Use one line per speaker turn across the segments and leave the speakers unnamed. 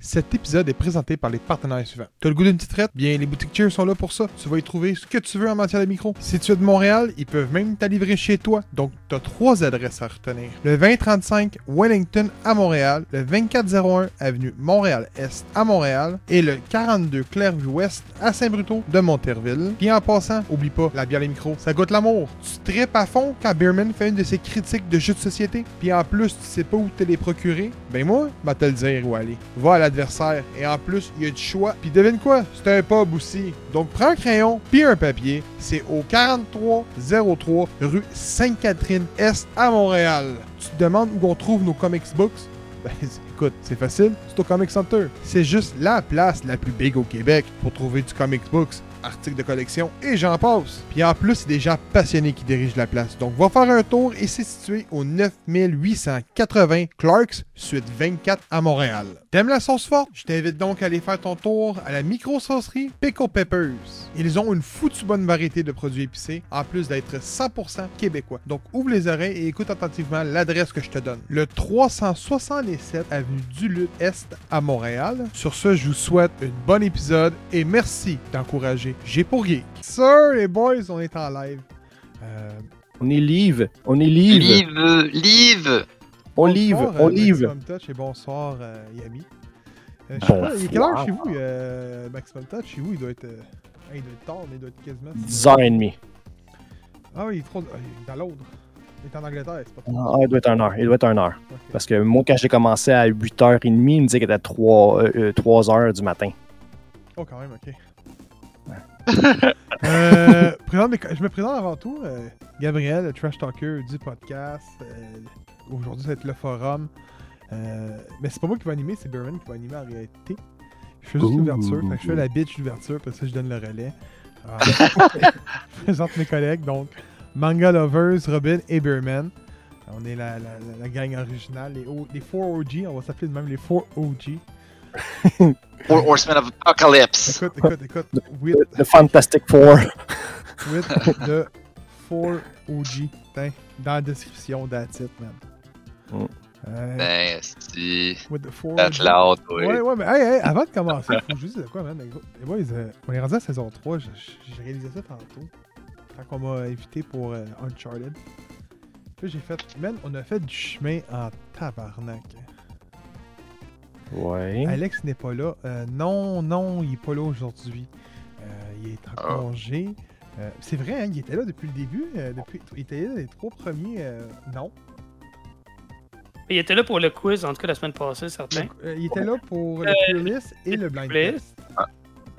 Cet épisode est présenté par les partenaires suivants. T'as le goût d'une petite traite? Bien, les boutiques Cheers sont là pour ça. Tu vas y trouver ce que tu veux en matière de micro. Si tu es de Montréal, ils peuvent même t'alivrer chez toi. Donc, t'as trois adresses à retenir. Le 2035 Wellington à Montréal, le 2401 Avenue Montréal-Est à Montréal et le 42 Clairvue-Ouest à Saint-Bruto de Monterville. Puis en passant, oublie pas, la bière les micros, ça goûte l'amour. Tu tripes à fond quand Beerman fait une de ses critiques de jeux de société. Puis en plus, tu sais pas où te les procurer. Ben moi, va te le dire où aller. Va à l'adversaire et en plus, il y a du choix. Puis devine quoi, c'est un pub aussi. Donc prends un crayon puis un papier. C'est au 4303 rue Sainte-Catherine-Est à Montréal. Tu te demandes où on trouve nos comics books? Ben, écoute, c'est facile, c'est au Comic Center. C'est juste la place la plus big au Québec pour trouver du comics books, articles de collection et j'en passe. Puis en plus, c'est des gens passionnés qui dirigent la place. Donc, va faire un tour et c'est situé au 9880 Clarks, suite 24 à Montréal. T'aimes la sauce forte? Je t'invite donc à aller faire ton tour à la micro-saucerie Pickle Peppers. Ils ont une foutue bonne variété de produits épicés, en plus d'être 100% québécois. Donc, ouvre les oreilles et écoute attentivement l'adresse que je te donne. Le 377 avenue Duluth Est à Montréal. Sur ce, je vous souhaite un bon épisode et merci d'encourager J'ai pour Geek. Sir, les boys, on est en live. Euh,
On est live. On est live.
Live, live.
On live.
bonsoir,
on
euh,
live.
Maximum Touch et bonsoir, euh, Yami. Euh, je sais
Bonsoir.
pas, il est quelle heure chez vous, euh, Maximum Touch? Chez vous, il doit être... euh, hey, il doit être tard, mais il doit être quasiment...
10h30.
Ah oui, il est trop- ah, il est dans l'autre. Il est en Angleterre, c'est pas trop.
Ah, il doit être 1h. Il doit être 1h.
Ok.
Parce que moi, quand j'ai commencé à 8h30, il me disait qu'il était euh, à 3, h du matin.
Oh, quand même, ok. Euh, présente mes co- je me présente avant tout. euh, Gabriel, le trash talker du podcast. euh, Aujourd'hui, ça va être le forum. Euh, mais c'est pas moi qui vais animer, c'est Berman qui va animer en réalité. Je fais juste
Ouh.
l'ouverture. Fait que je fais la bitch l'ouverture, après ça, je donne le relais. Alors, je présente mes collègues, donc Manga Lovers, Robin et Berman. On est la, la, la- la gang originale, les, O- les 4 OG, on va s'appeler de même les 4 OG.
Four Horsemen of Apocalypse.
Écoute, écoute, écoute. With
Le Fantastic Four.
with the 4 OG. Tain, dans la description, that's it, man.
Mm.
Euh,
Ben, si.
with the 4
That's
OG.
loud, oui.
Ouais, ouais, mais hey, hey, avant de commencer, faut juste dire quoi, man. Les gars- les boys, euh, on est rendu à saison 3, je- je- j'ai réalisé ça tantôt. Quand on m'a invité pour euh, Uncharted. Puis j'ai fait, man, on a fait du chemin en tabarnak. hein.
Ouais.
Alex n'est pas là. Euh, non, non, il n'est pas là aujourd'hui. Euh, il est en
Ah.
congé. Euh, c'est vrai, hein, il était là depuis le début. euh, depuis, il était là les trois premiers. euh, non.
Il était là pour le quiz, en tout cas la semaine passée, certain.
Euh, il était là pour
Euh,
le tier list et le blind
tier
test.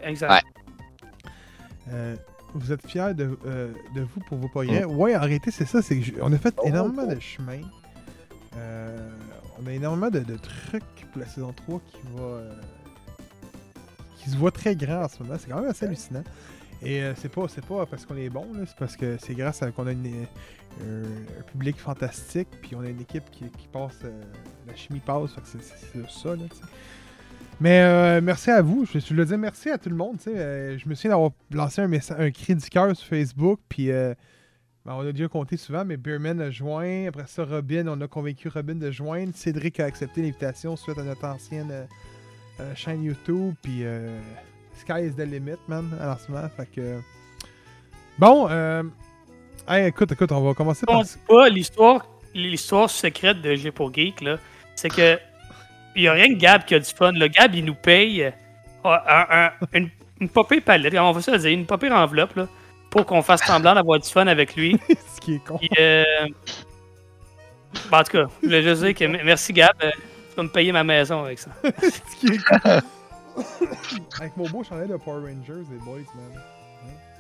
Exact.
Ouais.
Euh, vous êtes fiers de, euh, de vous pour vos poignets. Ouais, en réalité, c'est ça. C'est que je- on a fait énormément de chemin. Euh, on a énormément de, de trucs pour la saison 3 qui va. euh, qui se voit très grand en ce moment. C'est quand même assez hallucinant. Et euh, c'est pas, c'est pas parce qu'on est bon, là, c'est parce que c'est grâce à qu'on a une, euh, un public fantastique, puis on a une équipe qui, qui passe, euh, la chimie passe, fait que c'est, c'est- c'est ça, là, tu sais. Mais euh, merci à vous. Je, je voulais dire merci à tout le monde. tu sais, euh, je me souviens d'avoir lancé un, messa- un cri du cœur sur Facebook. Puis euh, ben, on a déjà compté souvent, mais Beerman a joint. Après ça, Robin, on a convaincu Robin de joindre. Cédric a accepté l'invitation suite à notre ancienne euh, euh, chaîne YouTube. Puis euh, Sky is the limit, man, en ce moment. Fait que. Bon, euh, hey, écoute, écoute, on va commencer
On
par.
dit pas l'histoire, l'histoire secrète de J'ai pour Geek, là. C'est que. Il n'y a rien que Gab qui a du fun. Le Gab, il nous paye euh, un- un- une, une pas pire palette, on va se le dire, une pas pire enveloppe, là, pour qu'on fasse semblant d'avoir du fun avec lui.
ce qui est con.
Puis, euh, ben, en tout cas, je voulais juste dire que m- merci Gab, euh, tu vas me payer ma maison avec ça.
Ce qui est con. Avec mon beau chandail de Power Rangers, les boys, man.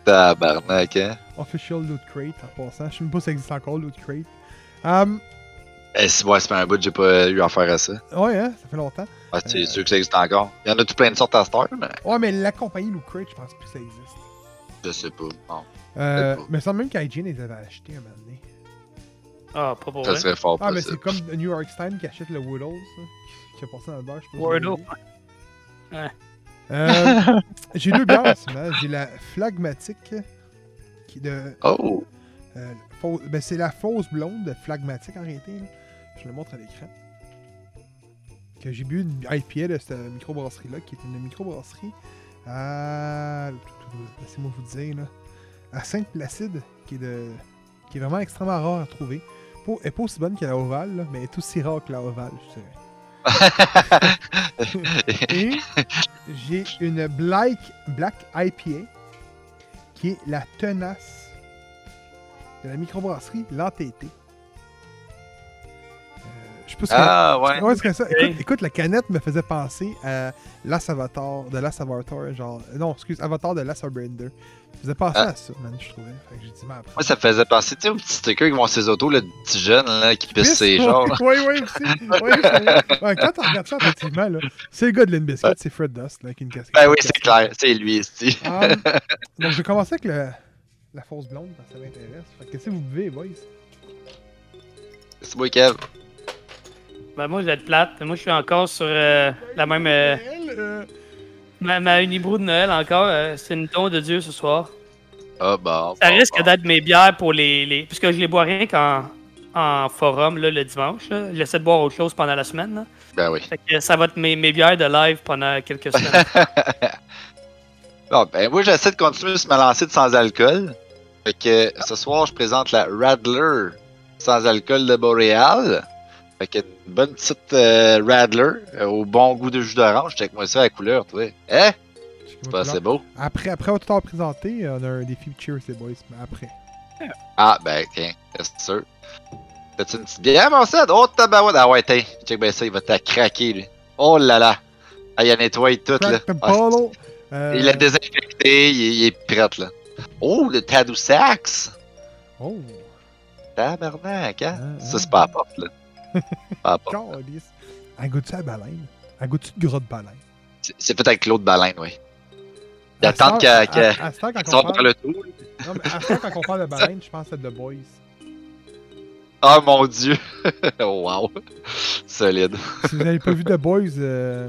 Tabarnak, hein.
Official Loot Crate en passant. Je sais même pas si ça existe encore, Loot Crate. Um,
Eh, si, ouais, c'est pas un bout, j'ai pas eu affaire à ça.
ouais, hein, ça fait longtemps.
Ah, c'est
Euh.
sûr que ça existe encore. Il y en a tout plein de sortes à cette heure, mais
Ouais, mais la compagnie Loot Crate, je pense plus que ça existe.
je sais pas. Bon,
Euh,
Peut-être pas.
mais ça même qu'IGN les avait achetés un moment donné.
Ah, pas pour
ça
vrai.
serait fort
Ah, mais c'est
possible.
comme New York Times qui achète le Woodles, là, qui- qui a passé dans le bar, je sais pas si vous
Wordle.
l'avez vu. Euh, J'ai deux bières en ce moment. J'ai la Flagmatique, qui est de.
Oh!
euh, fausse- ben, c'est la fausse blonde de Flagmatique en réalité. là. Je le montre à l'écran. que j'ai bu une IPA de cette microbrasserie-là, qui est une microbrasserie à. Laissez-moi vous dire, là. À Sainte-Placide, qui est de. qui est vraiment extrêmement rare à trouver. Pas- Elle est pas aussi bonne que la ovale, là, mais elle est aussi rare que la ovale, je dirais. Et j'ai une Black, Black IPA qui est la tenace de la microbrasserie L'Entêté. Euh, je sais pas si
ah,
Ouais,
ouais.
c'est comme ça. Écoute, écoute, la canette me faisait penser à Last Avatar, de Last Avatar, genre. Non, excuse, Avatar de Last Brander. Me faisait penser
Ah.
à ça, man, je trouvais. Fait que j'ai dit, mais après.
Moi, ça me faisait penser, tu sais, aux petits stickers qui vont sur ses autos, là, de petits jeunes, là, qui pissent ses genres. là.
Oui, oui, aussi. Ouais, c'est- ouais, quand on regarde ça, effectivement, là, c'est le gars de Limbiskit, c'est Fred Dust, là, avec une casquette.
Ben oui, c'est clair, c'est lui, ici.
Ah, donc, je vais commencer avec le- la fausse blonde, parce que ça m'intéresse. Fait que, qu'est-ce que vous buvez, boys?
C'est moi, Kev.
Ben, moi, je vais être plate. Moi, je suis encore sur euh, la même.
Eh.
euh,
Elle, euh,
ma, ma Unibrew de Noël, encore. euh, c'est une don de Dieu ce soir.
Ah, bon.
Ça
bon,
risque
bon.
d'être mes bières pour les. les- Puisque je les bois rien qu'en en forum là, le dimanche. là. J'essaie de boire autre chose pendant la semaine. là.
Ben oui.
Fait que ça va être mes, mes bières de live pendant quelques semaines.
Bon, ben moi, j'essaie de continuer sur ma lancée de sans alcool. Fait que ce soir, je présente la Radler sans alcool de Boréal. Fait que une bonne petite euh, Radler euh, au bon goût de jus d'orange. Check-moi ça, la couleur, toi. Hein?
je sais pas
Bah,
comment-
c'est beau.
Après, après, on va tout en présenter. On a un défi cheers, les boys, mais après.
Ah, ben, tiens, c'est sûr. Fais-tu une petite bière, mon Sed? Oh, tabarouette! Ah ouais, tiens, check bien ça, il va te la craquer, lui. Oh là là! Ah, il a nettoyé tout, là.
Crack the
Ah,
bottle. Euh,
il l'a désinfecté, il, il est prête, là. Oh, le Tadoussax!
Oh,
Tabarnak, hein?
Ah,
Ça, c'est
ah.
pas à porte, là. Pas à porte.
calice. Elle goûte-tu à baleine? Elle goûte-tu de gros de baleine?
C'est- C'est peut-être Claude Baleine, oui. Il
À
attend
ce
qu'elle
temps-
qu'elle-
à- à ce temps,
qu'elle
quand on
sorte par
parle-
le trou. là.
non, mais à ce temps, quand on parle de baleine, je pense à The Boys.
Ah, mon Dieu! wow! Solide.
Si vous n'avez pas vu The Boys, euh,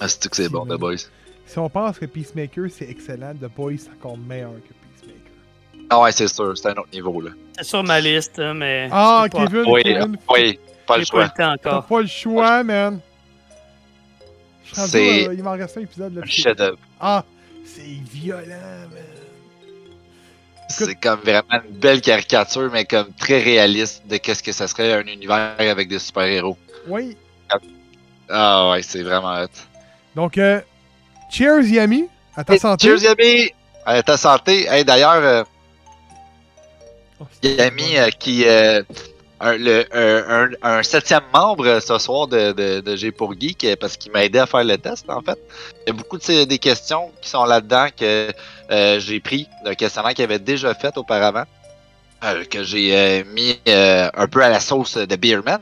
Ah, c'est-tu que c'est bon, The Boys?
Si on pense que Peacemaker, c'est excellent, The Boys, c'est encore meilleur que Peacemaker.
Ah ouais, c'est sûr, c'est un autre niveau, là.
c'est sur ma liste, hein, mais.
Ah,
j'ai pas-
Kevin,
Oui, là,
Kevin,
oui, pas le
J'ai pas
choix.
le temps
t'as
encore.
pas le choix, man. Je suis rendu,
Ah, C'est-
euh, il m'en reste un épisode. Là,
Un
puis-
chef-d'œuvre.
Ah, c'est violent, man.
C'est comme vraiment une belle caricature, mais comme très réaliste de qu'est-ce que ça serait un univers avec des super-héros.
Oui,
Ah ouais, c'est vraiment hot.
Donc, euh, cheers, Yami. À ta
Hey,
santé.
Cheers, Yami! Euh, ta santé. Hey, D'ailleurs, euh,
Oh, c'est
Yami
bon.
euh, qui est un, le- euh, un- un septième membre euh, ce soir de, de, de G pour Geek euh, parce qu'il m'a aidé à faire le test en fait. Il y a beaucoup de ces- des questions qui sont là-dedans que euh, j'ai pris d'un questionnaire qu'il avait déjà fait auparavant. euh, que j'ai euh, mis euh, un peu à la sauce de Beerman.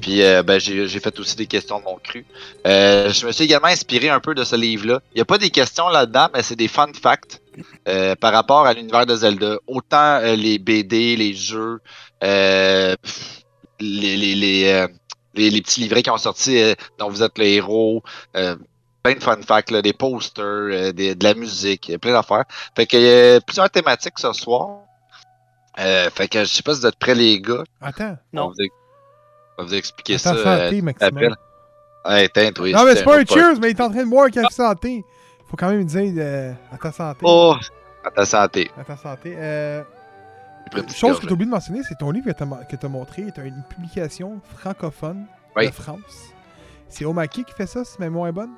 Puis euh, ben, j'ai j'ai fait aussi des questions de mon cru. Euh, je me suis également inspiré un peu de ce livre-là. Il n'y a pas des questions là-dedans, mais c'est des fun facts euh, par rapport à l'univers de Zelda. Autant euh, les BD, les jeux, euh, pff, les, les, les, euh, les- les petits livrets qui ont sorti euh, dont vous êtes le héros, euh, plein de fun facts, là, des posters, euh, des- de la musique, euh, plein d'affaires. Fait que euh, plusieurs thématiques ce soir. Euh, fait que je sais pas si vous êtes prêts les gars.
Attends.
Non.
On va vous, ex- on va vous expliquer
À ta
euh, ça. euh,
santé, Maxime.
appel. Hey, teinte, oui,
Non, mais
c'était
c'est pas un
autre
cheers, mais il est en train de boire un café santé. Faut quand même dire euh, à ta santé.
Oh, à ta santé.
À ta santé. Euh,
J'ai pris une petite
chose que
gorgée.
t'as oublié de mentionner, c'est ton livre que t'as ma- que t'as montré est une publication francophone de
Oui.
France. C'est Omaki qui fait ça, si ma mémoire est bonne.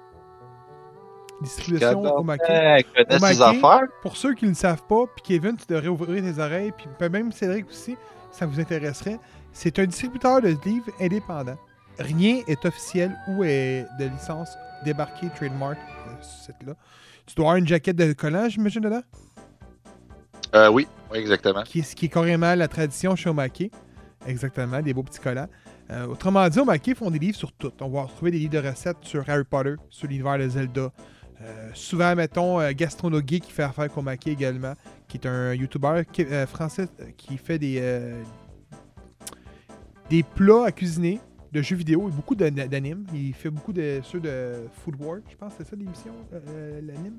Distribution
J'adore.
Omaki.
Eh, connais
Au
ses
maquis.
affaires.
Pour ceux qui ne le savent pas, puis Kevin, tu devrais ouvrir tes oreilles, puis peut- même Cédric aussi, ça vous intéresserait. C'est un distributeur de livres indépendant. Rien est officiel ou est de licence débarquée, trademark, euh, sur ce site-là. Tu dois avoir une jaquette de collant, j'imagine, dedans,
Euh, oui, oui, exactement.
qui est, ce qui est carrément la tradition chez Omake. Exactement, des beaux petits collants. Euh, autrement dit, Omake font des livres sur tout. On va retrouver des livres de recettes sur Harry Potter, sur l'univers de Zelda. Euh, souvent, mettons, euh, Gastronogué qui fait affaire avec Omake également, qui est un YouTuber qui- euh, français euh, qui fait des, euh, des plats à cuisiner de jeux vidéo et beaucoup de- d'animes. Il fait beaucoup de ceux de Food War, je pense, que c'est ça l'émission, euh, euh, l'anime.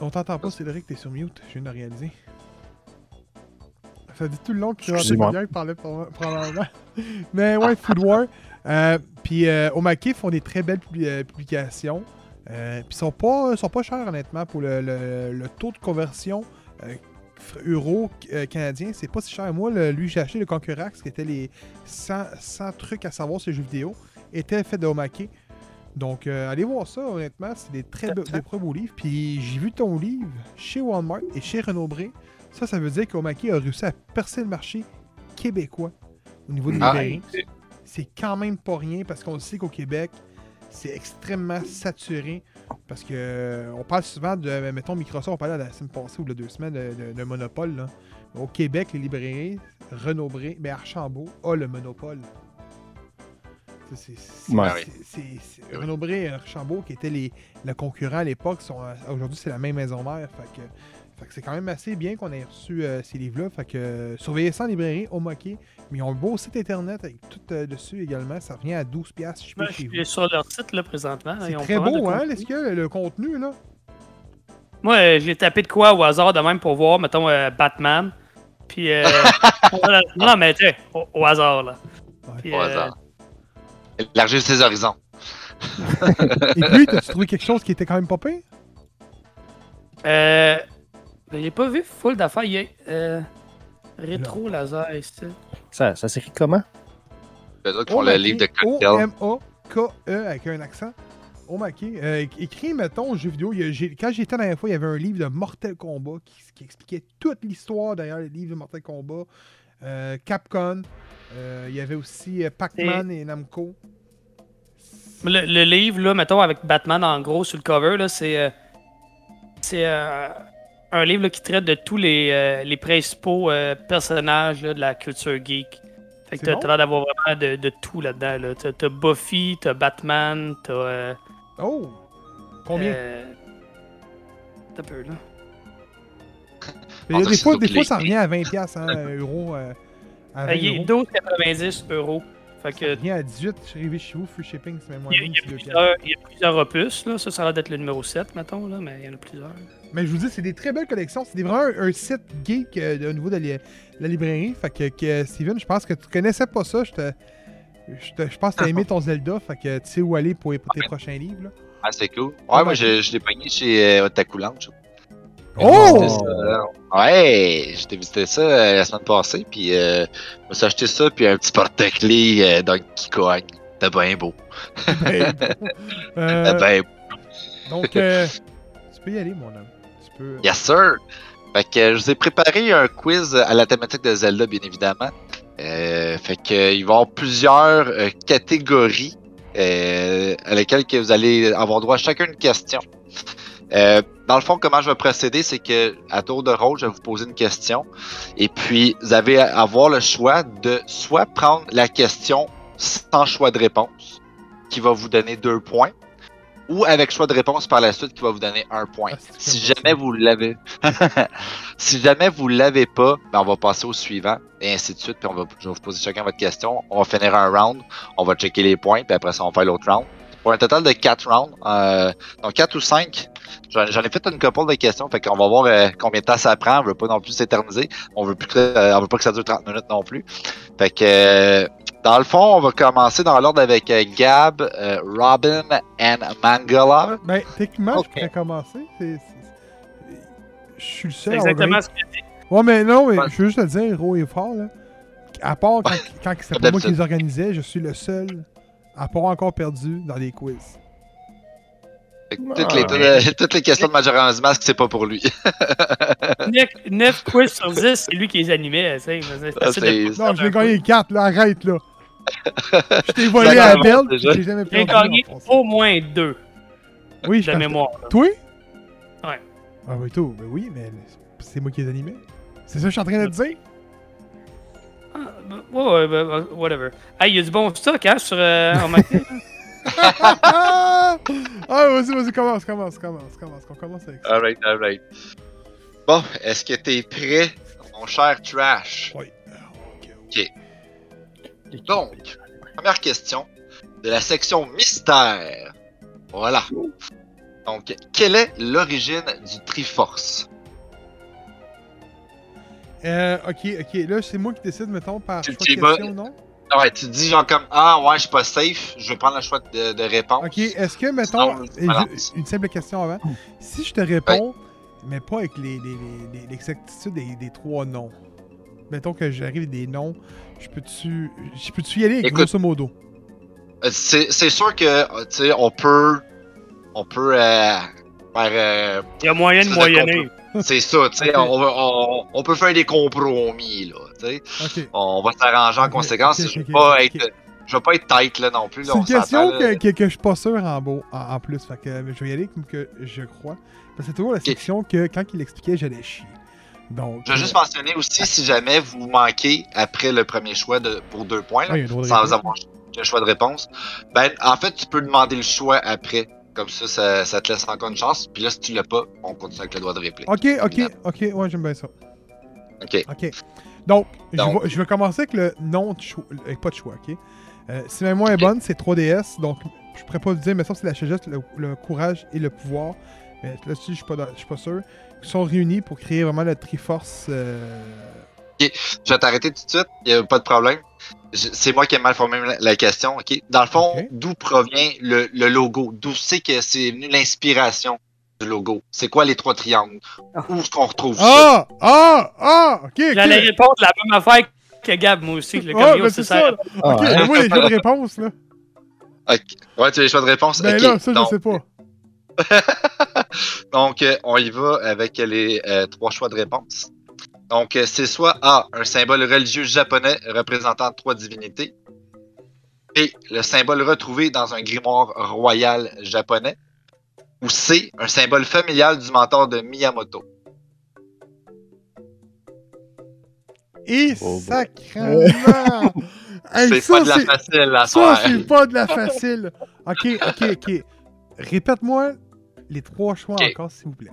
On t'entend pas, Cédric, t'es sur mute, je viens de réaliser. Ça dit tout le long qu'il
Excusez-moi.
bien, il parlait pour- probablement. Mais ouais, Food War. Euh, puis euh, Omake font des très belles publi- euh, publications. Euh, puis ils sont pas, sont pas chers, honnêtement, pour le, le- le taux de conversion euh, fr- euro euh, canadien. C'est pas si cher. Moi, le- lui, j'ai acheté le Concurax, qui était les 100, 100 trucs à savoir sur les jeux vidéo, était fait de Omake. Donc, euh, allez voir ça, honnêtement. C'est des très, be- des très beaux livres. Puis j'ai vu ton livre chez Walmart et chez Renaud Bré. Ça, ça veut dire qu'Omaki a réussi à percer le marché québécois au niveau des
Ah,
librairies. C'est quand même pas rien parce qu'on le sait qu'au Québec, c'est extrêmement saturé. Parce que euh, on parle souvent de, mettons, Microsoft, on parlait la semaine passée ou la deux semaines de, de- de monopole. là. Au Québec, les librairies, Renaud Bré, mais Archambault a le monopole. Ça, c'est- c'est-
Ouais.
c'est- c'est- c'est-
Oui.
Renaud Bré et Archambault, qui étaient les, le concurrent à l'époque, sont euh, aujourd'hui, c'est la même maison mère. Fait que, fait que c'est quand même assez bien qu'on ait reçu euh, ces livres-là. Fait que euh, surveillez ça en librairie, au moquet. Mais ils ont un beau site internet avec tout euh, dessus également. Ça revient à 12$ piastres, je
Moi,
peux
je
chez
suis
vous.
sur leur site, là, présentement.
C'est
Ils ont
très
pas mal
beau,
de
hein,
contenu.
est-ce que le contenu, là?
Moi, euh, j'ai tapé de quoi au hasard de même pour voir, mettons, euh, Batman. Puis. euh, voilà. non, mais tu sais, au, au hasard, là.
Ouais.
Puis,
Au
euh,
hasard. Élargir ses horizons.
Et puis, t'as-tu trouvé quelque chose qui était quand même pas pire?
Euh, ben, j'ai pas vu full d'affaires. Il y a euh, Rétro Laser ici.
Ça, ça s'écrit comment?
Les autres qui font le livre de cocktail.
O-M-A-K-E avec un accent. Omake. Euh, écrit, mettons, jeux vidéo. il y a- j'ai- quand j'étais la dernière fois, il y avait un livre de Mortal Kombat qui, qui expliquait toute l'histoire derrière le livre de Mortal Kombat. Euh, Capcom. Euh, il y avait aussi euh, Pac-Man et Namco.
Le, le livre, là, mettons, avec Batman en gros sur le cover, là, c'est. euh, c'est euh, un livre là, qui traite de tous les, euh, les principaux euh, personnages là, de la culture geek. Fait que
C'est
t'as
bon?
t'as l'air d'avoir vraiment de, de tout là-dedans. Là. T'as t'as Buffy, t'as Batman, t'as. euh,
Oh! Combien?
euh, T'as peu, là.
Mais il y a
entre
des
ces
fois,
deux
des fois,
clés.
ça revient à 20$, hein, euros. euh, à 20
Euh, Il est
euros.
12,90 euros. Fait que
Ça revient à 18, je suis arrivé chez vous, free shipping, c'est même moins
Il y a- il
bon,
y, a
c'est 2 piastres.
plusieurs- il y a plusieurs opus, là. Ça, ça a l'air d'être le numéro 7, mettons, là, mais il y en a plusieurs.
Mais je vous dis, c'est des très belles collections. C'est des- vraiment un, un site geek euh, au niveau de la, la librairie. Fait que, que, Steven, je pense que tu connaissais pas ça. Je, te, je, te- je pense que t'as aimé ton Zelda. Fait que tu sais où aller pour, pour tes prochains livres. là.
Ah, c'est cool.
Ah,
Ouais,
bah,
moi, je, je l'ai pogné chez euh, Otaku Lounge.
Oh!
Ah,
J'ai visité ça, là. Ouais, j'ai visité ça euh, la semaine passée, puis euh, je me suis acheté ça, puis un petit porte-clés euh, Donkey Kong. C'était bien beau.
Ben,
C'était
euh,
bien
donc, euh, tu peux y aller, mon homme. Tu peux. euh,
Yes, sir! Fait que euh, je vous ai préparé un quiz à la thématique de Zelda, bien évidemment. Euh, fait que euh, il va y avoir plusieurs euh, catégories euh, à lesquelles que vous allez avoir droit à chacun une question. Euh, dans le fond, comment je vais procéder, c'est que à tour de rôle, je vais vous poser une question. Et puis, vous avez à avoir le choix de soit prendre la question sans choix de réponse, qui va vous donner deux points, ou avec choix de réponse par la suite, qui va vous donner un point.
Ah, c'est
Si
super
jamais vous l'avez, si jamais vous l'avez pas, ben, on va passer au suivant et ainsi de suite. Puis on va, je vais vous poser chacun votre question. On va finir un round, on va checker les points, puis après ça, on va faire l'autre round. Pour un total de quatre rounds, euh, donc quatre ou cinq. J'en j'en ai fait une couple de questions, fait qu'on va voir euh, combien de temps ça prend. On veut pas non plus s'éterniser. On veut plus que, euh, on veut pas que ça dure 30 minutes non plus. Fait que euh, dans le fond, on va commencer dans l'ordre avec euh, Gab, euh, Robin and Mangala.
Ben, techniquement,
Ok.
je pourrais commencer. C'est- c'est- Je suis le
C'est
seul. à avoir
exactement ce que
Ouais, mais non, mais
Ouais.
je veux juste te dire, haut et fort, là. À part quand, quand c'était pas moi qui les organisais, je suis le seul à pas encore perdu dans les quiz.
Fait que
Ah.
Toutes les, toutes les- toutes les questions de Majora's Mask, c'est pas pour lui.
neuf- neuf quiz sur 10, c'est lui qui les animait, tu sais. je veux dire, c'est
Ça,
assez de-
c'est-
Non, je vais
un
gagner les quatre, là, arrête, là. Je t'ai
Je
volé
la
à
gagne
Belle,
déjà.
j'ai jamais
J'ai
perdu.
gagné
en passant.
au moins deux
Oui,
de
je t'ai-
mémoire.
Toi
Ouais.
Ah, oui, toi, ben oui, mais c'est moi qui les animais. C'est ça que je suis en train de te dire?
Ah, ben, ouais, ouais, ben, ben, whatever. Hey, il y a du bon stock, hein, sur. euh, en matin.
ah, vas-y, vas-y, commence, commence, commence, commence, on commence avec ça.
Alright, alright. Bon, est-ce que t'es prêt, mon cher Trash?
Oui. Ah, ok, oui.
Donc, première question de la section mystère. Voilà. Donc, quelle est l'origine du Triforce?
Euh, ok, ok. Là, c'est moi qui décide, mettons, par
Tu-
choix
tu y
de
vas-
question ou non.
Ouais, tu te dis genre comme Ah ouais, je suis pas safe, je vais prendre le choix de, de réponse.
Ok, est-ce que, mettons,
Non,
et
voilà.
ju- une simple question avant. Si je te réponds, mais pas avec les- les- les- les- l'exactitude des, des trois noms. Mettons que j'arrive avec des noms, je peux-tu je peux-tu y aller avec
Écoute.
grosso modo?
Euh, C'est c'est sûr que euh, tu sais, on peut. On peut euh, faire.
Il y a moyen de
C'est
moyenner.
euh, c'est ça, tu sais,
Ok.
on, va- on, on peut faire des compromis, là. tu sais.
Ok.
On va s'arranger en
Ok,
conséquence.
ok,
je vais
ok,
pas
ok.
être. Je vais pas être tight là non plus. là,
C'est une
on s'entend,
question
là.
que, que, que je suis pas sûr en, beau- en, en plus. Fait que je vais y aller comme que je crois. Parce que c'est toujours la section que quand il expliquait, j'allais chier. Donc.
Je veux juste mentionner aussi, si jamais vous manquez après le premier choix de, pour deux points, là,
Ouais, euh, ah, il y a le droit de
sans
réponse.
avoir le choix de réponse, ben, en fait, tu peux demander le choix après. Comme ça, ça, ça te laisse encore une chance. Puis là, si tu l'as pas, on continue avec le droit de réplique.
Ok, ok, ok, ouais, j'aime bien ça.
OK.
Ok. Donc, je
Donc.
vais- je vais commencer avec le nom de choix. euh, Pas de choix, ok? Euh, si ma mémoire est bonne, c'est 3DS. Donc, je pourrais pas vous dire, mais ça, c'est la sagesse, le, le courage et le pouvoir. Mais là-dessus, je suis pas, dans- je suis pas sûr. Qui sont réunis pour créer vraiment la Triforce. euh,
Je vais t'arrêter tout de suite, y a pas de problème. Je- C'est moi qui ai mal formulé la- la question. ok? Dans le fond,
Ok.
d'où provient le, le logo? D'où c'est que c'est venu l'inspiration du logo? C'est quoi les trois triangles? Où est-ce qu'on retrouve ça?
Ah! Ah! Ah! Ok! ok.
J'allais répondre la même affaire que Gab, moi aussi. Le
Ouais,
camion,
ben,
c'est
c'est
ça.
ça.
la-
Ah,
Ok,
ouais.
moi, les jeux de réponse, là.
Ouais, tu as les choix de réponse?
Ben
Ok,
là, ça,
donc-
je sais pas.
Donc, euh, on y va avec les euh, trois choix de réponse. Donc, euh, c'est soit A, un symbole religieux japonais représentant trois divinités. B, le symbole retrouvé dans un grimoire royal japonais. Ou C, un symbole familial du mentor de Miyamoto.
Et
Oh, bon.
sacrément! Hey,
c'est
ça,
pas de la
c'est-
facile,
Ça,
la soirée.
c'est pas de la facile. Ok, ok, ok. Répète-moi les trois choix
Ok.
encore, s'il vous plaît.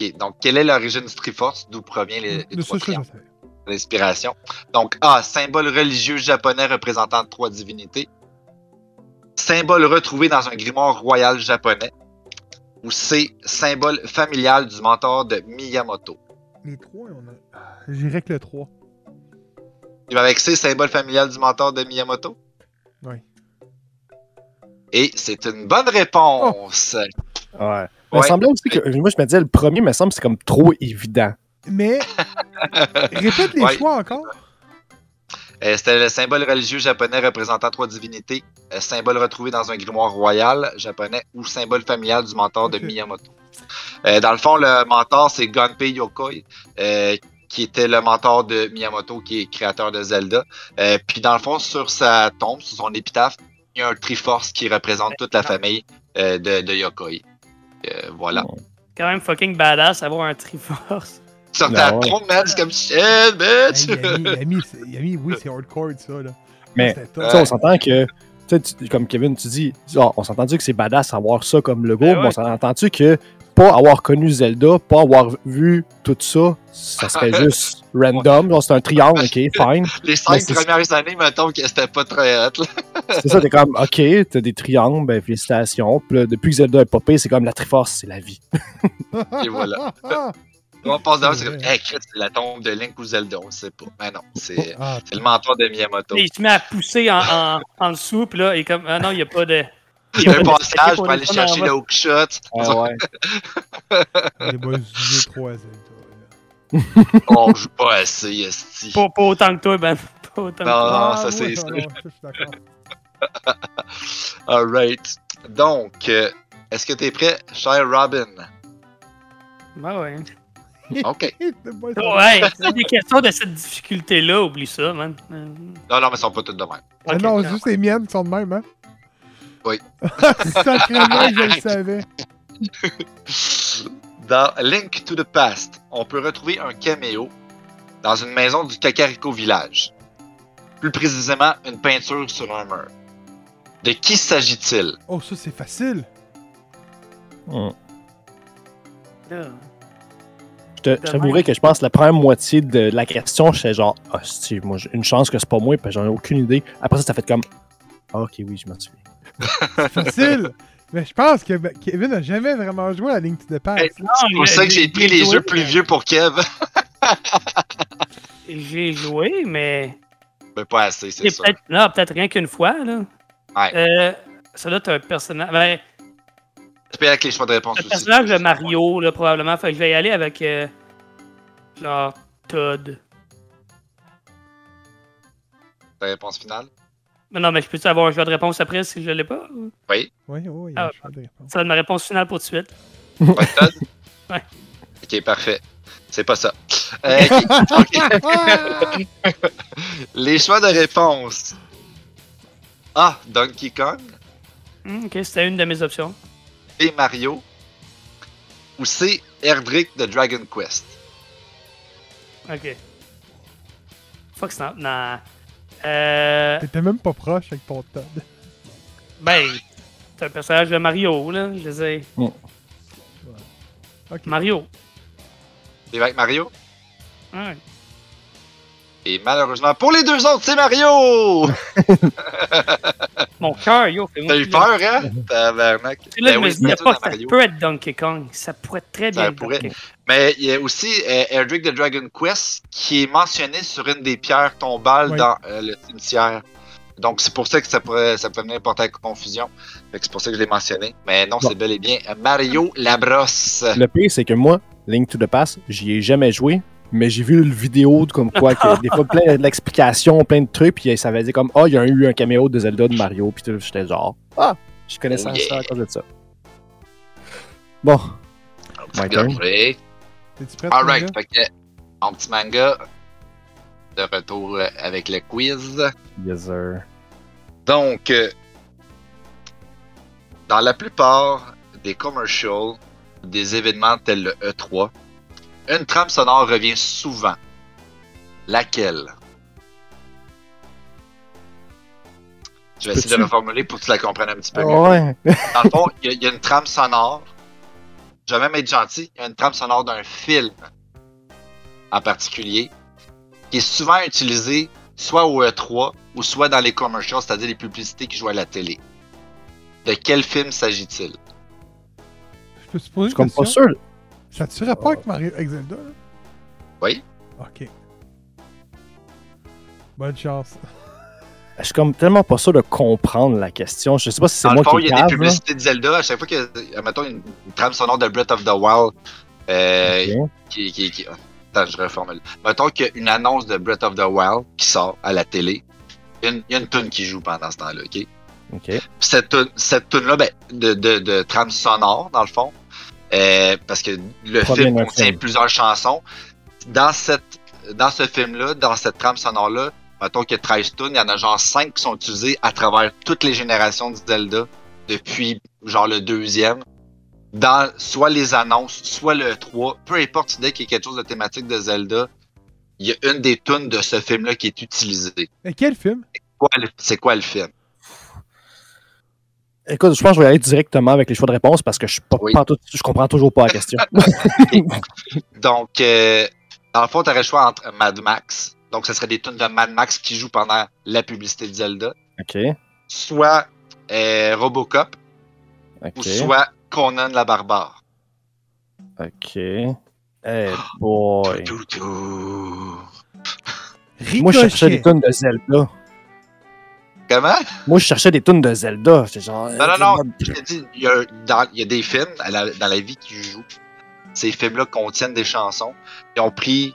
Ok, Donc, quelle est l'origine du Triforce? D'où provient Euh, les, les
De
trois
ça, ça, je
triangles
savais.
d'inspiration? Donc, A, symbole religieux japonais représentant trois divinités. symbole retrouvé dans un grimoire royal japonais, ou C, symbole familial du mentor de Miyamoto.
Les trois, on a. Ah, J'irais que le 3.
Tu vas avec C, symbole familial du mentor de Miyamoto?
Oui.
Et c'est une bonne réponse.
Ouais. Il me
Ouais.
semblait aussi que. Moi, je me disais, le premier, il me semble, c'est comme trop évident.
Mais. Répète les
Ouais.
choix encore.
Euh, C'était le symbole religieux japonais représentant trois divinités, euh, symbole retrouvé dans un grimoire royal japonais ou symbole familial du mentor de
Ok.
Miyamoto. Euh, dans le fond, le mentor, c'est Gunpei Yokoi, euh, qui était le mentor de Miyamoto, qui est créateur de Zelda. Euh, puis dans le fond, sur sa tombe, sur son épitaphe, il y a un Triforce qui représente toute la famille euh, de, de Yokoi. Euh, voilà.
Quand même fucking badass avoir un Triforce.
Sur
Ah
ta
ouais.
tombe, man, c'est comme shit, bitch!
Hey, Yami, Yami, c'est- Yami, oui, c'est hardcore, ça, là.
Mais,
C'était
Tu
top.
sais, on s'entend que. tu sais, tu- comme Kevin, tu dis, Ah, on s'entend-tu que c'est badass avoir ça comme logo,
Ben
mais
ouais.
on s'entend-tu que pas avoir connu Zelda, pas avoir vu tout ça, ça serait juste random. Genre, C'est un triangle, ok, fine.
Les
Mais
cinq
c'est-
premières années, mettons que c'était pas très hot, là.
C'est ça, t'es comme, ok, t'as des triangles, ben félicitations. Puis là, depuis que Zelda est popé, c'est comme la Triforce, c'est la vie.
Et voilà.
Ah,
On passe devant, c'est
C'est
comme,
vrai.
hey, Chris, c'est la tombe de Link ou Zelda, on sait pas. Mais non, c'est
ah,
c'est le mentor de Miyamoto.
Et il se met à pousser en, en, en dessous, puis là, et comme, ah non, il n'y a pas de.
Il y a un
checker
passage pour
pour les
aller
fans,
chercher
on va-
le hookshot.
ouais.
les boys du 3 Z. là.
On joue pas assez, esti.
Pas, pas autant que toi, Ben. Pas
Non.
autant que toi.
Ah, ça,
ouais,
c'est sûr.
non, ça, je suis d'accord.
Alright. Donc, euh, est-ce que t'es prêt, cher Robin?
Ben ouais.
OK.
Hé, le boy, ça-
Ouais, c'est des questions de cette difficulté-là, oublie ça, man. Euh,
Non, non, mais ils sont pas tous de même.
Ah
ok.
non, c'est juste les miennes qui sont de même, hein?
Oui.
Sacrément, je le savais.
Dans Link to the Past, on peut retrouver un caméo dans une maison du Kakariko Village. Plus précisément, une peinture sur un mur. De qui s'agit-il?
Oh, ça, c'est facile.
Hmm.
Ah.
Je te- je t'avouerai que je pense que la première moitié de la question, j'étais genre, ah, si, moi, j'ai une chance que c'est pas moi, puis j'en ai aucune idée. Après ça, ça fait comme, Ah, ok, oui, je m'en souviens.
C'est facile. Mais je pense que ben, Kevin n'a jamais vraiment joué à la ligne de passe.
Hey,
Non,
C'est pour ça que j'ai pris les jeux plus vieux pour Kev.
J'ai joué, mais.
Mais pas assez, c'est
Et
ça.
peut-être- non, peut-être rien qu'une fois, là.
Ouais.
Euh, ça, là, t'as un personnage. Ben,
Tu peux y aller avec les choix de réponse
un
aussi.
personnage de Mario, là, probablement. Fait que je vais y aller avec. euh, genre, Todd.
Ta réponse finale.
Mais non, mais je peux-tu avoir un choix de réponse après si je l'ai pas?
Oui, oui, il y
Ah,
a un choix de réponse.
Ça donne ma réponse finale pour tout de suite.
Ouais, Todd?
Ouais.
Ok, parfait. C'est pas ça. Euh, ok. les choix de réponse. A. Donkey Kong.
Hmm, ok, c'était une de mes options.
B. Mario. Ou C. Erdrick de Dragon Quest.
Ok. Fuck snap. Non. Euh.
T'étais même pas proche avec ton Todd.
Ben, c'est un personnage de Mario, là. Je les ai.
Bon.
Ok.
Mario.
C'est avec Mario.
Ouais.
Et malheureusement, pour les deux autres, c'est Mario!
Mon cœur, yo, fais-moi
T'as eu
plaisir.
peur, hein? Tabarnak.
Tu sais, Là,
Ben
je me
oui,
suis dit,
c'est
ah,
tout dans
ça
Mario.
peut être Donkey Kong. Ça pourrait être très
Ça
bien. être
pourrait.
Donkey Kong.
Mais il y a aussi euh, Erdrick de Dragon Quest qui est mentionné sur une des pierres tombales
Oui.
dans euh, le cimetière. Donc c'est pour ça que ça pourrait, ça pourrait venir porter à confusion. Fait que c'est pour ça que je l'ai mentionné. Mais non,
Bon.
c'est bel et bien Mario Labrosse.
Le pire, c'est que moi, Link to the Past, j'y ai jamais joué, mais j'ai vu une vidéo de comme quoi, que des fois, plein d'explications, plein de trucs, puis ça avait dit comme, ah, il y a eu un caméo de Zelda de Mario, puis tout, j'étais genre, ah, je connaissais
Oh,
ça
yeah.
à cause de ça. Bon, My turn.
Regardez.
T'es-tu prêt?
Alright,
Tonga?
fait que mon petit manga de retour euh, avec le quiz.
yes, sir.
Donc, euh, dans la plupart des commercials, des événements tels le E3, une trame sonore revient souvent. Laquelle Je vais essayer de
Peux-tu-
reformuler pour que tu la comprennes un petit peu mieux.
Ouais,
Dans le fond, il y a- il y, a une trame sonore. Je vais même être gentil. Il y a une trame sonore d'un film en particulier qui est souvent utilisée soit au E3 ou soit dans les commercials, c'est-à-dire les publicités qui jouent à la télé. De quel film s'agit-il?
Je peux te poser
je suis
une
comme pas
question?
sûr.
Ça te rapport avec Mario avec Zelda? là?
Oui.
Ok. Bonne chance.
Je suis comme tellement pas sûr de comprendre la question. Je sais pas si c'est
Dans le
moi
fond,
qui
il y
est
a des
cave, là.
publicités de Zelda. À chaque fois qu'il y a, admettons, une, une trame sonore de Breath of the Wild, euh,
Ok.
qui, qui, qui- Attends, je reformule. Mettons qu'il y a une annonce de Breath of the Wild qui sort à la télé. Il y a une- il y a une tune qui joue pendant ce temps-là, OK?
Ok.
cette, toune- cette tune-là, ben, de, de, de trame sonore, dans le fond, euh, parce que le
Provient
film
d'un
contient
film.
plusieurs chansons. Dans, cette, dans ce film-là, dans cette trame sonore-là, mettons qu'il y a 13 tunes, il y en a genre 5 qui sont utilisées à travers toutes les générations de Zelda, depuis genre le deuxième. Dans soit les annonces, soit le 3, peu importe, dès qu'il y a quelque chose de thématique de Zelda, il y a une des tunes de ce film-là qui est utilisée.
Et quel film?
Quoi, le- C'est quoi le film?
Écoute, je pense que je vais aller directement avec les choix de réponse parce que je, suis pas,
Oui.
pantoute- je comprends toujours pas la question.
Donc, euh, dans le fond, tu aurais le choix entre Mad Max. Donc, ce serait des tunes de Mad Max qui jouent pendant la publicité de Zelda.
ok.
Soit euh, Robocop ou
Ok.
soit Conan la barbare.
Ok. Hey
Ah,
boy.
Tout, tout.
Moi, je cherchais des tunes de Zelda.
Comment?
Moi, je cherchais des tunes de Zelda. J'étais genre. euh,
Non, non, non. Je te dis, il y, a, dans- il y a des films à la- dans la vie qui jouent. Ces films-là contiennent des chansons. Ils ont pris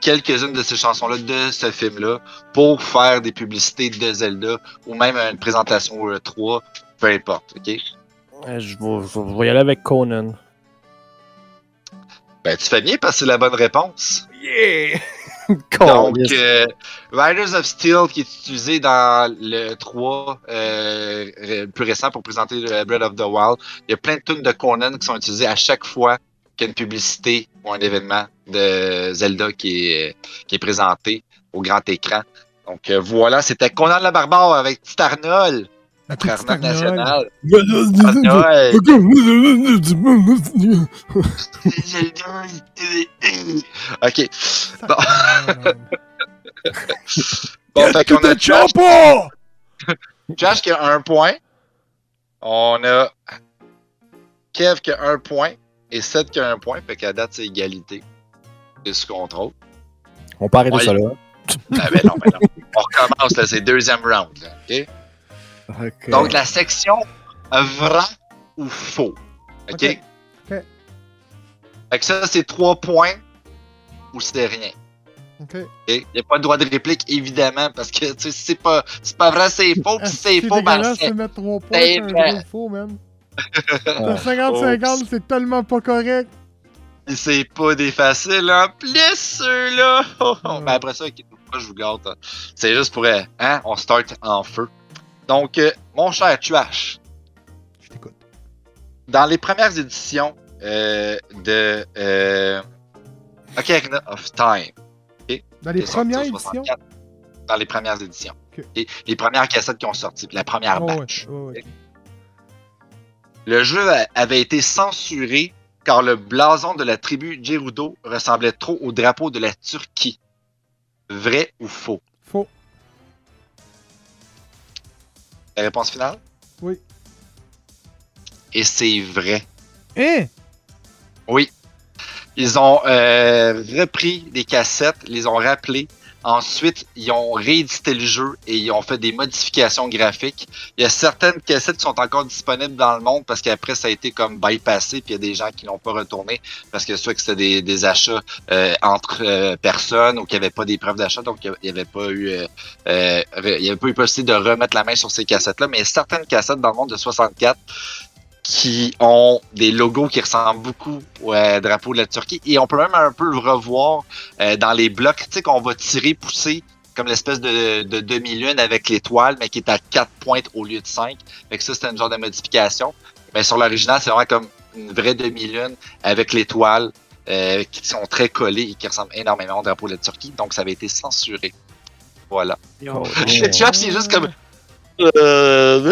quelques-unes de ces chansons-là de ce film-là pour faire des publicités de Zelda ou même une présentation au E3, peu importe. ok?
Euh, Je vais, je vais- je vais y aller avec Conan.
Ben, tu fais bien parce que c'est la bonne réponse.
Yeah!
Oh,
Donc, euh, Riders of Steel, qui est utilisé dans le 3 euh, ré- plus récent pour présenter le Breath of the Wild, il y a plein de tunes de Conan qui sont utilisées à chaque fois qu'il y a une publicité ou un événement de Zelda qui est, euh, qui est présenté au grand écran. Donc, euh, voilà, c'était Conan la Barbare avec Petit Arnold,
La petite Arnold.
Arnold National. Arnold. Zelda. Ok.
Arnold.
Bon, fait qu'on a
T'es
Josh,
Champa!
Josh qui a un point. On a Kev qui a un point. Et Seth qui a un point. Fait qu'à date, c'est égalité. c'est sous contrôle.
On peut arrêter
Ouais.
ça là.
Ah, ben non, ben non. On recommence, là, c'est deuxième round. là, OK?
Ok.
Donc, la section vrai ou faux. OK?
OK. OK.
Fait que ça, c'est trois points ou c'est rien.
Ok.
Il n'y a pas de droit de réplique, évidemment, parce que tu sais, si c'est pas, c'est pas vrai, c'est faux,
Ah,
puis si c'est faux, ben
dégueulasse
c'est.
de mettre 3 points
C'est
sur un
vrai.
jeu de faux, man.
Ah.
Le 50-50, c'est tellement pas correct.
Puis c'est pas des faciles en plus, ceux-là! Oh, oh.
Mm.
Mais après ça, inquiétez-vous pas, je vous gâte. hein. C'est juste pour. euh, Hein, on start en feu. Donc, euh, mon cher Tuache,
Je t'écoute.
dans les premières éditions euh, de euh, Ocarina of Time,
Dans les
qui est sorti
premières
en
éditions.
64, dans les premières éditions.
Ok.
Et les premières cassettes qui ont sorti, la première
Oh, ouais,
batch.
ouais, ouais.
Le jeu a- avait été censuré car le blason de la tribu Gerudo ressemblait trop au drapeau de la Turquie. Vrai ou faux?
Faux.
La réponse finale?
Oui.
Et c'est vrai.
Hein?
Oui. Ils ont euh, repris des cassettes, les ont rappelées. Ensuite, ils ont réédité le jeu et ils ont fait des modifications graphiques. Il y a certaines cassettes qui sont encore disponibles dans le monde parce qu'après, ça a été comme bypassé, puis il y a des gens qui l'ont pas retourné parce que soit que c'était des, des achats euh, entre euh, personnes ou qu'il n'y avait pas des preuves d'achat, donc il n'y avait pas eu euh, euh, re- il y avait pas eu possibilité de remettre la main sur ces cassettes-là. Mais certaines cassettes dans le monde de 64 qui ont des logos qui ressemblent beaucoup au euh, drapeau de la Turquie. Et on peut même un peu le revoir euh, dans les blocs, tu sais, qu'on va tirer, pousser, comme l'espèce de, de demi-lune avec l'étoile, mais qui est à 4 pointes au lieu de 5. Fait que ça, c'est un genre de modification. Mais sur l'original, c'est vraiment comme une vraie demi-lune avec l'étoile, euh, qui sont très collées et qui ressemblent énormément au drapeau de la Turquie. Donc, ça avait été censuré. Voilà.
Ils ont-
Oh.
Je Tu vois, c'est juste comme... Euh...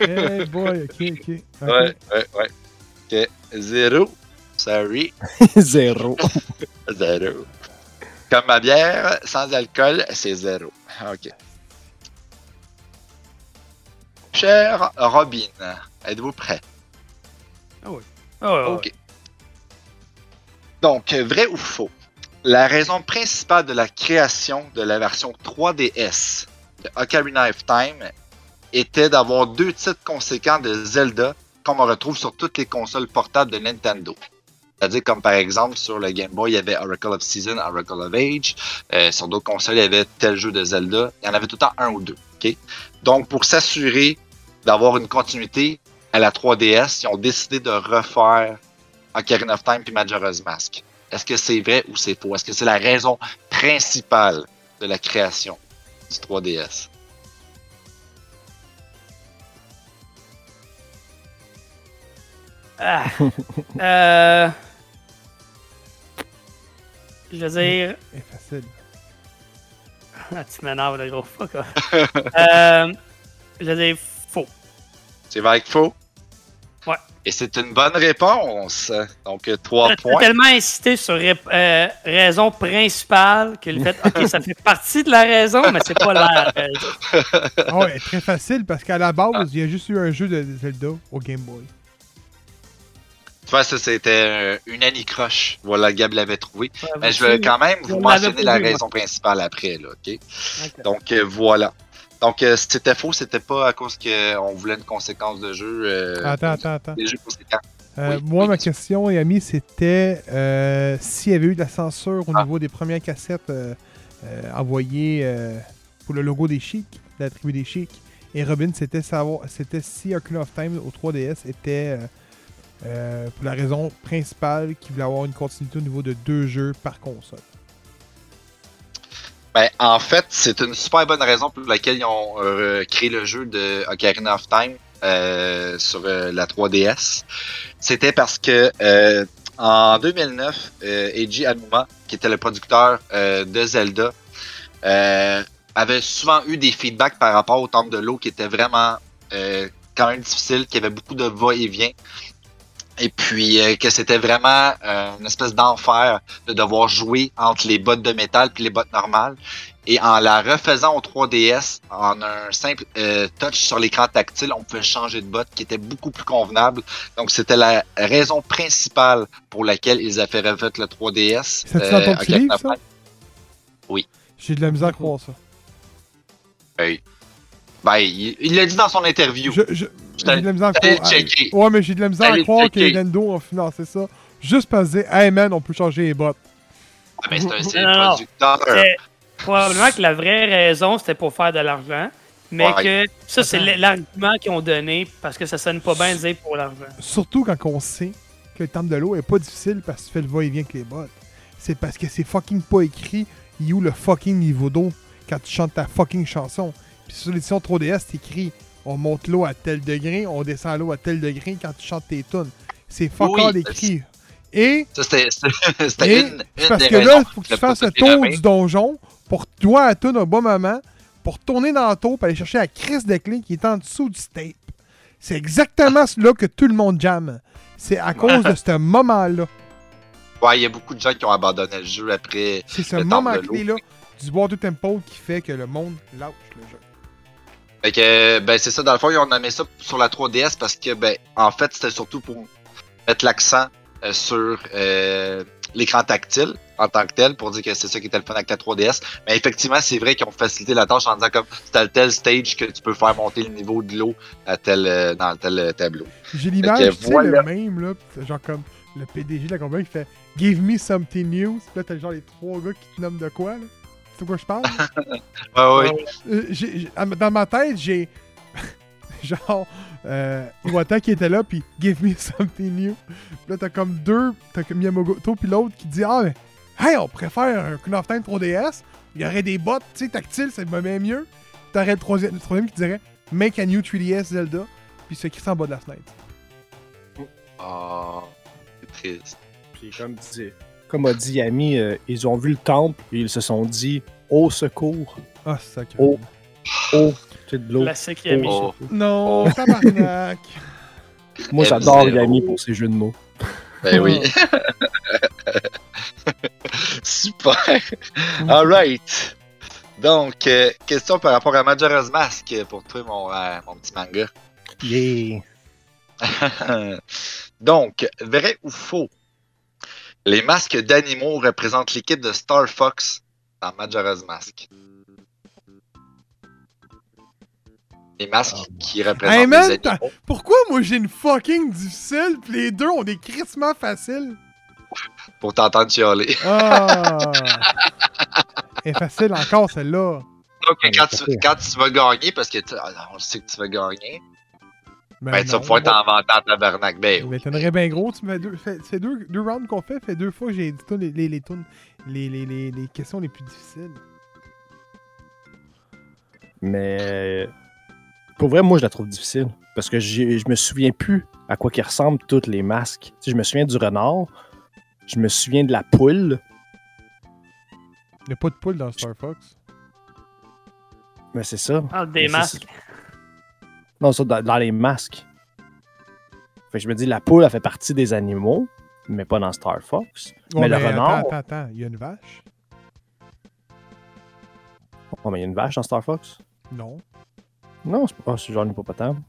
Eh boy, ok, ok. Ok.
Ouais, ouais, ouais. Ok, zéro. Sorry,
Zéro.
zéro. Comme ma bière, sans alcool, c'est zéro. Ok. Cher Robin, êtes-vous prêt?
oh.
Ah ouais, ouais, ouais.
Ok. Donc, euh, vrai ou faux? La raison principale de la création de la version 3DS de Ocarina of Time était d'avoir deux titres conséquents de Zelda comme on retrouve sur toutes les consoles portables de Nintendo. C'est-à-dire comme par exemple sur le Game Boy, il y avait Oracle of Season, Oracle of Age. Euh, sur d'autres consoles, il y avait tel jeu de Zelda. Il y en avait tout le temps un ou deux. ok? Donc, pour s'assurer d'avoir une continuité à la 3DS, ils ont décidé de refaire Ocarina of Time puis Majora's Mask. Est-ce que c'est vrai ou c'est faux? Est-ce que c'est la raison principale de la création du 3DS?
Ah. Euh, Je veux dire.
Eh, facile.
Ah, tu m'énerves, le gros fuck. off. euh... Je veux dire faux.
C'est vrai que faux?
Ouais.
Et c'est une bonne réponse. Donc, euh, trois
T'as
points.
tellement insisté sur ré- euh, raison principale que le fait. Ok, ça fait partie de la raison, mais c'est pas la raison.
Ah ouais, très facile parce qu'à la
Ah.
base, il y a juste eu un jeu de Zelda au Game Boy.
Tu vois, ça, c'était euh, une anicroche. Voilà, Gab l'avait trouvé. Mais Ben, je veux
Vas-y.
quand même vous
Ah, on
mentionner
l'avait
la
pas vu,
raison principale après, là, OK?
Ok.
Donc, euh, voilà. Donc, euh, c'était faux, c'était pas à cause qu'on voulait une conséquence de jeu. euh,
Attends, attends, attends.
Des jeux conséquents.
Euh,
Oui,
moi,
oui,
ma
bien sûr.
question, Yami, c'était euh, s'il y avait eu de la censure au
Ah.
niveau des premières cassettes euh, euh, envoyées euh, pour le logo des Chics, de la tribu des Chics. Et Robin, c'était savoir, c'était si Ocarina of Time au 3DS était euh, euh, pour la raison principale qu'il voulait avoir une continuité au niveau de deux jeux par console.
Ben, en fait, c'est une super bonne raison pour laquelle ils ont euh, créé le jeu de Ocarina of Time euh, sur euh, la 3DS. C'était parce que euh, en 2009, euh, Eiji Hanuma, qui était le producteur euh, de Zelda, euh, avait souvent eu des feedbacks par rapport au temple de l'eau qui était vraiment euh, quand même difficile, qui avait beaucoup de va-et-vient. Et puis euh, que c'était vraiment euh, une espèce d'enfer de devoir jouer entre les bottes de métal puis les bottes normales. Et en la refaisant au 3DS, en un simple euh, touch sur l'écran tactile, on pouvait changer de botte qui était beaucoup plus convenable. Donc c'était la raison principale pour laquelle ils avaient refait le 3DS.
C'est-tu dans ton
à
petit
quelque
livre, ça?
part. Oui.
J'ai de la misère à croire ça.
Hey. Ben, il il l'a dit dans son interview.
Je- je-
Je
J'ai de la misère à
Allez
croire.
checker.
Ouais, mais j'ai de la misère à
Allez
croire que
checker.
Nintendo a financé ça. Juste parce que, hey man, on peut changer les bottes.
Ah, ben, c'est un- c'est
Non,
le
non, non.
producteur.
C'est- Probablement que la vraie raison, c'était pour faire de l'argent. Mais que ça, c'est
Attends.
l- l'argument qu'ils ont donné parce que ça sonne pas bien de dire pour l'argent.
Surtout quand on sait que le temple de l'eau est pas difficile parce que tu fais le va-et-vient avec les bottes. C'est parce que c'est fucking pas écrit il est où le fucking niveau d'eau quand tu chantes ta fucking chanson. Puis sur l'édition 3DS, c'est écrit on monte l'eau à tel degré, on descend l'eau à tel degré quand tu chantes tes tunes. C'est fuck
Oui,
all écrit. Et,
Ça, c'était c'était-
et
c'était une,
c'est
une
parce
des
que
raisons
là, faut que tu
le
fasses le
produit
tour
nommé.
du donjon pour toi à tune un bon moment, pour tourner dans la tour, pour aller chercher la crise de clé qui est en dessous du tape. C'est exactement là que tout le monde jamme. C'est à cause de ce moment-là.
Ouais, il y a beaucoup de gens qui ont abandonné le jeu après.
C'est ce
Le temple
moment
de l'eau.
clé-là du bois de tempo qui fait que le monde lâche le jeu.
Fait que, ben, c'est ça, dans le fond, ils ont nommé ça sur la 3DS parce que, ben, en fait, c'était surtout pour mettre l'accent euh, sur euh, l'écran tactile en tant que tel pour dire que c'est ça qui était le fun avec la 3DS. Mais effectivement, c'est vrai qu'ils ont facilité la tâche en disant comme c'est à tel stage que tu peux faire monter le niveau de l'eau à tel euh, dans tel euh, tableau.
J'ai l'image, tu sais,
voilà.
le même, là, pis genre comme le PDG de la compagnie qui fait Give me something news. Pis Là, t'as genre les trois gars qui te nomment de quoi, là. C'est de quoi je parle?
Ouais, ouais.
Euh, j'ai- j'ai- à- dans ma tête, j'ai. genre. Euh, Iwata qui était là, puis Give me something new. Puis là, t'as comme deux. T'as comme Yamamoto, puis l'autre qui dit Ah, mais. Hey, on préfère un Queen of Time 3DS. Il y aurait des bottes, tu sais, tactiles, ça me met mieux. T'aurais le troisième, le troisième qui dirait Make a new 3DS Zelda. Puis ce qui s'en bas de la fenêtre.
Oh, c'est triste.
Puis comme, dit, comme a dit Yami, euh, ils ont vu le temple et ils se sont dit au secours,
Ah, c'est ça que.
Oh. au tu sais, de l'eau.
Classique Yami.
Oh.
Non,
Oh.
tabarnak.
Moi,
M
j'adore
zéro.
Yami pour ses jeux de mots.
Ben oui.
Oh.
Super. Alright. Donc, euh, question par rapport à Majora's Mask pour toi, mon, euh, mon petit manga.
Yeah.
Donc, vrai ou faux? Les masques d'animaux représentent l'équipe de Star Fox dans Majora's Mask. Les masques qui représentent
Ah, Hey, man,
les
t'as-
animaux.
Pourquoi moi j'ai une fucking difficile, puis les deux ont des crissements faciles?
Pour t'entendre chialer.
Ah! Elle est facile encore, celle-là.
Donc,
Ouais,
quand
c'est
tu,
sûr.
quand tu vas gagner, parce que tu- ah, on le sait que tu vas gagner,
Ben,
Ben, tu vas
non.
pouvoir t'inventer en tabarnak. Ben,
Je m'étonnerais bien gros. Tu fais deux, fais- c'est deux, deux rounds qu'on fait. Fait deux fois que j'ai dit toutes les, les, les, tunes- les, les, les, les questions les plus difficiles.
Mais euh, pour vrai, moi, je la trouve difficile. Parce que j'ai- je me souviens plus à quoi qu'ils ressemblent toutes les masques. Tu sais, je me souviens du renard, je me souviens de la poule,
Il n'y a pas de poule dans Star Fox.
mais c'est ça.
Parle Ah, des
Mais c'est-
masques.
Non, ça, dans, dans les masques. Fait que je me dis, la poule, elle fait partie des animaux, mais pas dans Star Fox.
Ouais,
mais le renard,
Attends, attends, attends. Il y a une vache?
oh, mais il y a une vache dans Star Fox.
Non.
Non, c'est pas oh, c'est genre un hippopotame.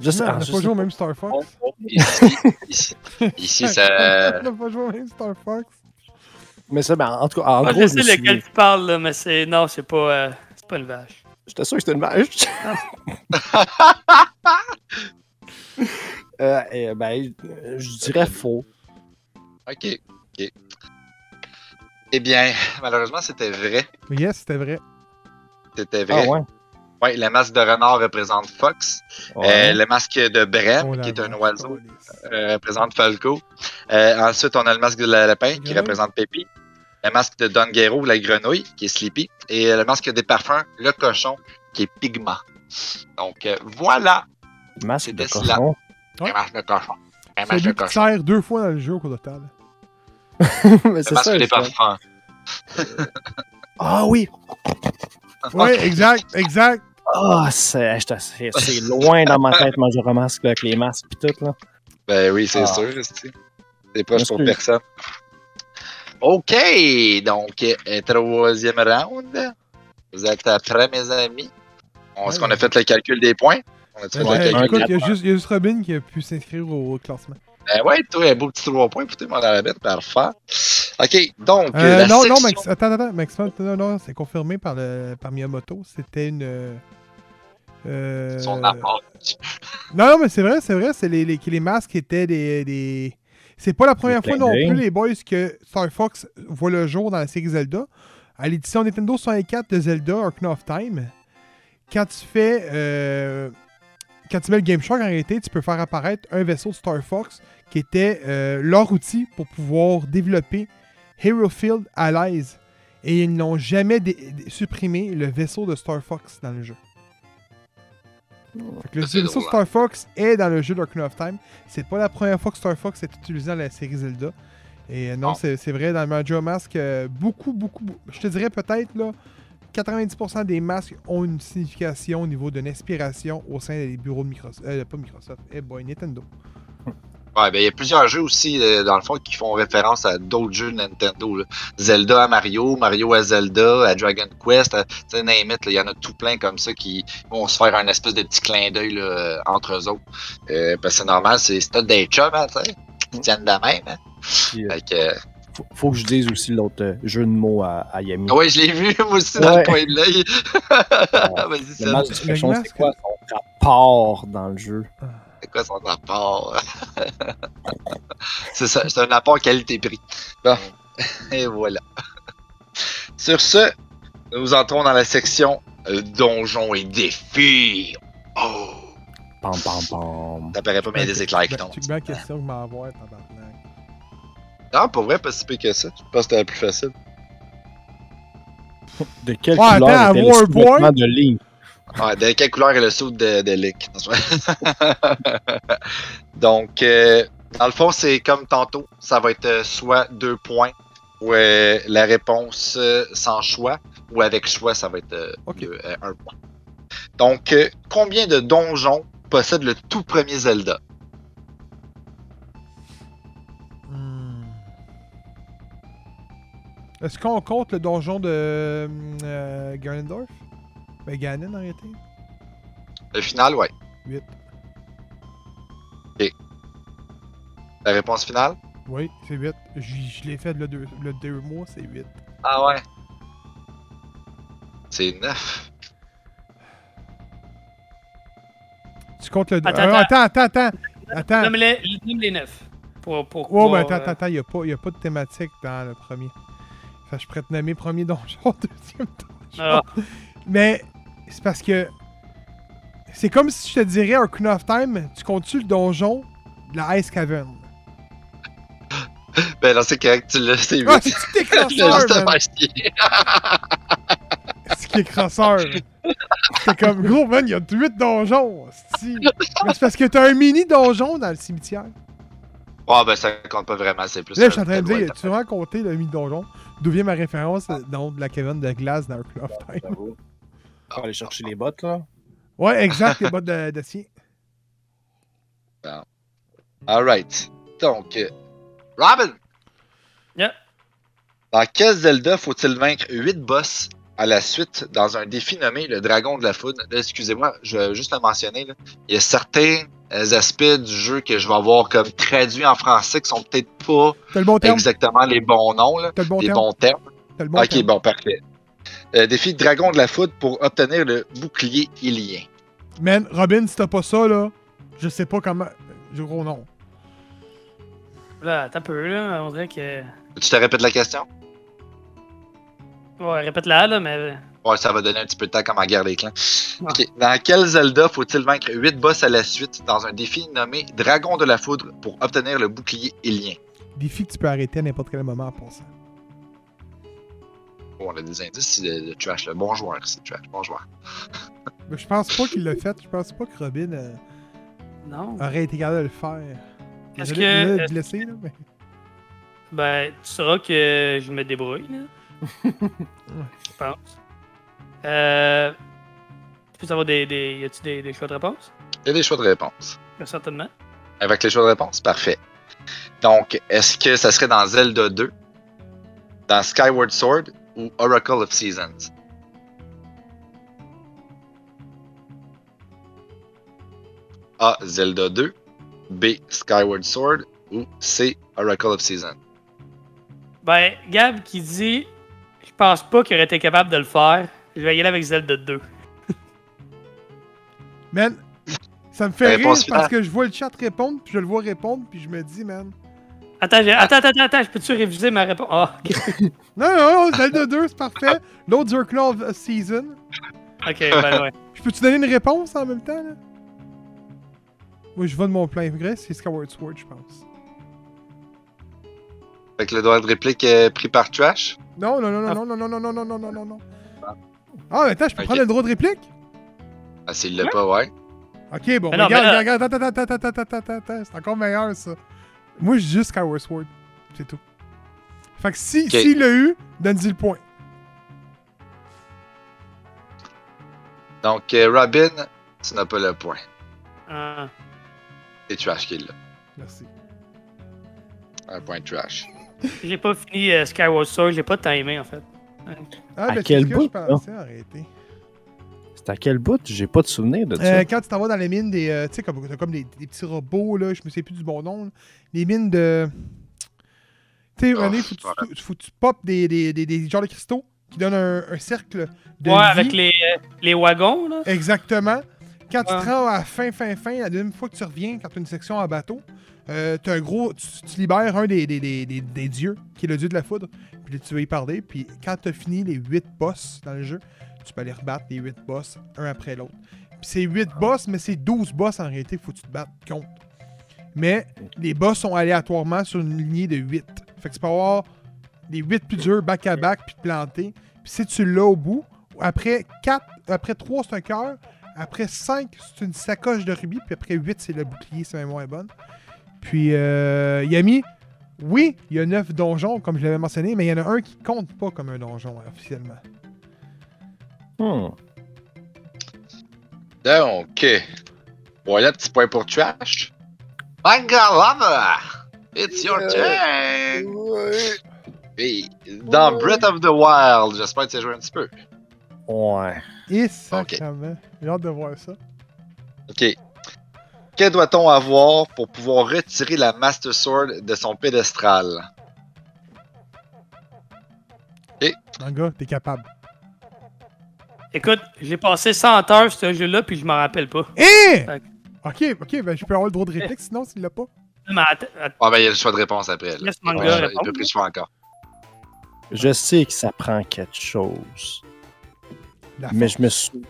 Je sais-
Finalement,
ah,
on n'a
je
pas
sais
joué au même Star
bon,
Fox.
bon, oh, ici, ici, ici, ça.
on n'a pas joué au même Star Fox.
Mais ça, ben, en tout cas, en
Ah,
gros,
je
je me souviens.
sais lequel tu parles, là, mais c'est. Non, c'est pas, euh, c'est pas une vache.
J'étais sûr que c'était une vache. Euh, eh ben, je- je
Euh,
dirais faux.
Ok, ok. Eh bien, malheureusement, c'était vrai.
Yes, c'était vrai.
C'était
Ah
vrai. Euh,
ouais?
ouais, le masque de renard représente Fox.
Ouais.
Euh, le masque de Brem,
Oh, la
qui est un
vache,
oiseau,
calice.
euh, représente Falco. Euh, ensuite, on a le masque de la lapin, qui
Grenouille.
représente Peppy. Le masque de Don Guerrero, la grenouille, qui est Sleepy. Et le masque des parfums, le cochon, qui est Pigma. Donc, euh, voilà.
Masque de
c'était cela.
cochon.
Ouais.
Un masque de cochon. Un masque de
Celui qui
cochon.
te sert deux fois dans le jeu au total.
Mais c'est
Le masque
ça.
des
je crois.
parfums.
Ah oui!
Ouais, exact, exact.
Ah, c'est c'est- c'est- c'est loin dans ma tête, moi, je romance là, avec les masques pis tout, là.
Ben oui, c'est
Ah.
sûr. c'est- C'est proche pour
Merci.
personne. OK! Donc, euh, troisième round. Vous êtes après, mes amis. On- Est-ce
Ouais.
qu'on a fait le calcul des points? On a fait
Ouais, bah, ben,
Ouais,
le calcul?
écoute,
ouais.
il y, a juste- il y a juste Robin qui a pu s'inscrire au classement.
Ben ouais, toi, un beau petit 3 points pour toi, mon arabette, parfait. OK, donc,
Euh,
la
non,
section...
non, Max, attends, attends, Max, non, non, non, c'est confirmé par, le, par Miyamoto. C'était une. euh,
Son apport.
Non, non, mais c'est vrai, c'est vrai, c'est les, les, que les masques étaient des. des- C'est pas la première
Des
fois
clins
non
d'œil.
plus, les boys, que Star Fox voit le jour dans la série Zelda. À l'édition Nintendo 64 de Zelda Ocarina of Time, quand tu fais. euh, Quand tu mets le Game Shark, en réalité, tu peux faire apparaître un vaisseau de Star Fox qui était euh, leur outil pour pouvoir développer Hero Field à l'aise. Et ils n'ont jamais dé- dé- supprimé le vaisseau de Star Fox dans le jeu. Fait que le
Ça, c'est
vaisseau
drôle, hein.
Star Fox est dans le jeu d'Ocarina of Time. C'est pas la première fois que Star Fox est utilisé dans la série Zelda. Et euh, non,
Non.
c'est c'est vrai, dans le Majora Mask, euh, beaucoup, beaucoup, beaucoup- je te dirais peut-être là, 90% des masques ont une signification au niveau d'une inspiration au sein des bureaux de Microsoft. euh, pas Microsoft, eh boy, Nintendo.
Ouais, ben il y a plusieurs jeux aussi, euh, dans le fond, qui font référence à d'autres jeux de Nintendo. là. Zelda à Mario, Mario à Zelda, à Dragon Quest, à- tu sais, name it, là, il y en a tout plein comme ça qui vont se faire un espèce de petit clin d'œil là, euh, entre eux autres. Euh, parce que c'est normal, c'est c'est tous des chums, hein, tu sais, qui tiennent de la même. Hein.
Puis, euh,
Fait que, euh,
faut, faut que je dise aussi l'autre euh, jeu de mots à, à Yami.
ouais, je l'ai vu, moi aussi, dans
Ouais.
le coin de l'œil. Vas-y,
Le
Seb,
masque
Le
de cochon,
masque.
c'est quoi son rapport dans le jeu?
c'est quoi son apport? c'est ça, c'est un apport qualité-prix. Bon, et voilà. Sur ce, nous entrons dans la section euh, donjons et défis. Oh,
Pam, pam, pam.
ça paraît pas, mais il y a des éclairs qui tombent.
Ben, Tu me mets la question que m'en avoir, tabarnak.
Non, pour vrai, pas si pire que ça. Je pense que c'était la plus facile.
De quelle
Ouais,
couleur
attends,
était
avoir un
le sous-vêtement de Link?
Ouais, de quelle couleur est le soude de, de Lick? Donc, euh, dans le fond, c'est comme tantôt, ça va être euh, soit deux points ou euh, la réponse euh, sans choix, ou avec choix, ça va être euh,
Ok.
deux- euh, un point. Donc, euh, combien de donjons possède le tout premier Zelda?
Hmm. Est-ce qu'on compte le donjon de euh, euh, Ganondorf? Ben Ganon en réalité?
Le final, ouais.
8.
La réponse finale?
Oui, c'est 8. Je l'ai fait le deux, le deux mois, c'est 8.
Ah ouais. C'est neuf.
Tu comptes le.
Attends,
Euh, attends, attends, attends.
Ah.
Attends.
Nomme les, nomme les neuf. Pour, pour,
Oh,
pour,
mais attends,
euh,
attends, attends. Il n'y a, pas- y a pas de thématique dans le premier. Fait que je pourrais te nommer premier donjon, deuxième donjon.
Ah.
Mais c'est parce que. C'est comme si je te dirais un Queen of Time, tu comptes-tu le donjon de la Ice Cavern?
Ben non, c'est correct, tu l'as, c'est
Ah,
huit.
c'est
Je l'ai
décrosseur,
juste
man!
à faire chier.
C'est qui est crosseur. C'est comme, gros, man, il y a 8 donjons. esti. Mais c'est parce que t'as un mini donjon dans le cimetière.
Ah ben ça compte pas vraiment, c'est plus...
Là,
un
je suis en train de
Zelda.
dire, tu vas compter le mini donjon. D'où vient ma référence euh, donc, de la caverne de glace dans Earth of
Ah.
Time.
Bravo. Faut aller chercher les bottes, là.
Ouais, exact, les bottes de- d'acier.
Alright. Donc, euh, Robin!
Yeah.
Dans quel Zelda faut-il vaincre 8 boss à la suite dans un défi nommé le Dragon de la Foudre? Là, excusez-moi, je vais juste le mentionner. là. Il y a certains euh, aspects du jeu que je vais avoir comme traduits en français qui sont peut-être pas
T'as le bon terme.
exactement les bons noms, là,
T'as le bon
les
terme.
bons termes.
T'as le bon
ok,
terme.
bon, parfait. Euh, défi Dragon de la Foudre pour obtenir le bouclier ilien.
Man, Robin, si t'as pas ça, là, je sais pas comment. Je- Gros, non.
Là, attends un peu, là. On dirait que.
Tu te répètes la question?
Ouais, répète-la, là, mais.
Ouais, ça va donner un petit peu de temps comme en guerre des clans. Ok. Dans quel Zelda faut-il vaincre 8 boss à la suite dans un défi nommé Dragon de la Foudre pour obtenir le bouclier Ilien?
Défi que tu peux arrêter à n'importe quel moment en passant.
Bon, on a des indices, c'est le, le trash, le bon joueur, c'est le trash, bon joueur.
Mais je pense pas qu'il l'a fait. Je pense pas que Robin euh,
Non.
aurait été capable de le faire.
Est-ce
Désolé,
que- euh,
désolé de blessé, là, mais-
Ben, tu sauras que je me débrouille, là. je pense. Euh. peux savoir des, des, y a-tu des, des choix de réponse?
Il y a des choix de réponse.
Bien, Certainement.
Avec les choix de réponse, parfait. Donc, est-ce que ça serait dans Zelda 2, dans Skyward Sword ou Oracle of Seasons? A. Zelda 2, B. Skyward Sword ou C. Oracle of Seasons?
Ben, Gab qui dit Je pense pas qu'il aurait été capable de le faire. Je vais y aller avec Zelda 2.
Man, ça me fait rire
Réponse
parce
finale.
que je vois le chat répondre, puis je le vois répondre, puis je me dis, man.
Attends, j'ai- attends, attends, attends, attends, je peux-tu réviser ma réponse? Ah, ok.
Non, non, non, Zelda 2, c'est parfait. L'autre, The Claw of Season.
Ok, ben ouais.
Je peux-tu donner une réponse en même temps, là? Moi, je vais de mon plein gré, c'est Skyward Sword, je pense.
Fait que le droit de réplique est pris par Trash?
Non, non, non,
Ah.
non, non, non, non, non, non, non, non, non, non. Ah, attends, je peux
Ok.
prendre le droit de réplique?
Ah, s'il l'a pas, ouais.
Ok, bon,
Mais non,
regarde,
mais là-
regarde, regarde, attends, attends, attends, attends, attends, attends, c'est encore meilleur ça. Moi, je dis juste Skyward Sword, c'est tout. Fait que si,
Ok.
s'il l'a eu, donne-y le point.
Donc, euh, Robin, tu n'as pas le point.
Ah.
C'est Trash qui l'a.
Merci.
Un point Trash.
J'ai pas fini euh, Skyward Sword, j'ai pas timé en fait.
Ah,
À
ben, c'est
quel
ce que
bout,
je pensais, arrêtez.
C'est à quel bout? J'ai pas de souvenir de ça.
Euh, quand tu t'en vas dans les mines des. euh, tu sais, comme, t'as comme des, des petits robots, là, je me sais plus du bon nom, là. les mines de. Tu sais,
Oh,
René, faut que tu- faut que tu popes des, des, des, des genres de cristaux qui donnent un, un cercle de.
ouais,
vie. Eh.
avec les, euh, les wagons là.
Exactement. Quand tu te
Ouais.
rends à la fin, fin, fin, la deuxième fois que tu reviens, quand tu as une section en bateau, euh, t'as un gros, tu, tu libères un des, des, des, des- des dieux, qui est le dieu de la foudre, puis là, tu vas y parler, puis quand tu as fini les 8 boss dans le jeu, tu peux aller rebattre les 8 boss, un après l'autre. Puis c'est 8 boss, mais c'est 12 boss en réalité, faut que tu te battes contre. Mais les boss sont aléatoirement sur une lignée de 8. Fait que tu peux avoir les 8 plus durs back-à-back, puis te planter. Puis si tu l'as au bout, après 4, après 3, c'est un cœur. Après 5, c'est une sacoche de rubis. Puis après 8, c'est le bouclier, si ma mémoire est bonne. Puis, euh, Yami, oui, il y a 9 donjons, comme je l'avais mentionné, mais il y en a un qui compte pas comme un donjon, hein, officiellement.
Hmm.
Donc, euh, voilà, petit point pour Trash. Manga Lover, it's your
Euh,
turn! Hey, dans Breath of the Wild, j'espère que tu as joué un petit peu.
Ouais.
Et sacrément. J'ai hâte de voir ça.
Ok. Que doit-on avoir pour pouvoir retirer la Master Sword de son pédestral?
Manga, t'es capable.
Écoute, j'ai passé 100 heures sur ce jeu-là, puis je m'en rappelle pas.
Hein?
Ouais.
Ok, ok, ben je peux avoir le droit de réplique, sinon s'il l'a pas.
Mais attends, attends,
Ah, ben, il y a le choix de réponse après. Là.
laisse manga
Ouais, il
répondre.
peut plus choix encore.
Je sais que ça prend quelque chose.
La
Mais
force.
je me souviens.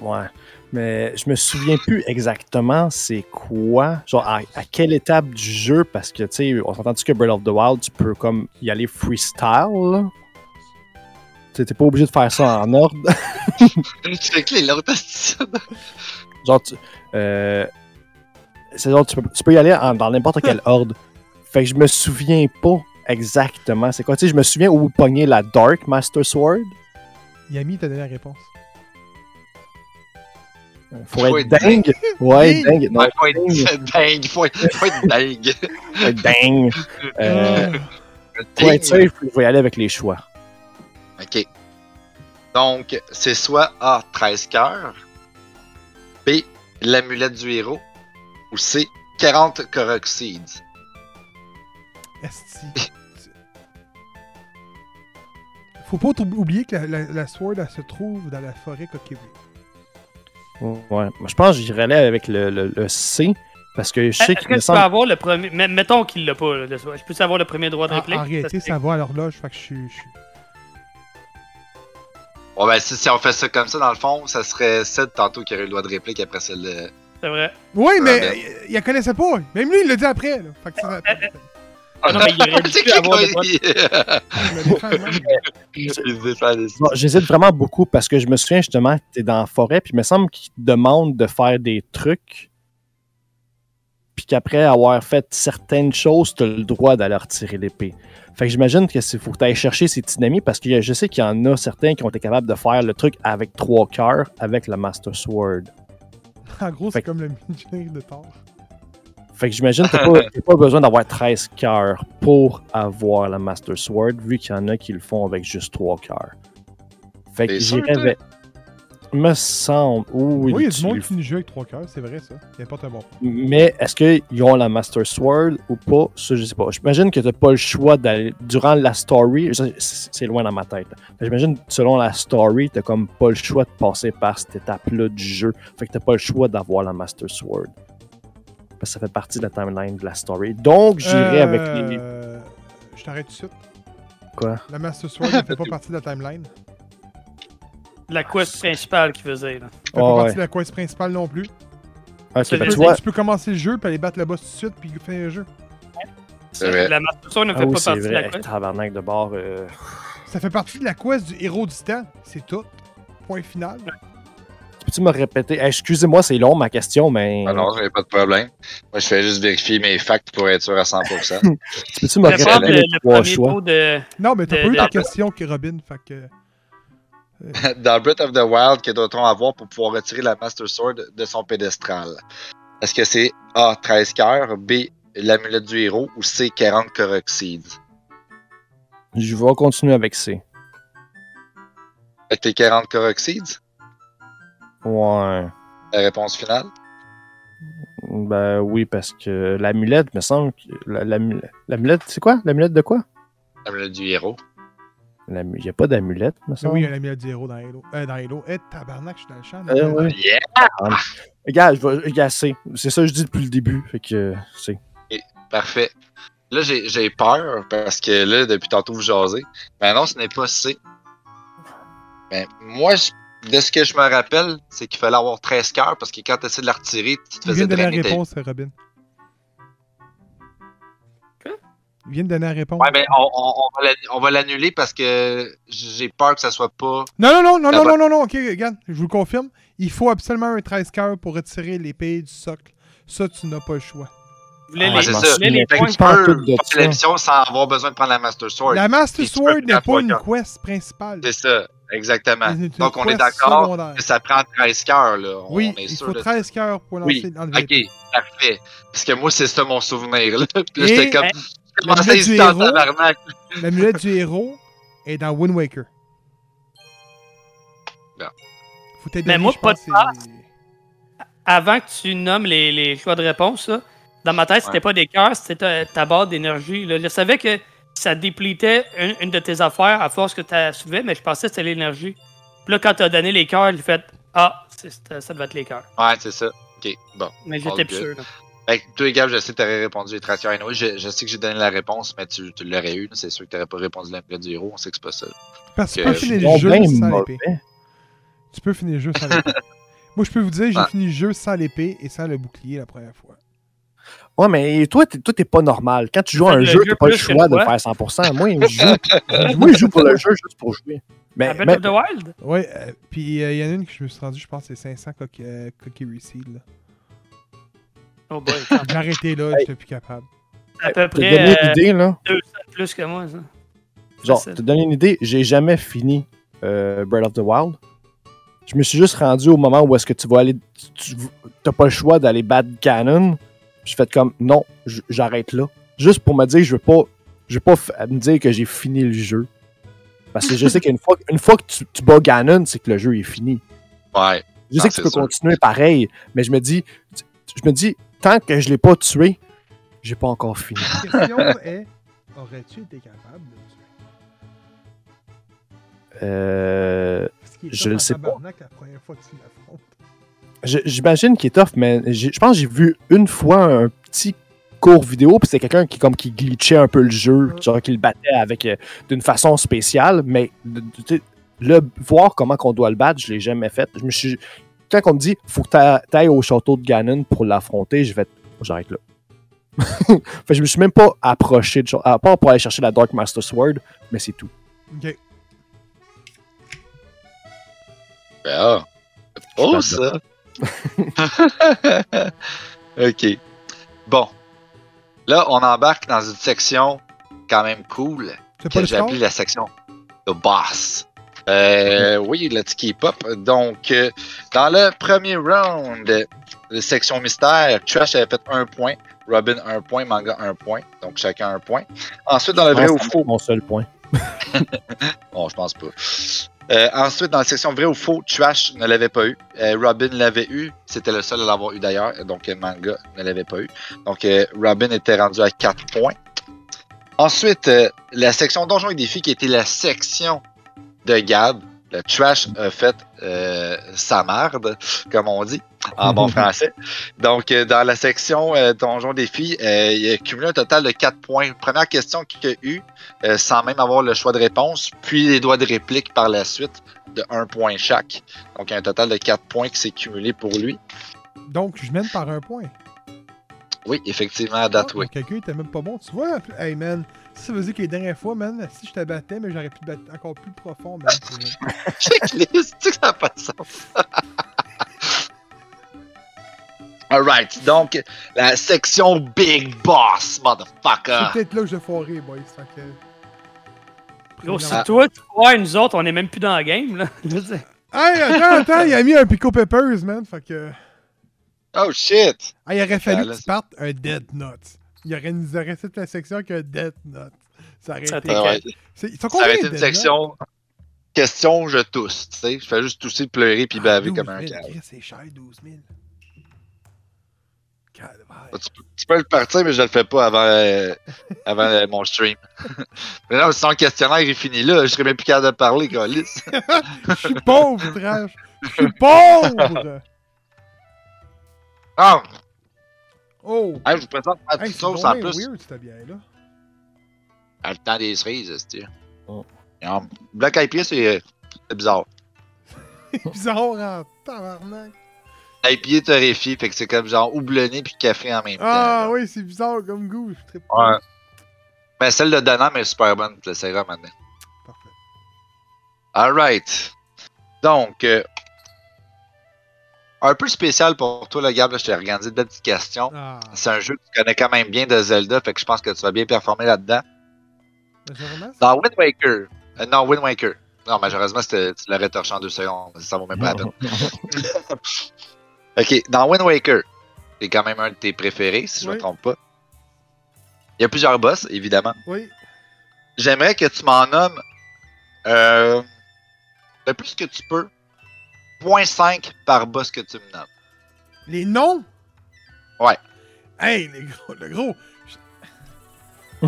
Ouais. Mais je me souviens plus exactement c'est quoi. Genre, à, à quelle étape du jeu, parce que, tu sais, on s'entend-tu que Breath of the Wild, tu peux comme y aller freestyle, là? Tu sais, t'es pas obligé de faire ça en ordre.
Tu fais que les l'autre
Genre, tu, euh, c'est genre, tu peux, tu peux y aller en- dans n'importe quel ordre. Fait que je me souviens pas exactement c'est quoi. Tu sais, je me souviens où pogner la Dark Master Sword.
Yami t'a donné la réponse.
Faut, être dingue. Ouais, dingue. Non,
Ouais, faut être dingue. Faut être, faut être dingue.
faut être dingue. Euh,
Ah.
pour être safe, il faut y aller avec les choix.
Ok. Donc, c'est soit A, 13 cœurs, B, l'amulette du héros, ou C, 40 Coroxides.
Esti. Faut pas trop oublier que la, la- la sword, elle se trouve dans la forêt Kokiri.
Ouais. Moi, Je pense que j'irais aller avec le, le- le C parce que je sais
Est-ce
qu'il
que
me
tu peux
semble.
avoir le premier. mais- Mettons qu'il l'a pas, là, le soir. Je peux avoir le premier droit
Ah,
de
En,
réplique?
en réalité,
Parce que-
ça va à l'horloge, fait que je suis. je suis-
Bon, ben, si, si on fait ça comme ça, dans le fond, ça serait celle de tantôt qui aurait eu le droit de réplique après celle de.
C'est vrai.
Oui, mais
Ah,
ben.
euh, il la connaissait pas. Même lui, il l'a dit après. Là. Fait que ça.
Ah non, mais il aurait
C'est
dû
qui
avoir le
qui-
droit
je me défends, man.
Il dit ça, il dit ça.
Bon, J'hésite vraiment beaucoup parce que je me souviens justement que t'es dans la forêt, puis il me semble qu'il te demande de faire des trucs. Puis puis qu'après avoir fait certaines choses, tu as le droit d'aller retirer l'épée. Fait que j'imagine que c'est faut que tu ailles chercher ces petits amis parce que y a- je sais qu'il y en a certains qui ont été capables de faire le truc avec trois cœurs avec la Master Sword.
En gros, c'est
Fait que-
comme le mini de Thor.
Fait que j'imagine que t'as pas, t'as pas besoin d'avoir 13 cœurs pour avoir la Master Sword, vu qu'il y en a qui le font avec juste 3 cœurs. Fait que
T'es sûr,
j'irais
toi?
avec. Me semble. Oui,
Oui, il y a du
tu-
monde qui nous joue avec trois cœurs, c'est vrai ça. N'importe bon.
Mais est-ce qu'ils ont la Master Sword ou pas Ça, je sais pas. J'imagine que t'as pas le choix d'aller. Durant la story, ça, c'est c'est loin dans ma tête. là. Fait que J'imagine que selon la story, t'as comme pas le choix de passer par cette étape-là du jeu. Fait que t'as pas le choix d'avoir la Master Sword. Parce que ça fait partie de la timeline de la story. Donc, j'irai avec les.
Euh, Je t'arrête tout de suite.
Quoi?
La Master Sword ne fait pas partie de la timeline.
La quest principale qu'il faisait. Là.
Elle fait
Ah
pas
ouais.
partie de la quest principale non plus.
Ok,
c'est
ben,
les-
tu vois.
Tu peux commencer le jeu, puis aller battre le boss tout de suite, puis finir le jeu.
C'est vrai.
La Master Sword ne fait
Ah oui,
pas
c'est
partie de la
vrai. Hey,
quest.
Tabarnak de bord. euh,
Ça fait partie de la quest du héros du temps. C'est tout. Point final.
Peux-tu me répéter? Hey, Excusez-moi, c'est long ma question, mais.
Ah non, j'ai pas de problème. Moi, je fais juste vérifier mes facts pour être sûr à 100%.
Peux-tu me
Je vais prendre
répéter
le,
les
le
trois
premier
choix?
tour de.
Non, mais t'as
Euh,
pas eu
la-
ta question, que Robin. Fait que.
Dans Breath of the Wild, que doit-on avoir pour pouvoir retirer la Master Sword de son pédestral? Est-ce que c'est A, 13 cœurs, B, l'amulette du héros ou C, 40 coroxides?
Je vais continuer avec C.
Avec les 40 coroxides,
Ouais.
la réponse finale?
Ben oui, parce que l'amulette, me semble. que- la- l'amu- L'amulette, c'est quoi? L'amulette de quoi?
L'amulette du héros.
Il n'y a pas d'amulette, me
Ah
semble.
oui, il y a l'ami du héros dans Halo. Euh, dans Halo. Eh, tabarnak, je suis dans le champ.
Euh, ouais.
Yeah!
Regarde, je vais- regarde, C. C'est ça que je dis depuis le début. Fait que c'est.
Parfait. Là, j'ai j'ai peur parce que là, depuis tantôt, vous jasez. Mais non, ce n'est pas C. Mais moi, je- de ce que je me rappelle, c'est qu'il fallait avoir 13 cœurs parce que quand tu essaies de la retirer, tu te
Il vient
faisais
de donner
drainer.
la
ta-
réponse, Robin.
Quoi?
Il vient de donner la réponse.
Ouais, mais on, on- on va l'annu- on va l'annuler parce que j'ai peur que ça soit pas.
Non, non, non, non,
Ah
non,
bah.
non, non, non, ok, regarde, je vous le confirme. Il faut absolument un 13 cœur pour retirer l'épée du socle. Ça, tu n'as pas le choix.
Je voulais
Ah,
les,
c'est
je
ça.
voulais les
Fait que
points.
tu
Tu peux
tout de
passer
ça.
l'émission sans avoir besoin de prendre la Master Sword.
La Master
Et tu
Sword
peux
n'est
faire
pas
trois
une
cœurs.
quest principale.
C'est ça, exactement.
C'est une
Donc, on est
quest
d'accord
secondaire.
que Ça prend 13 cœurs, là. On
Oui,
est
il
sûr
faut
de
13 cœurs pour
Oui,
lancer enlever
Ok,
l'épée.
parfait. Parce que moi, c'est ça mon souvenir. Là. Puis
Et- ben,
là, j'étais comme.
Hein?
Je commençais à
L'amulette du
hésiter en
héros.
tabarnak.
L'amulette du héros est dans Wind Waker.
Bon.
Faut t'aider.
Mais moi,
je
pas
pense, c'est-
Avant que tu nommes les, les choix de réponse, là, dans ma tête, c'était
Ouais.
pas des cœurs, c'était ta, ta barre d'énergie. là. Je savais que ça déplitait une, une de tes affaires à force que tu as soulevé, mais je pensais que c'était l'énergie. Puis là, quand tu as donné les cœurs, j'ai fait Ah, c'est- c'est- ça devait être les cœurs.
Ouais, c'est ça. Ok, bon.
Mais
All
j'étais plus
good.
sûr. là.
Fait que, toi, Gab, je sais que t'aurais répondu les 13 cœurs. Anyway, je, je sais que j'ai donné la réponse, mais tu, tu l'aurais eu. C'est sûr que t'aurais pas répondu l'amulette du héros. On sait que c'est pas ça.
Parce que tu
que-
peux
Je
finir le
Donc, ben
jeu sans l'épée.
mauvais.
Tu peux finir le jeu sans l'épée. Moi, je peux vous dire, j'ai
Ah.
fini le jeu sans l'épée et sans le bouclier la première fois.
Ouais, mais toi, t'es, toi, t'es pas normal. Quand tu joues à
Fait
un
que le
jeu,
jeu
t'as pas le
plus que
choix de
toi.
faire 100%. Moi, je joue, moi, je joue pour le jeu juste pour jouer. Mais,
À
Ben,
Breath
mais-
of the Wild?
Ouais, euh, puis euh, il y en a une que je me suis rendu, je pense, c'est 500 coqu- euh, coquilles Reseed, là.
Oh boy, quand même.
J'ai arrêté là,
Hey.
j'étais plus capable.
à peu
pour te donner
près
une
euh,
idée, là.
200 plus que moi. Ça.
Genre,
Facile.
te donner une idée, j'ai jamais fini euh, Breath of the Wild. Je me suis juste rendu au moment où est-ce que tu vas aller. Tu n'as pas le choix d'aller battre Ganon. J'ai fait comme non, j- j'arrête là. Juste pour me dire je veux pas. Je veux pas f- me dire que j'ai fini le jeu. Parce que je sais qu'une fois, une fois que tu, tu bats Ganon, c'est que le jeu est fini.
Ouais.
Je
Non,
sais que
Ah, c'est
tu peux
sûr.
continuer pareil, mais je me dis. Je me dis, tant que je l'ai pas tué, j'ai pas encore fini.
La question est, aurais-tu été capable de le tuer?
Euh.
Parce qu'il
Je
était
le
en
sais pas.
tabarnak la première fois que tu l'affrontes.
Je- J'imagine qu'il est tough, mais j'ai- je pense que j'ai vu une fois un petit court vidéo, puis c'était quelqu'un qui comme qui glitchait un peu le jeu, genre qui le battait avec euh, d'une façon spéciale, mais de- de- tu sais, le voir comment qu'on doit le battre, je l'ai jamais fait. Je me suis quand on me dit faut que t'a- t'ailles au château de Ganon pour l'affronter, je vais j'arrête là. fait, que je me suis même pas approché de à part pour aller chercher la Dark Master Sword, mais c'est tout.
Ok.
Ben, ah. C'est beau,
Je suis
ça. ok. Bon. Là, on embarque dans une section quand même cool
C'est pas
que
le score?
j'appelle la section The Boss. Euh, oui, le ticket pop. Donc, euh, dans le premier round, euh, la section mystère, Trash avait fait un point, Robin un point, Manga un point, donc chacun un point. Ensuite, dans le vrai
Ah,
ou
c'est
faux,
Mon seul point.
Bon, Oh, je pense pas. Euh, ensuite, dans la section vrai ou faux, Trash ne l'avait pas eu. Euh, Robin l'avait eu. C'était le seul à l'avoir eu d'ailleurs. Donc, euh, Manga ne l'avait pas eu. Donc, euh, Robin était rendu à 4 points. Ensuite, euh, la section Donjon et Défis, qui était la section de Gab. Le Trash a fait euh, sa marde, comme on dit en bon français. Donc, euh, dans la section euh, Donjon Défi, euh, il a cumulé un total de 4 points. Première question qu'il a eue, euh, sans même avoir le choix de réponse, puis les doigts de réplique par la suite de 1 point chaque. Donc, un total de 4 points qui s'est cumulé pour lui.
Donc, je mène par un point.
Oui, effectivement, à date, oui.
Ah, Quelqu'un était même pas bon. Tu vois, hey man, ça veut dire que les dernières fois, man, si je te battais, mais j'aurais pu te battre encore plus profond, man.
Checklist, tu sais que ça n'a pas de sens. Alright, donc la section Big Boss,
C'est
motherfucker.
peut-être là que je foiré, boys. Fait que... Ah.
Gros, si toi, tu vois, nous autres, on n'est même plus dans la game, là. Je veux dire,
Hey, attends, attends, il a mis un Pico Peppers, man. Fait que.
Oh shit!
Ah, il aurait fallu
Ah, là,
que tu partes un Death Note. Il aurait nous aurait cette la section qu'un Death Note. Ça aurait
Ça
été.
t'aurait-
Ah ouais.
C'est- Ils sont
Ça
combien
va être
Death
une
Note?
section question je tousse, tu sais, je fais juste tousser, pleurer puis baver
12
comme un
000,
gars.
Ah, Chris, C'est cher, 12 000. Calvaire.
Tu, peux- tu peux le partir mais je le fais pas avant euh, avant euh, mon stream. mais non, sinon le questionnaire il est fini là, je serais même plus capable de parler Golis.
Je suis pauvre, Trash. Je suis pauvre.
Ah,
Oh.
hey, je vous présente ma
Hey,
petite
c'est
Ah, sauce
donc
en
bien
plus.
weird, cette bière-là.
Ah, Le temps des cerises, tu sais.
Oh.
Et en Black IPA c'est euh, c'est bizarre.
C'est bizarre en tabarnak.
IPA torréfié, fait que c'est comme genre houblonné puis café en même temps.
Ah
là.
oui, c'est bizarre comme goût. Je suis très-
Ouais. Mais celle de Danam est super bonne, tu l'essayeras maintenant.
Parfait.
Alright. Donc, euh, un peu spécial pour toi, le Gab, là, je t'ai organisé deux petites questions.
Ah,
C'est un jeu que tu connais quand même bien de Zelda, fait que je pense que tu vas bien performer là-dedans.
Majora's Mask?
Dans Wind Waker. euh, non, Wind Waker. Non, malheureusement, c'était- tu l'aurais torché en deux secondes. Ça vaut même pas la peine. OK, dans Wind Waker, c'est quand même un de tes préférés, si je ne
Oui.
me trompe pas. Il y a plusieurs boss, évidemment.
Oui.
J'aimerais que tu m'en nommes euh, le plus que tu peux. 0.5 par boss que tu me nommes.
Les noms?
Ouais.
Hey, les gros, le gros.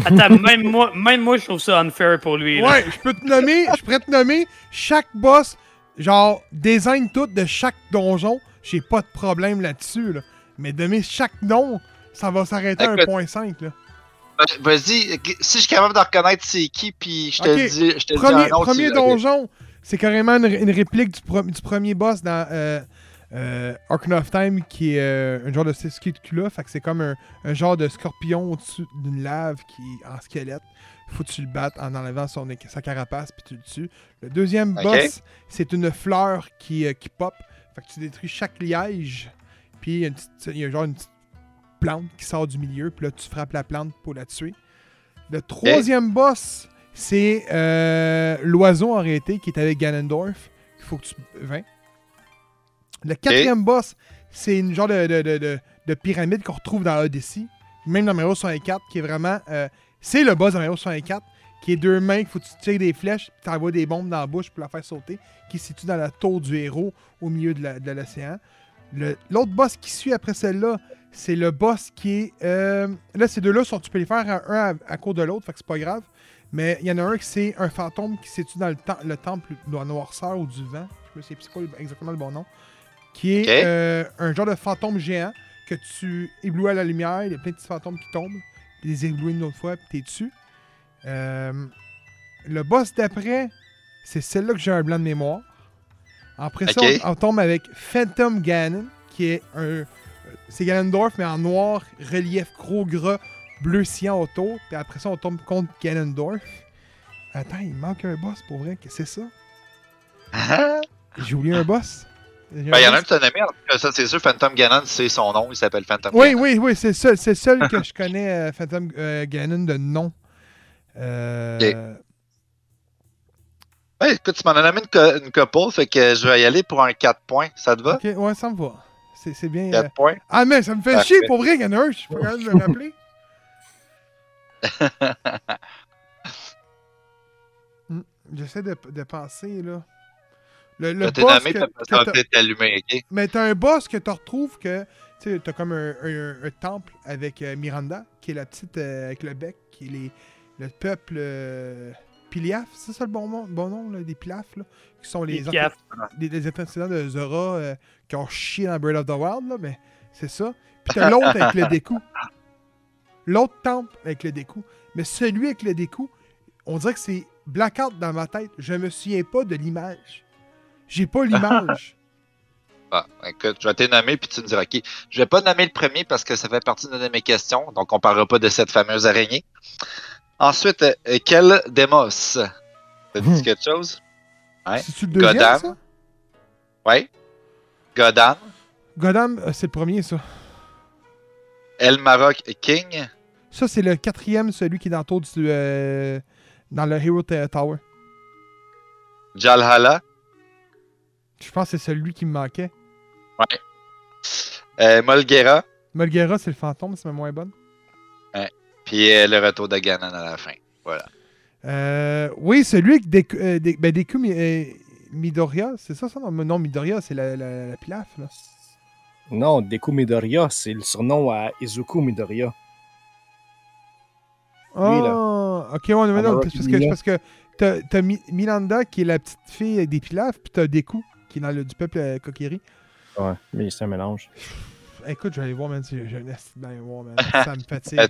Attends, même moi, même moi, je trouve ça unfair pour lui. là.
Ouais, je peux te nommer, je pourrais te nommer chaque boss, genre, design tout de chaque donjon. J'ai pas de problème là-dessus, là. Mais donner chaque nom, ça va s'arrêter à
Écoute.
1.5, là.
Euh, Vas-y, si je suis capable de reconnaître c'est qui, puis je te
Ok,
le dis, je te le dis
Premier,
un autre.
premier
tu- ok.
donjon, c'est carrément une, une réplique du, pro- du premier boss dans euh, euh, Ocarina of Time, qui est euh, un genre de ski de cul-là. Fait que c'est comme un, un genre de scorpion au-dessus d'une lave qui est en squelette. Faut que tu le battes en enlevant son, sa carapace, puis tu le tues. Le deuxième
Ok.
boss, c'est une fleur qui, euh, qui pop. Fait que tu détruis chaque liège, puis il y a une petite- il y a genre une petite plante qui sort du milieu, puis là, tu frappes la plante pour la tuer. Le troisième boss, c'est euh, l'oiseau en réalité qui est avec Ganondorf. Il faut que tu vains. Le quatrième boss, c'est une genre de, de- de- de- de pyramide qu'on retrouve dans Odyssey. Même dans Mario 64, qui est vraiment. euh, c'est le boss de Mario 64, qui est deux mains, qu'il faut que tu tires des flèches, puis t'envoies des bombes dans la bouche pour la faire sauter, qui se situe dans la tour du héros au milieu de la- de l'océan. Le- L'autre boss qui suit après celle-là, c'est le boss qui est. euh, là, ces deux-là, sont- tu peux les faire à- un à, à cause de l'autre, fait que c'est pas grave. Mais il y en a un qui c'est un fantôme qui se situe dans le, tem- le temple de la noirceur ou du vent. Je sais plus c'est quoi le- exactement le bon nom. Qui est
Ok.
euh, un genre de fantôme géant que tu éblouis à la lumière. Il y a plein de petits fantômes qui tombent. Tu les éblouis une autre fois, puis t'es dessus. Euh, le boss d'après, c'est celle-là que j'ai un blanc de mémoire. Après ça,
Ok.
on, on tombe avec Phantom Ganon, qui est un. euh, C'est Ganondorf, mais en noir, relief gros, gras, bleu cyan autour. Puis après ça, on tombe contre Ganondorf. Attends, il manque un boss pour vrai. que C'est ça? J'ai oublié un boss. Il
Ben, il y en a un qui s'est nommé, en tout cas, ça c'est sûr, Phantom Ganon, c'est son nom, il s'appelle Phantom
Oui,
Ganon.
oui, oui, c'est le seul, c'est le seul que je connais, euh, Phantom euh, Ganon, de nom. Euh,
Ouais, écoute, tu m'en as nommé une, co- une couple, fait que je vais y aller pour un 4 points, ça te va?
ok, ouais, ça me va. C'est, c'est bien. euh,
4 points.
Ah, mais ça me fait
Parfait.
chier pour vrai, il y en a un, je suis pas capable de me rappeler. Hmm, J'essaie de, de penser, là. Le,
Je
le
vais t'es
boss
nommé,
que,
parce
que
que ça va
t'as-
peut-être t'allumer, ok?
Mais t'as un boss que tu retrouves que. Tu sais, t'as comme un, un- un temple avec euh, Miranda, qui est la petite euh, avec le bec, qui est les- le peuple euh, Piliaf, c'est ça le bon nom, bon nom là, des Pilaf, là, qui sont les,
Les Piaf.
anté- les- les antécédents de Zora euh, qui ont chié dans Breath of the Wild, là, mais c'est ça. Puis t'as l'autre avec le décou. L'autre temple avec le décou. Mais celui avec le décou, on dirait que c'est blackout dans ma tête. Je me souviens pas de l'image. J'ai pas l'image.
Ah, écoute, je vais t'es nommé, puis tu me diras, ok. Je vais pas nommer le premier parce que ça fait partie d'une de mes questions, donc on parlera pas de cette fameuse araignée. Ensuite, euh, euh, quel Demos? Ça te dit
Hmm.
quelque chose? Ouais.
C'est-tu le deuxième,
Goddam.
ça?
Oui. Godan,
Goddam, euh, c'est le premier, ça.
El Maroc King,
Ça, c'est le quatrième, celui qui est dans le tour du... euh, dans le Hero Ta- Tower.
Jalhala,
Je pense que c'est celui qui me manquait.
euh, Molguera,
Molgera, c'est le fantôme, c'est même moins bonne.
puis euh, le retour de Ganon à la fin.
Euh, oui, celui avec des, euh, des- ben, Deku Mi- euh, Midoriya, c'est ça, ça? Non, non, Midoriya, c'est la, la, la pilaf, là.
Non, Deku Midoriya, c'est le surnom à Izuku Midoriya. Lui, là.
Ah, ok, ouais, mais non,
Amara
parce que,
Kimura.
parce que t'as, t'as Mi- Milanda qui est la petite fille avec des pilafs, puis t'as Deku qui est dans le, du peuple euh, Kokiri.
Ouais, mais c'est un mélange.
Écoute, je vais aller voir, man, si j'ai un esti de bain à voir, man. Ça me fatigue.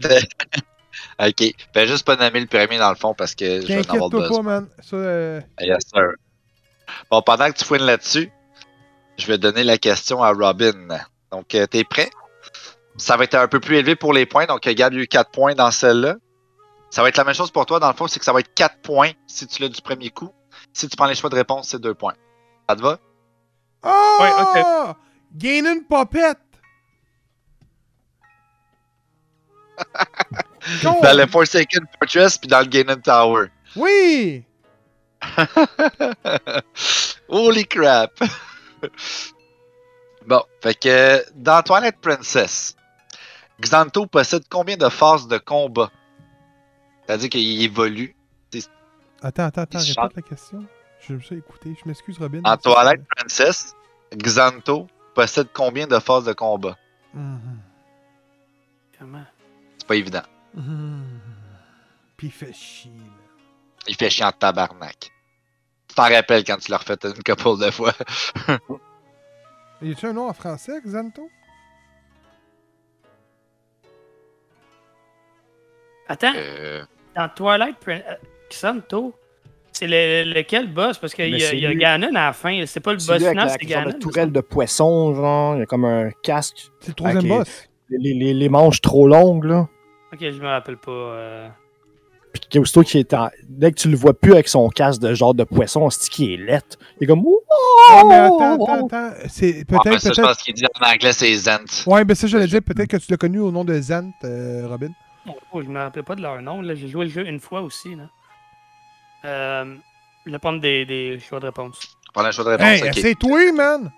ok. Ben, juste pas nommer le premier dans le fond parce que je vais en avoir
T'inquiète-toi
besoin.
pas, man. Ça, euh,
Yes, sir. Bon, pendant que tu fouines là-dessus, je vais donner la question à Robin. Donc, euh, t'es prêt? Ça va être un peu plus élevé pour les points. Donc, euh, Gab, il y a eu 4 points dans celle-là. Ça va être la même chose pour toi, dans le fond, c'est que ça va être 4 points si tu l'as du premier coup. Si tu prends les choix de réponse, c'est 2 points. Ça te va?
Oh!
Ouais,
Gain une popette! Con!
Dans le Forsaken Fortress puis dans le Ganon Tower.
Oui!
Holy crap! bon, fait que euh, dans Twilight Princess, Xanto possède combien de phases de combat? C'est-à-dire qu'il évolue.
Attends, attends, attends,
Il se
répète la question. Je me suis écouté. Je m'excuse, Robin.
En Twilight Princess, Xanto possède combien de phases de combat?
Mhm.
Comment?
C'est pas évident.
Mhm. Puis il fait chier, là.
Il fait chiant de tabarnak. Tu t'en rappelles quand tu l'as refait une couple de fois.
Y a-tu un nom en français, Xanto?
Attends,
Euh,
dans Twilight euh, Princess, Xanto, c'est le- lequel boss? Parce qu'il
Mais
y, a-
c'est
il y a
lui.
Ganon à la fin. C'est pas le boss
lui avec
final,
la
c'est
genre de
Ganon.
tourelle de poisson, genre, il y a comme un casque,
C'est le troisième
Ok.
boss.
les, les- les manches trop longues, là.
Ok, je me rappelle pas. euh.
Puis que- aussitôt qu'il est en- Dès que tu le vois plus avec son casque de genre de poisson, c'est qui est lettre. Il est comme. Oh,
Ah, mais
oh,
attends, attends, attends. C'est
ah, ben
peut-être,
ça, je
peut-être.
pense qu'il dit en anglais, c'est Zant.
Ouais, ben ça, j'allais dire, peut-être que tu l'as connu au nom de Zant, euh, Robin.
Oh, je me rappelle pas de leur nom. là. J'ai joué le jeu une fois aussi. Là. Euh, je vais prendre des, des choix de réponse.
Prends un choix de réponse.
Hey,
ok.
essaye-toi, man!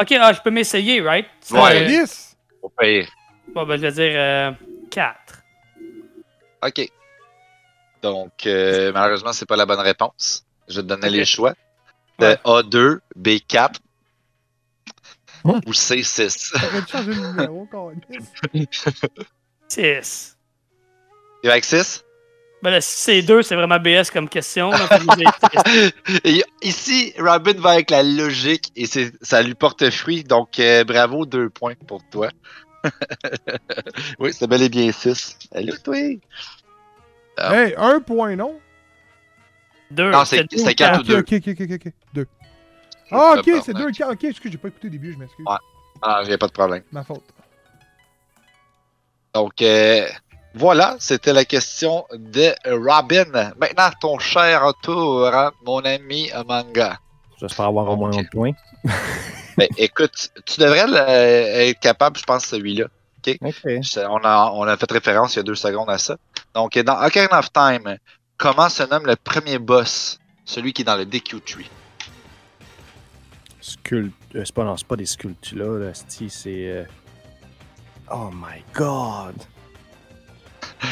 Ok, ah, je peux m'essayer, right? Ça,
Ouais.
euh,
Alice!
Au pire.
Bon, ben, je vais dire 4.
OK. Donc, euh, malheureusement, c'est pas la bonne réponse. Je vais te donner
Ok.
les choix. Euh, De
Ouais.
A2, B4 ou C6.
T'aurais dû changer le numéro, Alice.
6.
Et avec 6?
Ben, le C2, c'est vraiment BS comme question. là, fait que je vais dire six.
Et Ici, Robin va avec la logique et c'est- ça lui porte fruit. Donc, euh, bravo, deux points pour toi. oui, c'est bel et bien 6. Allô, toi? Ah.
Hey, un point, non?
Deux,
Non, c'est
deux
c'est
quatre.
quatre ou
Ok,
deux.
ok, ok, ok, ok. Deux. Ah, ok, c'est
Tabarnak.
deux, ok, ok, excuse, j'ai pas écouté au début, je m'excuse.
Ouais. Ah, y a pas de problème.
Ma faute.
Donc, euh, voilà, c'était la question de Robin. Maintenant, ton cher tour, hein, mon ami manga.
J'espère avoir au moins
Ok.
un autre point.
Ben, écoute, tu devrais le- euh, être capable, je pense, celui-là.
OK.
Je- On a, on a fait référence il y a deux secondes à ça. Donc, dans Ocarina of Time, comment se nomme le premier boss Celui qui est dans le DQ Tree.
Sculpt... euh, c'est pas, non, c'est pas des sculptures là, là, c'ti, c'est... euh, Oh my god!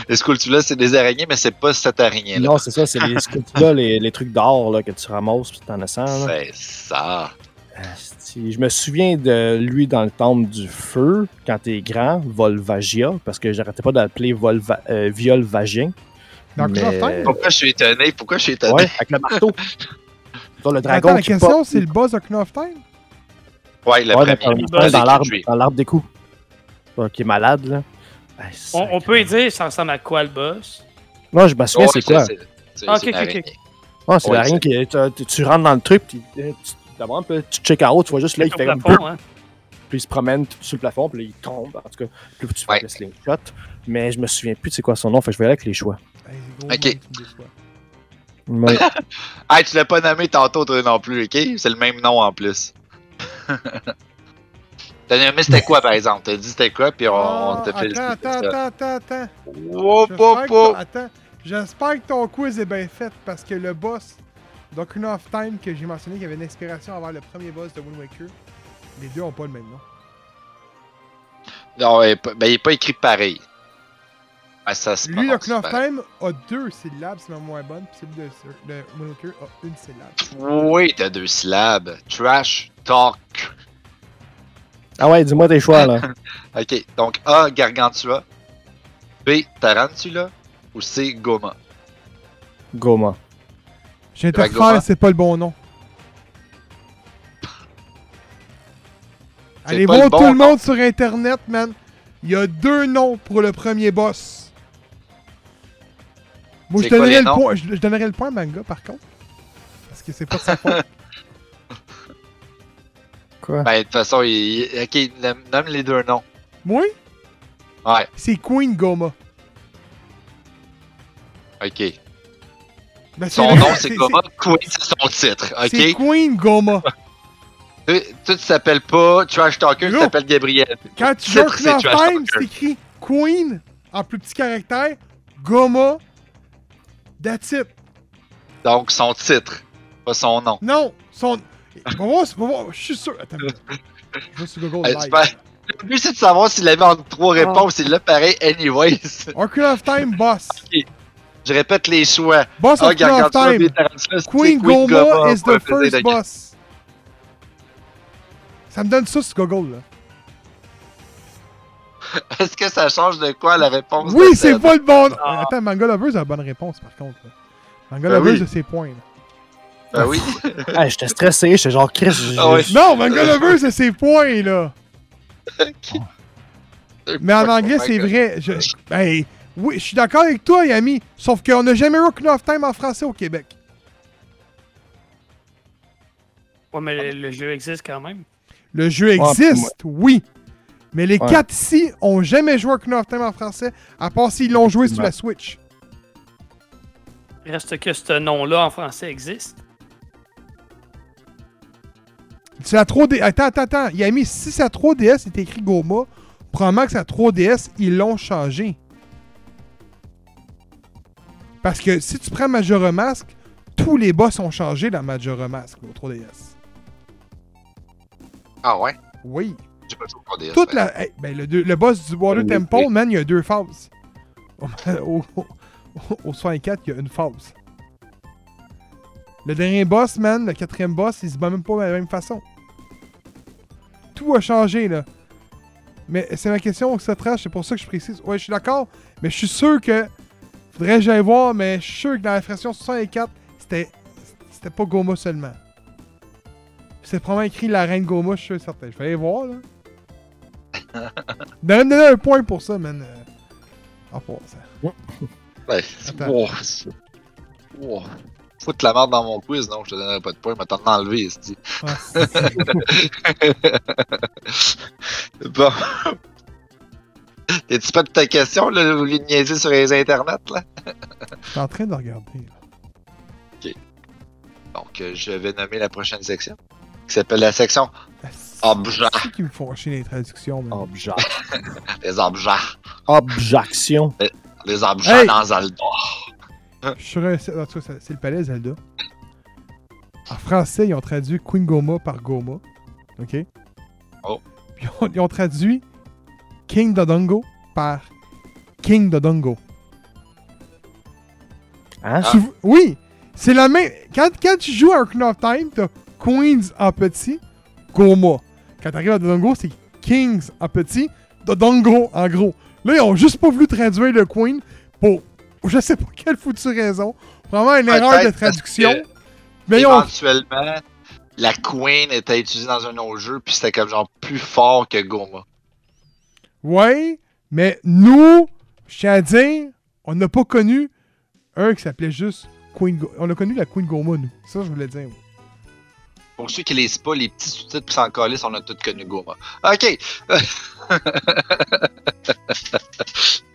Les sculptures là, c'est des araignées, mais c'est pas cette araignée-là.
Non, c'est ça, c'est les sculptures là, les, les trucs d'or là, que tu ramasses pis t'en as 100, là.
C'est ça.
Asti, Je me souviens de lui dans le temple du feu, quand t'es grand, Volvagia, parce que j'arrêtais pas d'appeler Volva... euh, Viol Vagien.
Dans
Mais-
Ocarina of Time?
Pourquoi je suis étonné Pourquoi je suis étonné
Ouais, avec le marteau. Sur le dragon
Attends, la
qui
question,
porte-
c'est le boss Ocarina of Time?
Ouais, le
Ouais, dans-
premier
dans-
boss
dans
DQ
l'arbre,
Tree.
dans l'arbre des coups. Ouais, qui est malade, là. Ah,
On, on
sacré-
peut y dire, ça ressemble à quoi le boss?
Moi, je me souviens,
Ouais,
c'est quoi?
c'est- c'est
Ah,
c'est
ok,
une
ok, ok.
araignée.
Ouais, c'est
Ouais,
la rien qui. t'as- Tu, tu rentres dans le truc, puis euh, tu d'abord, puis tu check out, tu vois juste là, il
Sur
fait
le
comme.
plafond, hein?
Puis il se promène tout sur le plafond, puis là, il tombe. En tout cas, puis là, tu fais
Ouais.
le slingshot. Mais je me souviens plus de c'est quoi son nom, fait que je vais aller avec les choix.
Hey, Ben, gros,
Ok.
moi, tu me déçois.
Ouais.
Ah, tu l'as pas nommé tantôt, toi non plus, ok? C'est le même nom en plus. T'as nommé c'était quoi, par exemple? T'as dit c'était quoi, puis on, Oh, on
Ah,
t'a fait le
Attends, attends, attends, attends, attends.
Wow,
J'espère
wow,
que
wow.
ton- Attends, j'espère que ton quiz est bien fait parce que le boss d'Ocarina of Time que j'ai mentionné qui avait une inspiration envers le premier boss de Wind Waker, les deux ont pas le même nom.
Non, il est pas- ben, il est pas écrit pareil. Ah, ça se
Lui,
prononce
l'Ocarina of
pareil.
Time a deux syllabes, c'est la moins bonne, puis celui de, de Wind Waker a une syllabe.
Oui, t'as deux syllabes. Trash, talk.
Ah ouais, dis-moi tes choix, là.
Ok, donc A, Gargantua. B, Tarantula. Ou C, Goma.
Goma.
J'interfère,
Dragoma.
c'est pas le bon nom.
C'est
Allez
pas le
voir
bon
tout le
nom.
monde sur internet, man. Il y a deux noms pour le premier boss. Moi, je
C'est quoi
donnerais,
les
le
noms?
point, je, je donnerais le point à Manga, par contre. Parce que c'est pas de sa faute. Ah.
Quoi?
Ben, de toute façon, il, il- ok, nomme nomme les deux noms.
Moi,
Ouais,
c'est Queen Goma.
ok.
Ben,
Son
c'est-
nom,
c'est-
c'est Goma. Queen, c'est son titre,
c'est- C'est
ok?
Queen Goma.
Toi, toi, tu t'appelles pas Trash Talker, tu
Yo.
t'appelles Gabriel.
Quand tu joues
Titre, c'est
Ocarina of
Trash
Time,
Talker.
c'est écrit Queen en plus petit caractère, Goma. That's it.
Donc, son titre, pas son nom.
Non, son. On va voir, on va voir, je suis sûr. Attends. une minute. Je vais sur Google
Euh,
Live. Ah.
super. Le but, c'est de savoir s'il avait entre trois réponses. Il l'a pareil, anyways.
Ocarina of Time Boss.
Je répète les choix.
Boss
Ah,
of Ocarina of
Gargantua,
Time.
des Tarantulas, c'est
Queen Goma is
pour
the
le plaisir
first
de-
boss. Ça me donne ça sur Google là.
Est-ce que ça change de quoi la réponse de
Oui, c'est
cette-
pas le bon.
Ah.
Attends, Manga Lovers a la bonne réponse par contre. là. Manga
Ben
Lovers
oui.
a ses points. là.
Ben oui.
Ah, j'étais stressé, j'étais genre Chris. j'ai-
Ah ouais.
Non, Manga Lovers a ses points là. Mais
Oh
en anglais, c'est vrai. Je... Ben, oui, je suis d'accord avec toi, Yami. Sauf qu'on n'a jamais eu Ocarina of Time en français au Québec.
Ouais, mais le, le jeu existe quand même.
Le jeu
Ouais,
existe, oui. Mais les
Ouais.
quatre ici ont jamais joué à Ocarina of Time en français, à part s'ils l'ont joué sur
Effectivement.
la Switch.
Reste que ce nom-là en français existe.
C'est la 3D. Attends, attends, attends. Il a mis si sa 3DS est écrit Goma, probablement que sa 3DS, ils l'ont changé. Parce que si tu prends Majora Mask, tous les boss ont changé dans Majora Mask au 3DS.
Ah ouais?
Oui.
J'ai pas tout compris.
Toute la. hey, ben, le, deux- le boss du Water
Oui,
Temple,
oui.
man, il y a deux phases. Au, au, au 64, il y a une phase. Le dernier boss, man, le quatrième boss, il se bat même pas de la même façon. Tout a changé, là. Mais c'est ma question que ça trash, c'est pour ça que je précise. Ouais, je suis d'accord, mais je suis sûr que. Faudrait que j'aille voir, mais je suis sûr que dans la version 64, c'était. C'était pas Goma seulement. C'est probablement écrit la reine Goma, je suis sûr et certain. Je vais aller voir, là. Donne, donne un point pour ça, man. Euh, Ah, pour ça.
Ouais.
Attends.
Wow. Wow. Faut de la merde dans mon quiz, non? Je te donnerai pas de points, mais t'en as enlevé, c'est
Ah, c'est-
Bon. T'es-tu pas de ta question, là? Vous voulez niaiser sur les internets, là?
je suis en train de regarder. là.
Donc, euh, je vais nommer la prochaine section, qui s'appelle la section
Ah, si,
Objet,
C'est qui me font chier les traductions. man.
Obja-
les objets,
Objection.
les objets
Hey!
dans Zelda.
Je suis sûr- en tout cas, ça- c'est le palais Zelda. En français, ils ont traduit Queen Goma par Goma. OK?
Oh.
Puis ils ont, ils ont traduit King Dodongo par King Dodongo.
Hein?
Ah.
Tu v- Oui! C'est la même. Quand, quand tu joues à Ocarina of Time, t'as Queens en petit, Goma. Quand t'arrives à Dodongo, c'est Kings en petit, Dodongo en gros. Là, ils ont juste pas voulu traduire le Queen pour je sais pas quelle foutue raison. Vraiment une erreur de
Peut-être parce
traduction.
que
Mais ils ont.
Éventuellement, la Queen était utilisée dans un autre jeu, puis c'était comme genre plus fort que Goma.
Ouais, mais nous, je tiens à dire, on n'a pas connu un qui s'appelait juste Queen Go- On a connu la Queen Goma, nous. Ça, je voulais dire.
Pour ceux qui lisent pas les petits sous-titres puis s'en calissent, on a tous connu Goma. Ok!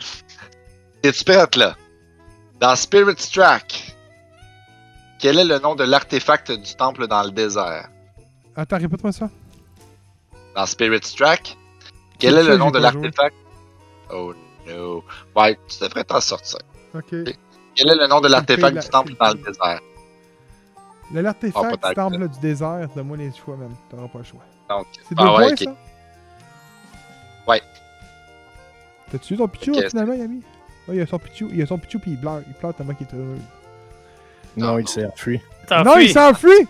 Es-tu prête, là? Dans Spirit Track, quel est le nom de l'artefact du temple dans le désert?
Attends, répète-moi ça.
Dans Spirit Track, quel est
Ça,
le nom
j'ai
de
pas joué.
l'artefact? Oh no. Ouais, tu devrais t'en sortir.
Ok.
Quel est le nom de l'artefact
la-
du temple dans le désert?
Le- L'artefact
Ah,
du
peut-être.
temple du désert, donne-moi les choix, même. T'auras pas le choix.
Donc,
C'est deux
ah ouais,
points,
ok.
ça?
Ouais.
T'as-tu eu ton Pichu,
Ok, c'est-
finalement, Yami? Ouais, il a son Pichu, il a son Pichu, puis il pleure. Il pleure tellement qu'il est heureux.
Non, il s'est enfui.
T'en
non,
fous.
il s'enfuit!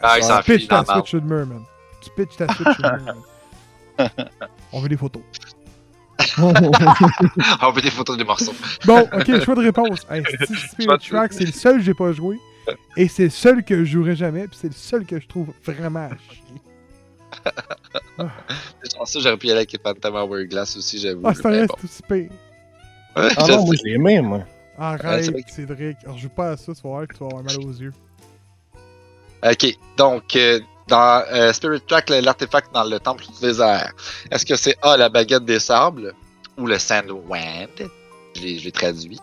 Ah,
Tu
il
Tu
s'enfuit
pitches
dans
ta
la marde.
Switch de mur, man. Tu pitches ta Switch de mur, man. On veut des photos.
Ah, on veut des photos des morceaux.
Bon, ok, choix de réponse. Hey, Steel Spirit
Choix de-
Track, c'est le seul que j'ai pas joué. Et c'est le seul que je jouerai jamais, puis c'est le seul que je trouve vraiment à chier.
Sans ça, j'aurais pu y aller avec les Phantom Hourglass aussi, j'avoue.
Ah, c'est un
mais
reste
bon.
tout si pire.
Ouais,
Ah
je
non, moi
sais.
je l'ai aimé, moi.
Ouais, Euh, c'est
Arrête,
vrai que-
Cédric. Alors, joue pas à ça, tu vas voir que tu vas avoir mal aux yeux.
Ok, donc, euh, dans euh, Spirit Track, le- l'artefact dans le temple du désert, est-ce que c'est A, la baguette des sables, ou le Sandwand, je l'ai je l'ai traduit,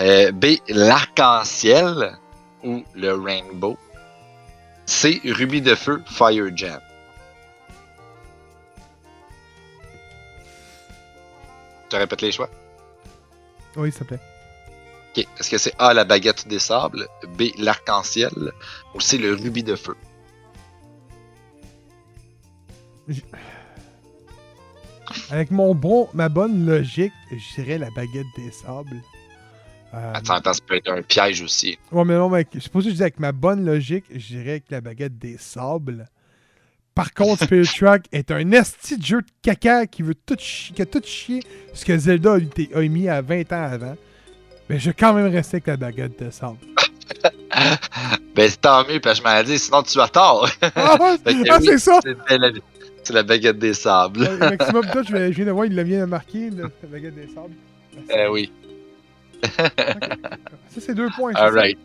Euh, B, l'arc-en-ciel, ou le rainbow, C, rubis de feu, fire gem. Je te répète les choix.
Oui, s'il te plaît.
Ok, Est-ce que c'est A, la baguette des sables, B, l'arc-en-ciel, ou C, le rubis de feu?
Avec mon bon, ma bonne logique, je dirais la baguette des sables. Euh,
Attends, attends, ça peut être un piège aussi.
Ouais, mais non, mais je suppose que je dis avec ma bonne logique, je dirais avec la baguette des sables. Par contre, Spirit Track est un esti de jeu de caca qui veut tout chier, qui a tout chier ce que Zelda a, été- a émis à 20 ans avant. Mais je vais quand même rester avec la baguette des sables.
Ben, c'est tant mieux, parce que je m'en dis, sinon tu as tort.
Ah, ouais,
Fait que
ah,
Ben, oui.
c'est ça!
C'était la- c'est la baguette des sables.
Euh, maximum, toi, je, vais- je viens de voir, il l'a bien marqué, le- la baguette des sables.
Eh oui,
Ça, c'est deux points. c'est ça?
alright.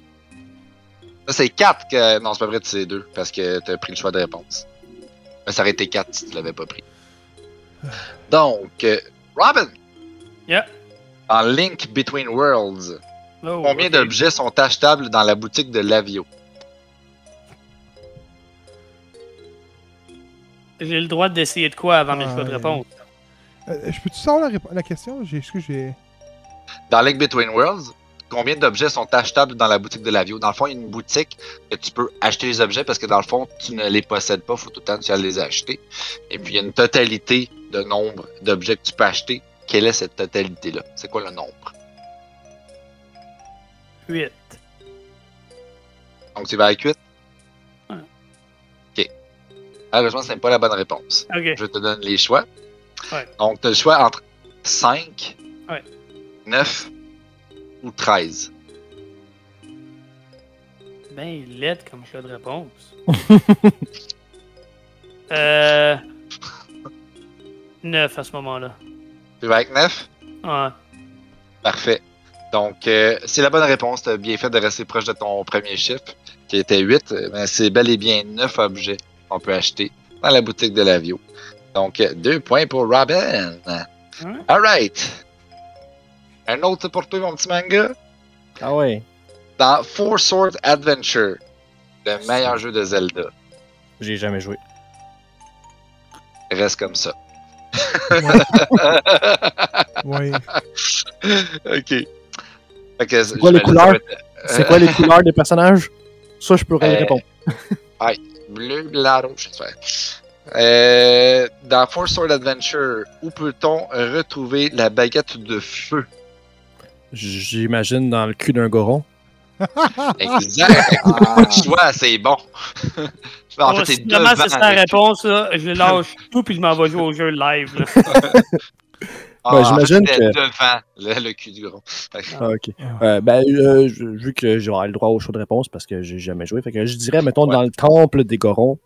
Ça, c'est 4 que. Non, c'est pas vrai, c'est 2, parce que t'as pris le choix de réponse. Mais ça aurait été 4 si tu l'avais pas pris. Donc, euh, Robin!
Yeah.
En Link Between Worlds,
Oh,
combien
ok.
d'objets sont achetables dans la boutique de Lavio?
J'ai le droit d'essayer de quoi avant mes
Ah,
choix de
ouais.
réponse.
Euh, je peux-tu savoir la, répo- la question? J'ai, excuse, j'ai...
Dans Link Between Worlds, combien d'objets sont achetables dans la boutique de l'avio? Dans le fond, il y a une boutique que tu peux acheter les objets parce que dans le fond, tu ne les possèdes pas, faut tout le temps que tu ailles les acheter. Et puis il y a une totalité de nombre d'objets que tu peux acheter. Quelle est cette totalité-là? C'est quoi le nombre?
8.
Donc tu vas avec 8?
Ouais.
Ok. Malheureusement, ce n'est pas la bonne réponse.
Ok.
Je te donne les choix.
Ouais.
Donc tu as le choix entre 5,
Ouais.
9 ou 13.
Ben, laid comme choix de réponse. euh. 9 à ce moment-là.
Tu vas avec 9?
Ouais.
Ah, Parfait. Donc, euh, c'est la bonne réponse. Tu as bien fait de rester proche de ton premier chiffre, qui était 8. Mais c'est bel et bien 9 objets qu'on peut acheter dans la boutique de l'avio. Donc, euh, deux points pour Robin.
Ouais.
All right. Un autre pour toi, mon petit manga.
Ah ouais.
Dans Four Sword Adventure, le meilleur jeu de Zelda.
J'ai jamais joué.
Reste comme ça.
Ouais.
ok. Fait que
C'est quoi les
j'imagine
couleurs?
ça va être
C'est quoi les couleurs des personnages? Ça, je pourrais
Euh,
répondre.
Bleu, blanc, rouge, je sais pas. Euh, dans Four Sword Adventure, où peut-on retrouver la baguette de feu?
J'imagine dans le cul d'un goron. Ah.
Exact! Écoute, tu vois, c'est bon! en fait,
si
c'est
vraiment,
devant
c'est sa
le cul.
réponse, là, je lâche tout puis je m'en vais jouer au jeu live. là.
Ben,
Ah, en fait,
j'imagine
c'est
que-
devant le, le cul du gros.
Ah, ok. Euh, ben, euh, je- vu que j'aurai le droit au choix de réponse parce que j'ai jamais joué, fait que je dirais, mettons,
Ouais.
dans le temple des gorons.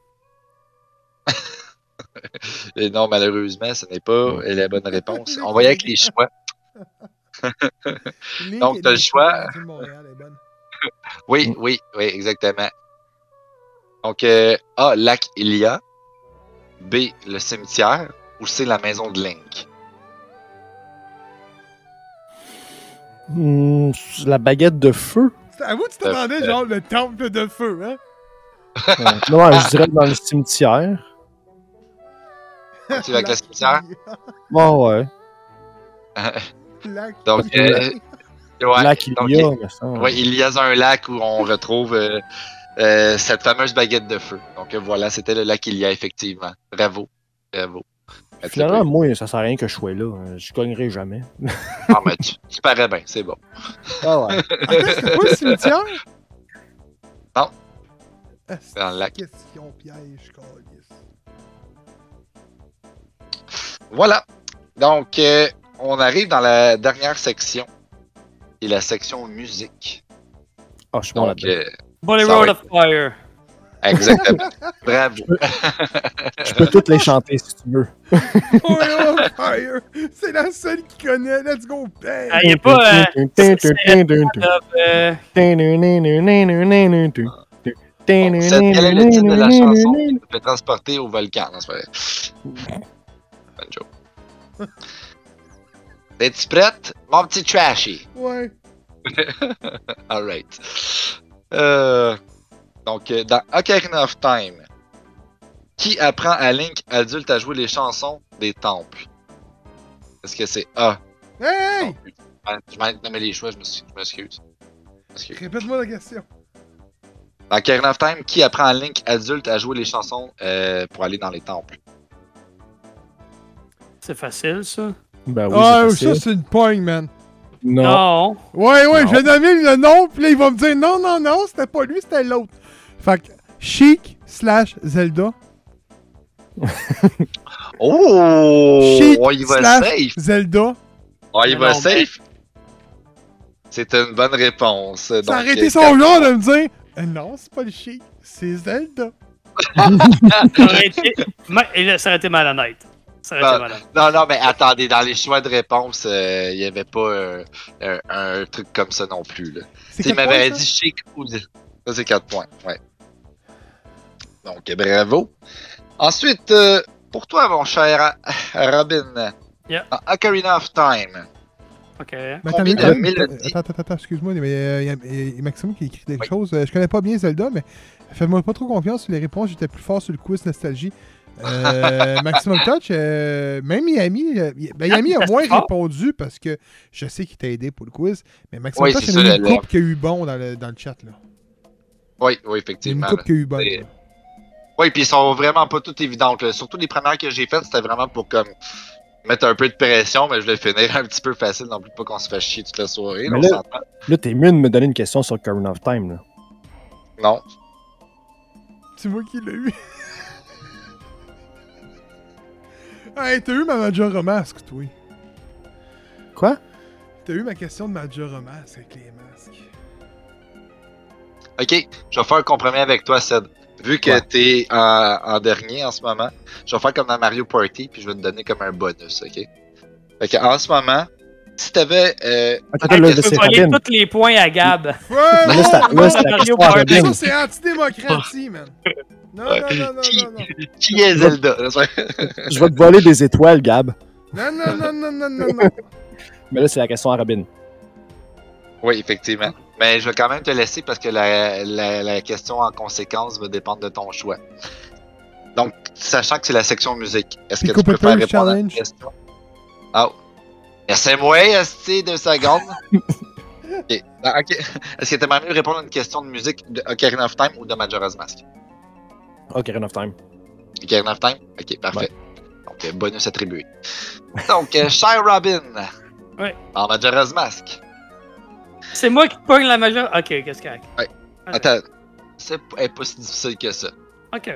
Et non, malheureusement, ce n'est pas la bonne réponse. On voyait avec les choix.
Les-
Donc, t'as
les-
le choix.
la ville de Montréal est bonne.
Mm.
Oui, oui, oui, exactement. Donc, euh, A, lac Ilia. B, le cimetière. Ou C, la maison de Link.
Hmm, la baguette de feu.
C'est À vous, tu t'attendais, genre, le temple de feu, hein?
Ouais. non, je dirais dans le cimetière.
Tu vas avec le cimetière?
Bon, Ah ouais.
La-
Donc, euh, ouais.
Là qu'il
donc,
y a,
il-
me semble.
ouais, il y a un lac où on retrouve euh, euh, cette fameuse baguette de feu. Donc, euh, voilà, c'était le lac Ilia, effectivement. Bravo. Bravo.
Finalement, moi, ça sert à rien que je sois là. hein. Je gagnerai jamais.
Ah, mais tu, tu parais bien, c'est bon.
Ah ouais.
Attends, c'était pas le cimetière?
Non.
Ah,
C'est dans le lac.
Question piège, câlisse.
Voilà. Donc, euh, on arrive dans la dernière section, qui est la section musique.
Ah, je suis bon
Donc,
là-dedans.
euh,
Bully
Ça
Road
va
of Fire.
exactement. Bravo.
Je peux toutes les chanter si tu veux.
Oil of Fire! C'est la seule qui connaît! Let's go, bang!
Ah, Il n'y a pas. euh, c'est- euh,
Bon, c'est- quel est le titre de la chanson qui nous fait transporter au volcan? Non, c'est pas vrai. Bonne joke. Es-tu prête? Mon petit trashy.
Ouais!
Alright. Euh, donc, euh, dans Ocarina of Time, qui apprend à Link adulte à jouer les chansons des temples? Est-ce que c'est A?
Hey!
Non, Je m'en nommé les choix, je m'excuse. Je m'excuse. Je m'excuse.
Répète-moi la question.
Dans Ocarina of Time, qui apprend à Link adulte à jouer les chansons euh, pour aller dans les temples?
C'est facile, ça.
Ben oui,
Ah,
c'est
ça,
facile.
c'est une poigne, man.
Non.
Non.
Ouais, ouais,
Non.
je vais nommer le nom, puis là, il va me dire non, non, non, c'était pas lui, c'était l'autre. Fait que Chic slash Zelda.
Oh!
Chic
on y va
slash
safe!
Zelda.
On y
Mais
va
non, mais-
safe! C'est une bonne réponse.
Ça
Donc,
a arrêté
euh,
son genre de me dire Eh non, c'est pas le Chic, c'est Zelda.
Ça aurait été, ma- et là, ça aurait été malhonnête. Ça aurait été
Bah,
malhonnête.
Non, non, mais attendez, dans les choix de réponse, euh, il n'y avait pas euh, un, un truc comme ça non plus. Là. Il
quatre
m'avait
points,
dit chic ou. Ça, c'est 4 points, ouais. Donc, eh, bravo. Ensuite, euh, pour toi, mon cher Robin,
Yeah.
dans Ocarina of Time,
OK.
Mais
Combien
attends,
de
mais-
mélodies?
Attends, attends, attends, excuse-moi, mais euh, il y, a- il y a Maxime qui écrit quelque
Oui.
chose. Euh, Je connais pas bien Zelda, mais fais-moi pas trop confiance sur les réponses. J'étais plus fort sur le quiz nostalgie. Euh, Maximum Touch, euh, même Miami, euh, y- ben, Miami a moins
Ah.
répondu parce que je sais qu'il t'a aidé pour le quiz, mais Maximum
Oui,
Touch,
c'est
il y en a
ça,
une
la-
coupe qui a eu bon dans le, dans le chat. Là.
oui,
Il
oui,
y a Une
effectivement.
coupe qui a eu bon.
C'est-
là.
Oui, puis ils sont vraiment pas toutes évidentes. là. Surtout les premières que j'ai faites, c'était vraiment pour comme mettre un peu de pression, mais je voulais finir un petit peu facile non plus, pas qu'on se fasse chier toute la soirée. là,
Mais
on
là-
s'entend.
Là, t'es mieux de me donner une question sur Current of Time. Là.
Non.
Tu vois qui l'a eu. hey, t'as eu ma Majora que toi.
Quoi?
T'as eu ma question de Majora Mask avec les masques.
Ok, je vais faire un compromis avec toi, Ced. Vu que
Ouais.
t'es en, en dernier en ce moment, je vais faire comme dans Mario Party, puis je vais te donner comme un bonus, ok? Fait que en ce moment, si t'avais. Euh,
Attends, attends, là,
Hey,
là,
Tu
c'est
peux voler
Robin.
tous les points à Gab.
Ouais,
Là, c'est la- là, c'est la
Mario
question à
Party.
Ça,
Robin.
c'est antidémocratie, man. Non, non, non, non, non, non.
qui est Zelda?
Je vais te voler des étoiles, Gab.
Non, non, non, non, non, non, non.
Mais là, c'est la question à Robin.
oui, effectivement. Mais je vais quand même te laisser parce que la, la, la question en conséquence va dépendre de ton choix. Donc, sachant que c'est la section musique, est-ce que
Pico
tu peux
Pepper
faire répondre à
Challenge.
cette question? Oh. Laissez-moi, esti, deux secondes. ok. Ah, ok. Est-ce que tu aimerais mieux répondre à une question de musique de Ocarina of Time ou de Majora's Mask?
Ocarina Oh, of Time.
Ocarina of Time? Ok, parfait. Donc, euh, bonus attribué. Donc, euh, Shy Robin.
Ouais.
En Majora's Mask.
C'est moi qui pogne la majeure. Ok, qu'est-ce que
Attends. C'est p- elle est pas si difficile que ça.
Ok.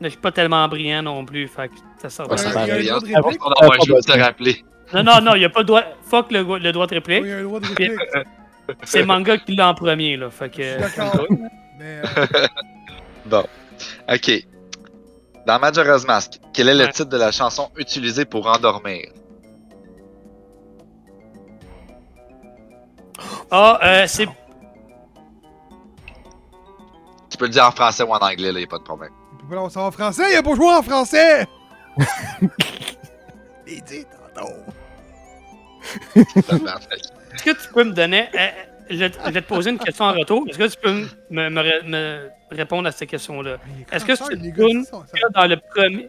Mais je suis pas tellement brillant non plus, fait que ça sort
Ouais,
bien.
c'est
il y a
pareil,
le droit
hein.
de réplique.
On va
pas
juste te
besoin.
rappeler.
Non, non, non, il a pas le droit. Fuck le, le droit de
Oui,
réplique.
il y a le droit de réplique.
Ah, C'est manga qui l'a en premier, là. Fait
Je suis
que. euh,
d'accord. Mais euh,
Bon. OK. Dans Majora's Mask, quel est le
Ouais.
titre de la chanson utilisée pour endormir?
Ah, euh, c'est.
Tu peux le dire en français ou en anglais, là, y a pas de problème.
il peut pas l'avoir ça en français, il a pas joué en français! Il dit tantôt.
Ça marche.
Est-ce que tu peux me donner. euh, je, vais te- je vais te poser une question en retour. Est-ce que tu peux me, me ré- me répondre à cette question-là? Est-ce que c'est une toune que Dans le premier.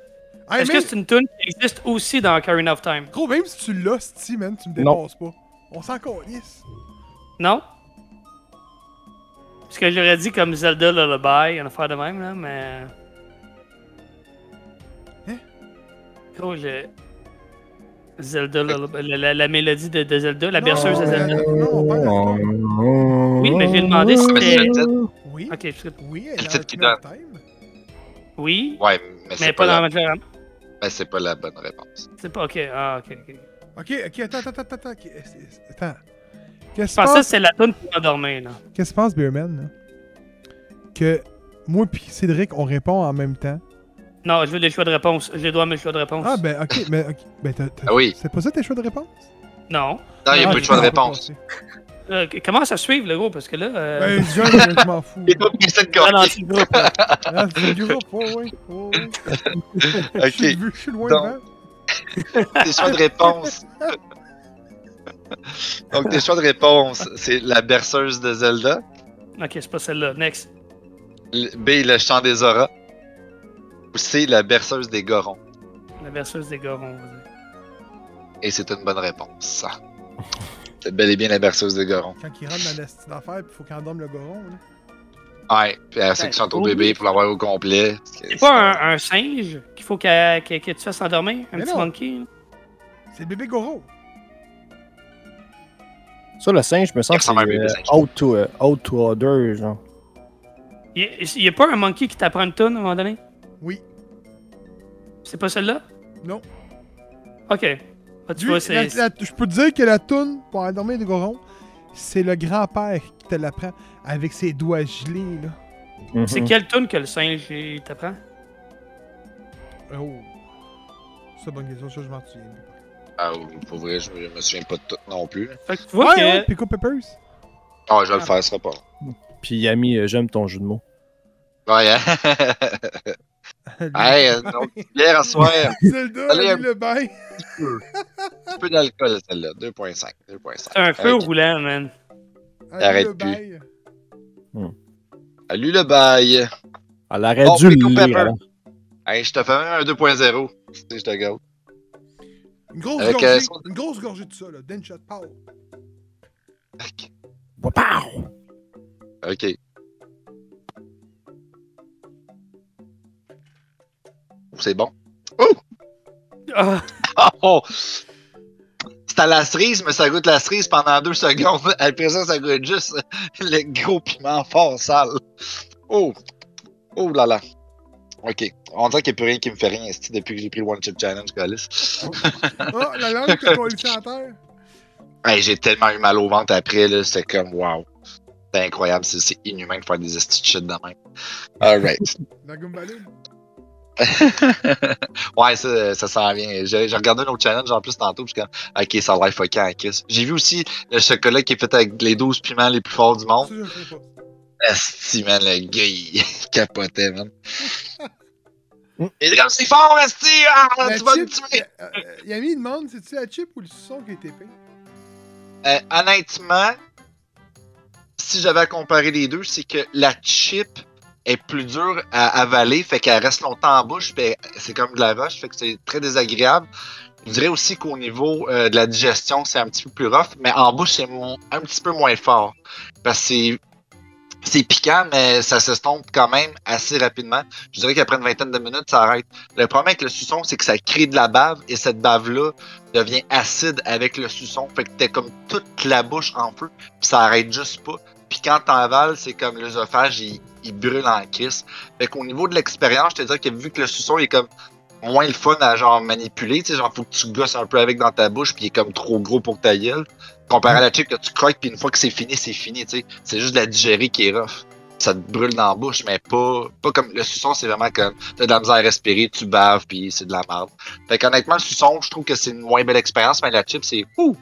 Hey,
Est-ce
même-
que c'est une tune qui existe aussi dans Ocarina of Time?
Gros, même si tu l'as, Sty, man, tu me
Non.
dépasses pas. On s'en calisse.
Non? Parce que j'aurais dit comme Zelda Lullaby, une affaire de même, là, mais.
Hein?
Gros, Oh, je. Zelda Lullaby, la, la- la mélodie de, de Zelda, la
Non, euh,
berceuse de
mais-
Zelda.
Non, on parle de ça.
Oui, mais j'ai demandé si
Ah, Mais c'est
c'était.
le titre.
Oui,
Ok, parce que-
oui,
le
elle
titre
a
qui
un time.
oui,
Ouais, mais
mais
c'est
pas
pas,
dans
la...
Majora's
mais c'est pas la bonne réponse.
C'est pas. Ok, ah, ok, ok.
Ok, ok, attends, attends, attends, attends. ok, c'est- c'est- Attends. Qu'est-ce que
Je
tu
pensais que
penses,
c'est la tune pour endormir, là.
qu'est-ce que tu penses, Beerman, là? Que moi pis Cédric, on répond en même temps.
Non, je veux les choix de réponse. Je dois mes choix de réponse.
Ah, ben, ok, mais ok. Ben, t'as- t'as-
Ah oui.
C'est pas ça tes choix de réponse? ben-
Non.
Non, il y a
Ah,
plus
j'ai
de choix de
pas
réponse.
Euh, commence à suivre, le gros, parce que là. euh,
Ben, je je m'en fous.
Il faut qu'il s'en
on
compte.
ralentit le groupe, là.
Ah, c'est du groupe, ouais, ouais, ouais, ouais. Je suis
Ok,
vu, je suis loin
Donc,
devant.
tes choix de réponse. Donc, tes choix de réponse, c'est la berceuse de Zelda,
Ok, c'est pas celle-là. Next.
le- B, le chant des auras, ou C, la berceuse des gorons.
La berceuse des gars, on va dire.
Et c'est une bonne réponse. C'est bel et bien la berceuse des gorons.
Quand il rentre dans la petite affaire, pis faut qu'il endorme le goron, là.
Ouais, puis la section
c'est
ton
cool.
bébé pour l'avoir au complet.
Ben, C'est pas un, un singe qu'il faut qu'elle- qu'elle- que tu fasses endormir? Un
Mais
petit
non.
monkey? là?
C'est le bébé goron.
Ça, le singe, je me sens que c'est
ressemble à un bébé
euh,
singe.
out to, euh, out to order, genre.
Il y a- il y a pas un monkey qui t'apprend une tune à un moment donné?
Oui.
C'est pas celle-là?
Non.
Ok. Ah, tu
Lui,
vois,
la-
c'est.
la- je peux te dire que la toune pour endormir les gorons, c'est le grand-père qui te l'apprend avec ses doigts gelés, là.
Mhm.
C'est quelle tune que le singe il t'apprend?
Oh. C'est bonne question, ça, je m'en souviens.
Ah, pour vrai, je me souviens pas de tout non plus.
Fait que tu vois
ouais, ouais,
que.
Pico Peppers.
Ah, je vais le faire, ce sera pas. long.
Puis, ami, euh, j'aime ton jeu de mots.
Ouais, hein? hey, euh, non, hier à soir,
Zelda,
Allez,
elle a
un-
mis le bain.
un peu d'alcool, celle-là. 2.5, 2.5.
C'est un feu
Ok.
roulant, man.
Elle a
Arrête
mis le
plus.
bail.
Salut le bail.
Elle aurait
Bon,
dû le
Pico Pepper.
lire. avant.
Hey, je te fais même un 2.0. Tu sais, je te gâte.
Une grosse
Avec,
gorgée.
euh,
Une grosse gorgée de ça, là. Denshot Power.
Ok.
Wapow!
Ok. C'est bon.
Ah,
Ah, Oh! C'est à la cerise, mais ça goûte la cerise pendant deux secondes. Après ça, ça goûte juste le gros piment fort sale. Oh! Oh là là! Ok. On dirait qu'il n'y a plus rien qui me fait rien esti, depuis que j'ai pris le One Chip Challenge, Calis.
Ah, la langue qui a collé en terre.
Hey, j'ai tellement eu mal au ventre après, là. C'était comme, wow. C'est incroyable. C'est c'est inhumain de faire des esti de shit de même. Alright.
La gumbaline.
ouais, ça, ça s'en vient. J'ai j'ai regardé un autre challenge en plus tantôt, puis je suis comme, ok, ça a l'air fucking à Chris. J'ai vu aussi le chocolat qui est fait avec les 12 piments les plus forts du
Ça,
monde.
je le ferai pas.
Esti, man, le gars, il capotait, man. Il est comme, c'est fort, Esti! Ah,
La
tu vas me
chip,
tuer!
euh, euh, Yami, il demande c'est-tu la chip ou le son qui est épais
Euh, honnêtement, si j'avais à comparer les deux, c'est que la chip est plus dure à avaler, fait qu'elle reste longtemps en bouche, puis c'est comme de la roche, fait que c'est très désagréable. Je dirais aussi qu'au niveau euh, de la digestion, c'est un petit peu plus rough, mais en bouche, c'est mo- un petit peu moins fort. Parce que c'est- c'est piquant, mais ça s'estompe quand même assez rapidement. Je dirais qu'après une vingtaine de minutes, ça arrête. Le problème avec le suçon, c'est que ça crée de la bave, et cette bave-là devient acide avec le suçon. Fait que t'es comme toute la bouche en feu, puis ça arrête juste pas. Puis quand t'en avales, c'est comme l'œsophage, il, il brûle en crise. Fait qu'au niveau de l'expérience, je te dirais que vu que le suçon est comme moins le fun à genre manipuler. Tu sais, genre, faut que tu gosses un peu avec dans ta bouche, puis il est comme trop gros pour ta gueule. Comparé à la chick que tu croques, puis une fois que c'est fini, c'est fini, tu sais. C'est juste de la digérer qui est rough. Ça te brûle dans la bouche, mais pas, pas comme le suçon, c'est vraiment comme t'as de la misère à respirer, tu baves, puis c'est de la merde. Fait qu'honnêtement, le suçon, je trouve que c'est une moins belle expérience, mais la chip, c'est ouh!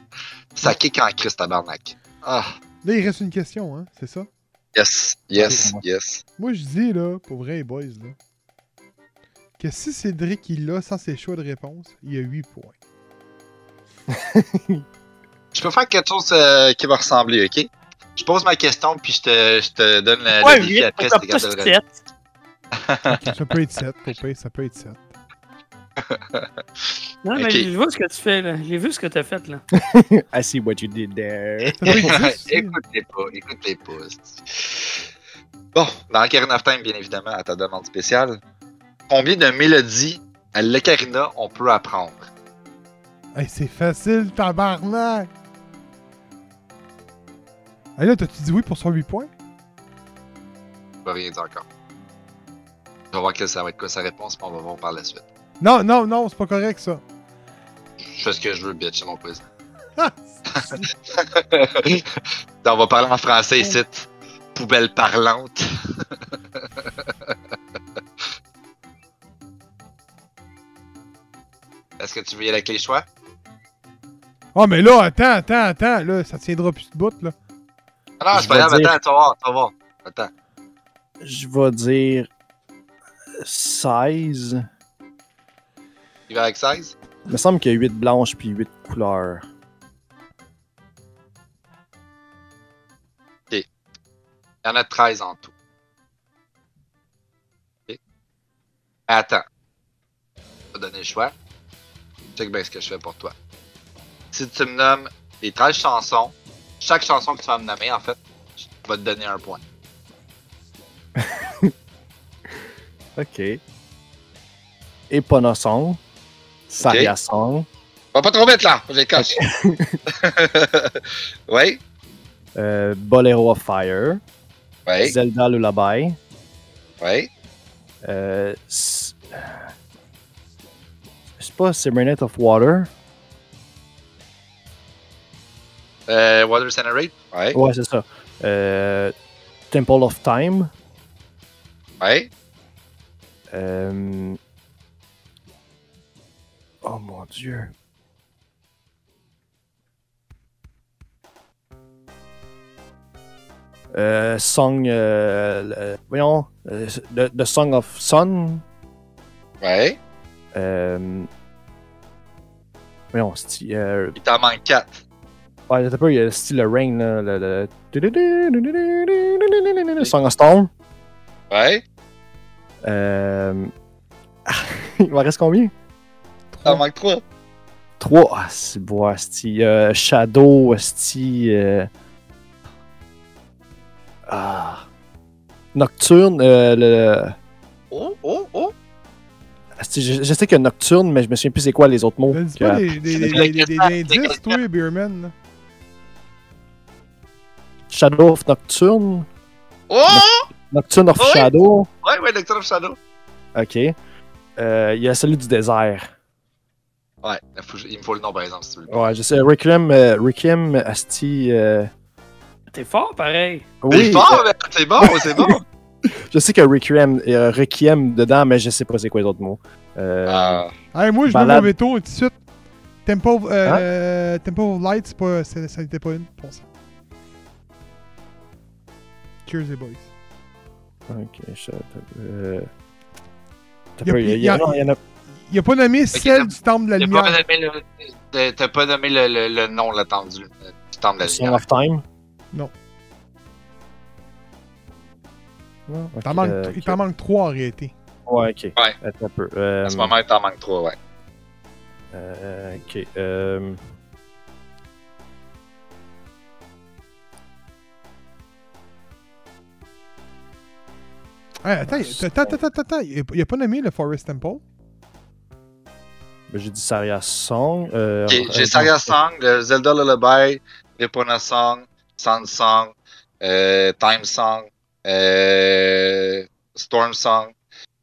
Ça kick en crise, tabarnak. Ah,
Là, il reste une question, hein, c'est ça?
yes, yes, yes.
Moi, je dis, là, pour vrai, les boys, là, que si Cédric, il l'a sans ses choix de réponse, il a 8 points.
Je peux faire quelque chose euh, qui va ressembler, ok? Je pose ma question, puis je te, je te donne le, le
Ouais,
défi
8,
après, c'est
t'as pas
capable de le résoudre.
7.
Ça peut être 7, pour pire, ça peut être 7.
Non, mais
Ok.
je vois ce que tu fais, là. J'ai vu ce que t'as fait, là.
I see what you did there.
Ça peut être 10 aussi.
Écoute-les pas, écoute-les pas. c'est- Bon, dans Ocarina of Time, bien évidemment, à ta demande spéciale, combien de mélodies à l'ocarina on peut apprendre?
Hey, c'est facile, tabarnak! Hey, là, t'as-tu dit oui pour son 8 points?
Je peux rien dire encore. On va voir que ça va être quoi sa réponse, puis on va voir par la suite.
Non, non, non, c'est pas correct, ça.
Je fais ce que je veux, bitch, c'est mon quiz.
Ah,
on va parler en français ici. Poubelle parlante. Est-ce que tu veux y aller avec les choix?
Ah, mais là, attends, attends, attends, là, ça tiendra plus de bout, là.
Ah non,
Je
c'est pas
vais
grave,
dire-
attends, tu vas voir, tu vas voir. Attends.
Je vais dire 16.
Il va avec 16?
Il me semble qu'il y a 8 blanches puis 8 couleurs.
Il y en a 13 en tout. Ok. Attends. Je vais te donner le choix. Check bien ce que je fais pour toi. Si tu me nommes les 13 chansons, chaque chanson que tu vas me nommer, en fait, je vais te donner un point.
OK. Eponosong. Sariasong.
Va pas trop vite là, j'ai coche. oui,
euh, Bolero of Fire.
oui,
Zelda Lullaby.
oui.
Euh, s- c'est pas Cybernet of Water.
Euh, Water Generate? Oui,
Ouais, c'est ça. Euh, Temple of Time.
oui.
Euh, Oh mon dieu. Euh, song. euh, le- voyons. euh, the, The Song of Sun.
Oui.
Euh, voyons, c'est. Euh,
Il t'en manque 4.
ouais, attends un peu, il y a le style Rain, là. Le, le... Song of Storm.
Oui.
Euh... il m'en reste combien
T'en manques 3.
3. Ah, c'est beau, asti. Euh, Shadow, asti. euh, Ah. Nocturne, euh, le.
Oh, oh, oh.
asti, je, je sais que Nocturne, mais je me souviens plus c'est quoi les autres mots.
Donne-tu
que-
pas des, des, des, des, des, des indices, toi, Beerman, là?
Shadow of Nocturne.
Oh!
Nocturne of
Oui.
Shadow.
Ouais, ouais, Doctor of Shadow.
Ok. Euh, Il y a celui du désert.
Ouais, il faut- il me faut le nom par exemple si tu veux. le
Ouais, je sais. Requiem, euh, Requiem, Asti. euh,
T'es fort, pareil.
C'est
Oui,
fort, mais c'est bon, c'est bon.
euh, je sais que Requiem, euh, Requiem dedans, mais je sais pas c'est quoi les autres mots. Euh,
Ah,
Hey, moi, je mets mon
Balade.
veto tout de suite. Tempo, of- euh,
Hein?
Tempo of Light, c'est pas, c'est- ça n'était pas une. Bon sang. Cheers, les boys.
Ok, je. Euh... t'as
Y a
pas-
plus-
y a-
y a-
non, y en a-
Il a pas nommé celle
t'as-
du temple de la
t'as
lumière.
pas nommé le, t'as- t'as pas nommé le, le, le nom l'attendu euh, du temple de la
Song
lumière.
of Time.
Non.
Non?
T'en
Ok,
manques-
euh,
Il
ok.
t'en manque trois en réalité.
Ouais, ok.
Ouais.
Attends un peu. Euh,
En ce moment, il t'en manque trois, ouais.
euh, ok. euh,
Ouais, attends,
c'est
attends, attends, attends, attends, il a- il a pas nommé le Forest Temple.
ben, J'ai dit Saria Song. Euh,
Ok,
euh,
J'ai Saga Song, le Zelda Lullaby, Ripona Song, Sand Song, euh, Time Song, euh, Storm Song.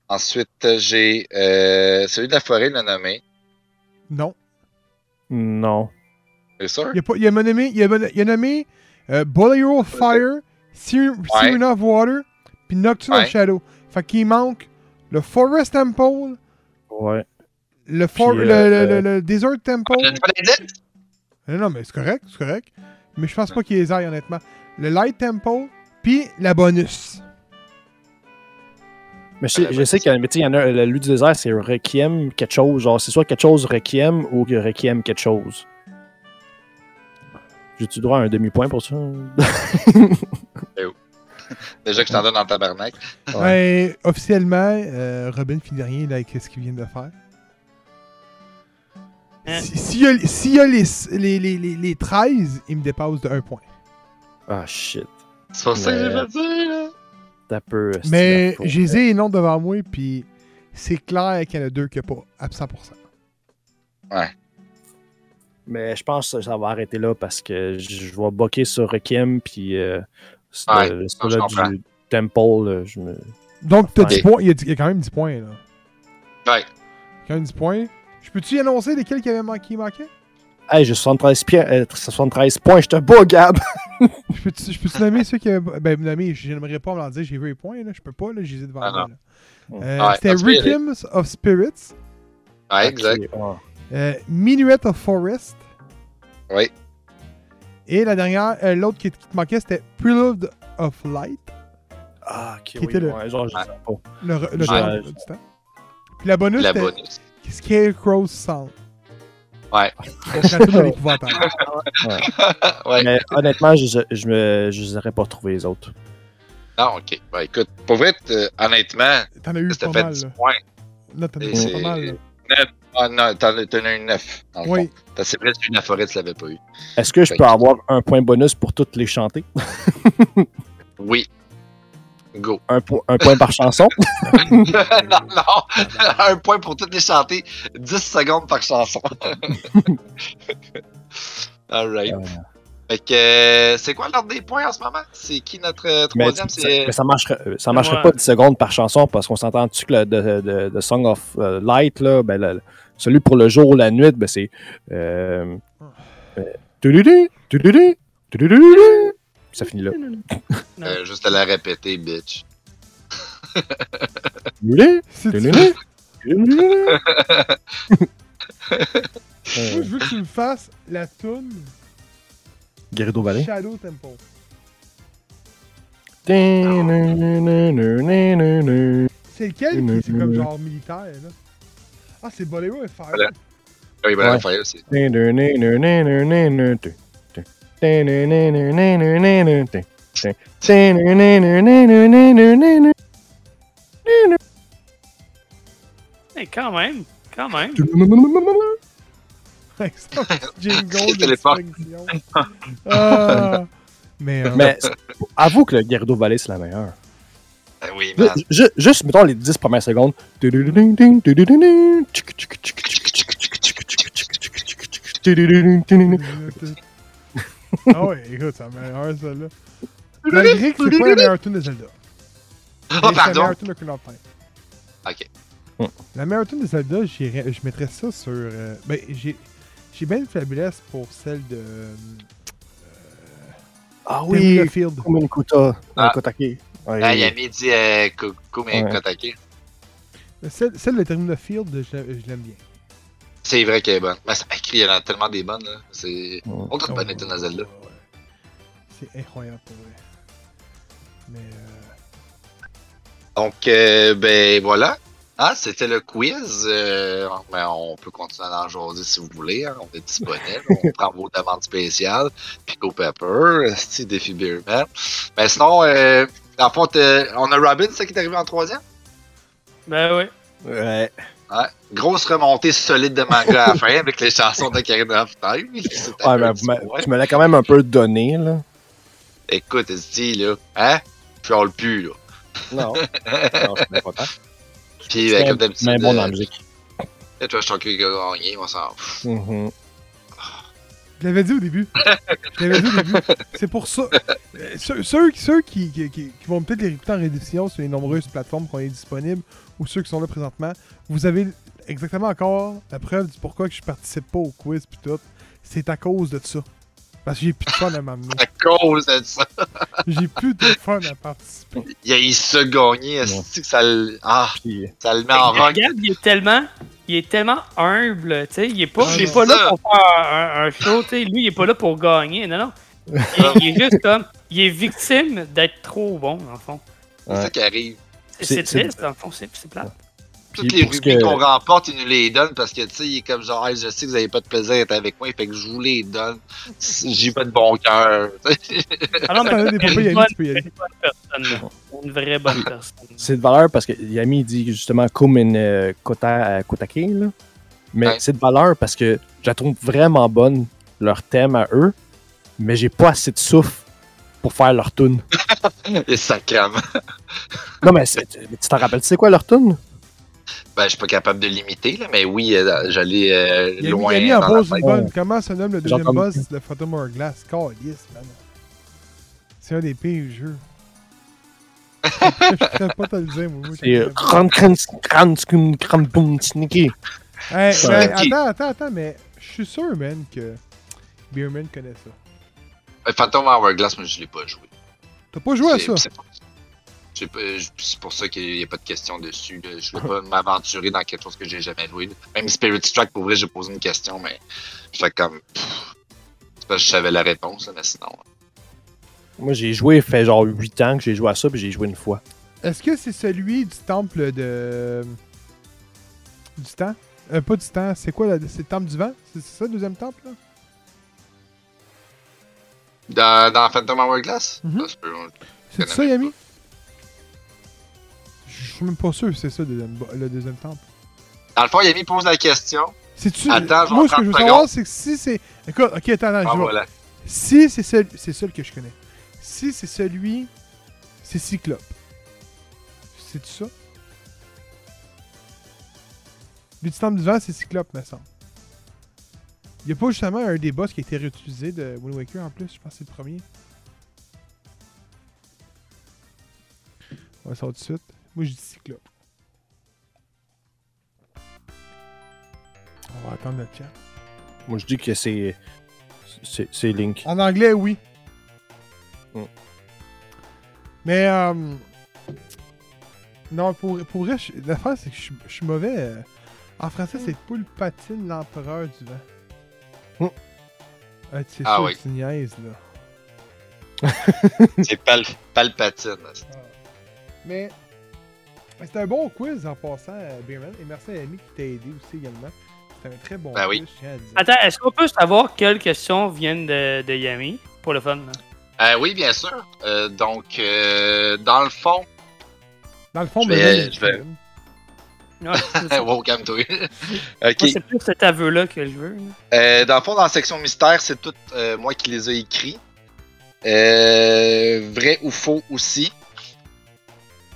Ensuite, euh, j'ai euh, celui de la forêt, le nommé.
Non.
Non.
C'est sûr?
Il a, pas, il a nommé, il a, mon- il a nommé euh, Bolero of Fire, Sir- Siren of Water, puis Nocturne
Ouais.
of Shadow. Fait qu'il manque le Forest Temple,
Ouais.
le, for-
Puis,
le-
euh,
le- le- le Desert Temple.
Le Dragon Dead?
Non, non, mais c'est correct, c'est correct. Mais je pense pas qu'il les aille, honnêtement. Le Light Temple, puis la bonus.
Mais je sais,
Ah,
je
ouais,
sais
c'est
qu'il y en a- mais tu sais, il y en a, la Lue du désert, c'est Requiem quelque chose. Genre, c'est soit quelque chose Requiem ou que Requiem quelque chose. J'ai-tu droit à un demi-point pour ça?
Déjà que je t'en donne dans tabarnak.
Ouais.
Ouais, Ben, officiellement, euh, Robin finit rien là, avec ce qu'il vient de faire.
Hein?
Si- S'il y a, s'il y a les, les, les, les, les 13, il me dépasse de 1 point.
Ah, shit.
C'est pour ça que j'ai
Mais-
fait ça, là.
T'as peu. euh,
Mais
c'est la faute.
j'ai les noms devant moi, puis c'est clair qu'il y en a deux qui a pas, à 100%.
Mais je pense que ça va arrêter là parce que je je vais boquer sur Requiem puis euh, c'est euh,
Ouais,
le-
non, je
celui-là
comprends.
du Temple, là, je me.
Donc, t'as
Ok.
10 points. Il y, a, dix- il y a quand même 10 points, là.
Ouais.
Quand même 10 points. Je peux-tu y annoncer lesquels qui, avaient manqué, qui manquaient?
Hey, j'ai 73, pi- euh, 73 points, je te bats, Gab!
Je peux-tu je peux-tu nommer ceux qui avaient... Ben, nommer, je n'aimerais pas me leur dire, j'ai vu les points, là. Je peux pas, là, j'ai devant
Ah,
moi, là.
non.
Euh,
Ouais,
C'était
parce que-
Requiem of Spirits,
Ouais, exact.
Ok, ah.
euh, Minuet of Forest.
Ouais.
Et la dernière, euh, l'autre qui, qui te manquait, c'était Prelude of Light.
Ah, ok,
Qui
oui,
était le-
ouais, genre, je sais pas.
Le, re- le
Ouais.
temps du temps. Puis la bonus,
La
c'était
bonus.
Scarecrow's Sound.
Ouais.
Donc, la tune de l'épouvantable.
ouais.
Mais honnêtement, je, je, me, je les aurais pas retrouvés, les autres.
Non, ok. Bah écoute, pour vrai, t- euh, honnêtement,
T'en as eu
ça
pas
fait
mal,
10
là.
points.
Non, t'en as
Et
eu pas
c'est-
mal, là.
Ah non, t'en as t'en as eu 9. Dans le
Oui.
fond. T'as- C'est vrai, tu eu la forêt, tu l'avais pas eu.
Est-ce que je peux avoir un point bonus pour toutes les chanter?
Oui. Go.
Un, po- un point par chanson?
non, non. Un point pour toutes les chanter. 10 secondes par chanson. Alright.
Euh.
Fait que euh, c'est quoi l'ordre des points en ce moment? C'est qui notre euh,
Ben,
Mais,
troisième?
ça,
C'est
mais ça marcherait, euh, ça marcherait
Ouais.
pas 10 secondes par chanson parce qu'on s'entend-tu que le de, de- de Song of euh, Light, là, ben, le- le- celui pour le jour ou la nuit, ben, c'est. Euh, euh, tududu, tududu, tududu, ça finit là.
euh, juste à la répéter, bitch.
Tududu,
Si tu-
tududu, tududu.
Moi,
Euh,
je veux que tu me fasses la tune
Gerudo Valley.
Shadow Temple. C'est lequel qui c'est comme genre militaire, là? Ah, c'est Bolero et Fire.
Voilà. Oui,
Ouais.
voilà, Raphaël, c'est.
Eh, quand même, quand même.
C'est un petit jingle de
Téléphone.
distraction. Ah, mais, euh,
Mais c'est- avoue que le Gerudo Valley, c'est la meilleure.
Ah oui,
Ju-
man.
ju- Juste, mettons, les 10 premières secondes.
ah ouais, écoute, c'est la meilleure, celle-là. Malgré que c'est pas la meilleure tune de Zelda.
Oh,
Mais c'est la
pardon.
meilleure tune de Ocarina of Time.
Ok.
La meilleure tune de Zelda, j'irais- je mettrais ça sur. euh, ben, j'ai j'ai bien une faiblesse pour celle de. euh,
Ah
Temple
oui,
of Field.
Kumin Kuta,
Ah.
Kotake. Ouais.
Ah, Yami dit euh, coucou, mais
Ouais.
Kotaki.
Celle, celle de Terminal Field, je, la- je l'aime bien.
C'est vrai qu'elle est bonne. Mais ça écrit, il y en a tellement des bonnes, là. C'est.
Ouais.
On trouve
Ouais,
pas une dans Zelda.
ouais, ouais. C'est incroyable pour vrai. Mais euh,
Donc, euh, ben voilà. Ah, c'était le quiz. Euh, ben, on peut continuer à en jaser si vous voulez. hein. On est disponible. on prend vos demandes spéciales. Pico Pepper, Steve Défi Beerman. Mais Ben, sinon, euh, Dans le fond, t'es- on a Robin, c'est ça qui est arrivé en troisième?
Ben ouais.
Ouais.
Ouais. Grosse remontée solide de manga à la fin avec les chansons de Karina of Time. C'était
Ouais,
un
ben,
petit
vous m'a-
point.
tu me l'as quand même un peu donné, là.
Écoute, elle se dit, là, hein? Je parle plus, là.
Non. non, je suis pas content.
Puis, ben, comme d'habitude,
Mais bon dans
euh,
la musique.
tu vois, je suis qu'il a gagné, on s'en fout.
Mhm.
Je l'avais dit au début. Je l'avais dit au début. C'est pour ça. Euh, Ceux, ceux- ceux qui, qui- qui- qui vont peut-être les réécouter en réédition sur les nombreuses plateformes qu'on est disponibles ou ceux qui sont là présentement, vous avez exactement encore la preuve du pourquoi que je participe pas au quiz pis tout. C'est à cause de ça. Parce que j'ai plus de fun à m'amener.
À cause de ça,
J'ai plus de fun à participer.
il a eu ça gagné.
Ouais.
Est-ce que ça le. Ah,
Puis,
ça le met en vogue.
Gab, il est tellement. Il est tellement humble, tu sais. Il est pas, il est
Ah, C'est
pas
ça.
là pour faire un, un- un show, tu sais. Lui, il est pas là pour gagner, non, non. Il, il est juste comme. Il est victime d'être trop bon, en fond.
C'est ça qui arrive.
C'est
C'est- c'est-
triste, en fond, c'est c'est plate.
Toutes
Puis
les
pour ce
rubriques
que-
qu'on remporte, il nous les donne parce que, tu sais, il est comme genre, Hey, je sais que vous avez pas de plaisir à être avec moi, fait que je vous les donne. J'ai pas de bon cœur.
Ah non, mais
T'en as des
c'est
papas,
une
Yannick,
bonne,
tu peux y aller.
une bonne personne, là. Une vraie bonne personne.
c'est de valeur parce que Yami dit justement comme une euh, kota, euh, kotake, là. Mais
Ouais.
c'est de valeur parce que je la trouve vraiment bonne, leur thème à eux, mais j'ai pas assez de souffle pour faire leur tune.
Et ça calme.
Non, mais, c'est- mais tu t'en rappelles, tu sais quoi leur tune?
Ben, je suis pas capable de l'imiter, là, mais oui, euh, j'allais euh,
Il y a mis,
loin.
il a mis en
dans la
pause
tête.
une bonne. Comment se nomme le
Genre
deuxième
comme-
boss de Phantom Hourglass? Calisse, man. C'est un des pires jeux. je pourrais pas te le dire, moi. moi,
C'est euh,
quand
Kran- Kran- Kran- Kran- Kran- Boum Tsiniki.
même. Hey,
c'est
mais
un petit-
attends, attends, attends, mais je suis sûr, man, que Beerman connaît ça.
Euh, Phantom Hourglass, mais je l'ai pas joué.
T'as pas joué à
C'est-
ça?
c'est pour- j'ai pas- euh, je- C'est pour ça qu'il n'y a pas de question dessus. là. Je ne vais pas m'aventurer dans quelque chose que j'ai jamais joué. là. Même Spirit Strike, pour vrai, j'ai posé une question, mais je fais comme. pff, C'est parce que je savais la réponse, là, mais sinon.
Moi, j'ai joué, fait genre 8 ans que j'ai joué à ça, puis j'ai joué une fois.
Est-ce que c'est celui du temple de. Du temps? Euh, pas du temps, c'est quoi? la- C'est le temple du vent? C'est c'est ça le deuxième temple, là?
Dans, dans Phantom Hourglass
Mhm.
Ça se peut, hein. on-
C'est ça, Yami? Je suis même pas sûr que c'est ça le deuxième, bo- le deuxième temple.
Dans le fond, Yami pose la question.
C'est-tu.
Attends, je vais
Moi, ce que
prendre
je veux
secondes.
savoir, c'est que si c'est. Écoute, ok, attends, attends,
Ah,
je vais-
voilà.
Si c'est celui. C'est celui que je connais. Si c'est celui. C'est Cyclope. C'est-tu ça? Lui du temple du vent, c'est Cyclope, me semble. Il a pas justement un des boss qui a été réutilisé de Wind Waker en plus, je pense que c'est le premier. On va sortir tout de suite. Moi je dis Cyclope. On va attendre le chat.
Moi, je dis que c'est. C'est c'est Link.
En anglais, oui.
Mm.
Mais, euh, non, pour, pour vrai, je- l'affaire, c'est que je suis- je suis mauvais. euh, En français, c'est Poule patine l'empereur du vent.
Mm.
Ah, tu sais,
Ah
sûr
oui.
que tu niaises, là.
C'est Pal- Palpatine. là.
Mais c'était un bon quiz en passant, euh, Beerman. Et merci à Amy qui t'a aidé aussi également. C'était un très bon
Ben
quiz,
oui.
je tiens à le dire.
Attends, est-ce qu'on peut savoir quelles questions viennent de, de Yami pour le fun? là?
Euh, oui, bien sûr. Euh, donc, euh, dans le fond,
Dans le fond,
Je vais- euh,
Beerman,
je vais-
elle-
Non, c'est ça. Moi,
wow, calme-toi. ok.
c'est plus cet aveu-là que je veux. là.
Euh, dans le fond, dans la section mystère, c'est tout euh, moi qui les ai écrits. Euh, vrai ou faux aussi.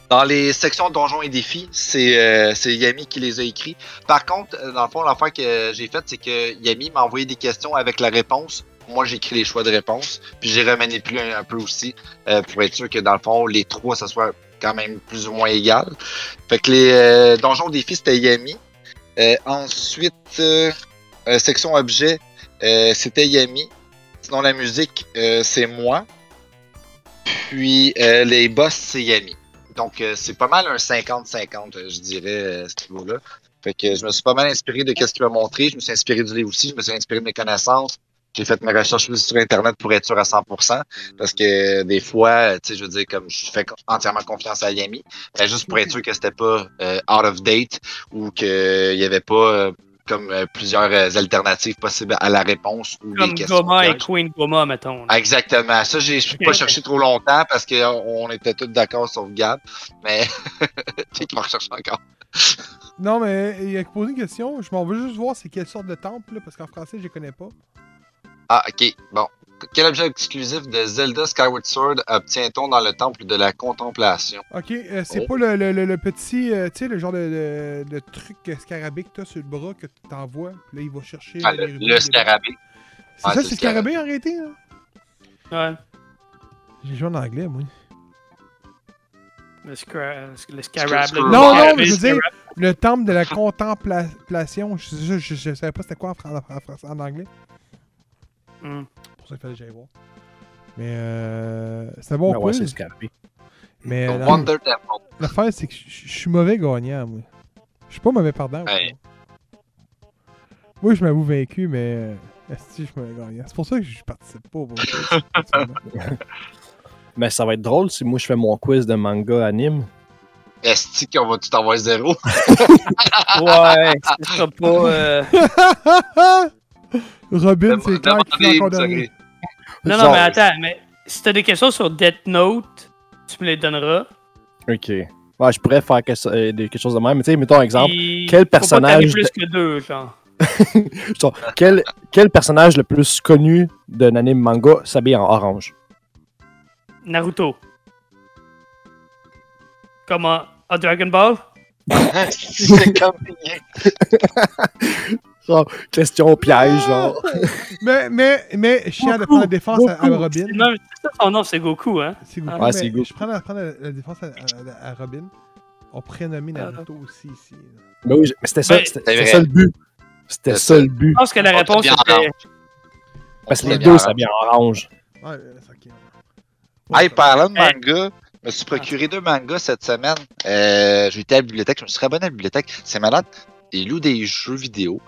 Dans les sections donjons et défis, c'est euh, c'est Yami qui les a écrits. Par contre, euh, dans le fond, l'affaire que j'ai faite, c'est que Yami m'a envoyé des questions avec la réponse. Moi, j'ai écrit les choix de réponse. Puis j'ai remanipulé un, un peu aussi euh, pour être sûr que dans le fond, les trois, ça soit quand même plus ou moins égal. Fait que les euh, donjons et défis, c'était Yami. Euh, ensuite. euh, euh, section objet, euh, c'était Yami. Sinon, la musique, euh, c'est moi. Puis, euh, les boss, c'est Yami. Donc, euh, c'est pas mal un 50-50, euh, je dirais, euh, ce niveau-là. Fait que je me suis pas mal inspiré de ce qu'il m'a montré. Je me suis inspiré du livre aussi. Je me suis inspiré de mes connaissances. J'ai fait mes recherches aussi sur Internet pour être sûr à 100%. Parce que euh, des fois, euh, tu sais, je veux dire, comme je fais entièrement confiance à Yami, ben, juste pour être sûr que c'était pas euh, out of date ou qu'il y avait pas euh, comme euh, plusieurs euh, alternatives possibles à la réponse ou les
Comme
questions.
Goma et
pièges.
Queen Goma, mettons. là.
Exactement. Ça, j'ai j'ai pas cherché trop longtemps parce qu'on était tous d'accord sauf Gab. Mais qui m'en recherche encore.
Non, mais euh, il a posé une question. Je m'en veux juste voir c'est quelle sorte de temple, là, parce qu'en français, je les connais pas.
Ah, ok. Bon. Quel objet exclusif de Zelda Skyward Sword obtient-on dans le temple de la contemplation?
Ok, euh, c'est
Oh.
pas le, le- le- le petit, euh, tu sais, le genre de, de- de truc euh, scarabée que t'as sur le bras que tu t'envoies. puis Là, il va chercher.
Ah,
euh,
le,
les
le
rubis, les-
scarabée.
C'est
Ouais,
ça,
c'est
c'est
le scarabée.
scarabée en réalité, hein? là?
Ouais.
J'ai joué en anglais, moi.
Le, scra- euh, le scarab.
Scarab.
le-
Non,
le-
non, mais je veux
scarab.
dire, le temple de la contemplation, je, je, je- je savais pas c'était quoi en, fran- en français- en anglais.
Hum.
C'est pour ça qu'il fallait que j'aille voir. Mais euh, c'est un bon
Ah ouais,
quiz,
c'est scarabée.
mais
Le
la-
Wonder Temple.
l'affaire, c'est que je je suis mauvais gagnant, moi. Je suis pas mauvais perdant. moi.
Ouais.
Moi, je m'avoue vaincu, mais... euh, esti, je suis mauvais gagnant. C'est pour ça que je participe pas. au bon quiz, actuellement.
Mais ça va être drôle si moi je fais mon quiz de manga anime.
Est-ce qu'on va tout envoyer zéro?
Ouais, ce sera pas. euh,
Ah! Robin,
Dem-
c'est clair qu'il
demandez,
est encore
vous
dernier.
aurez-
Non, non, mais attends, mais si t'as des questions sur Death Note, tu me les donneras.
Ok. Ouais, je pourrais faire que- euh, des- quelque chose de même. Mais tu sais, mettons exemple,
Puis,
quel
faut pas que t'en aies
personnage
plus que deux, genre.
quel, quel personnage le plus connu d'un anime manga s'habille en orange
Naruto. Comment à Dragon Ball
Si c'est comme
Question
Ah!
piège, genre.
Mais, mais, mais, chien de
Goku,
prendre la défense à- à
Goku.
Robin.
C'est- Non, c'est ça son nom, c'est Goku, hein.
C'est Goku,
Ah,
mais
c'est Goku.
Je prends la, prends la- la défense à, à- à Robin. On prénommé Naruto aussi ici. là.
Mais Ben oui, je- mais c'était ça,
Mais-
c'était
C'est
c'était
vrai.
ça le but. C'était
C'est
ça
ça.
le but.
Je pense que la
On
réponse
s'habille en
était.
Parce que les
C'est bien
deux s'habillent en orange.
Ouais, euh, c'est ok. Ouais,
Hey,
ça-
parlant de
Hey.
manga, je me suis procuré deux mangas cette semaine. Euh, j'ai été à la bibliothèque, je me suis abonné à la bibliothèque. C'est malade. Ils louent des jeux vidéo.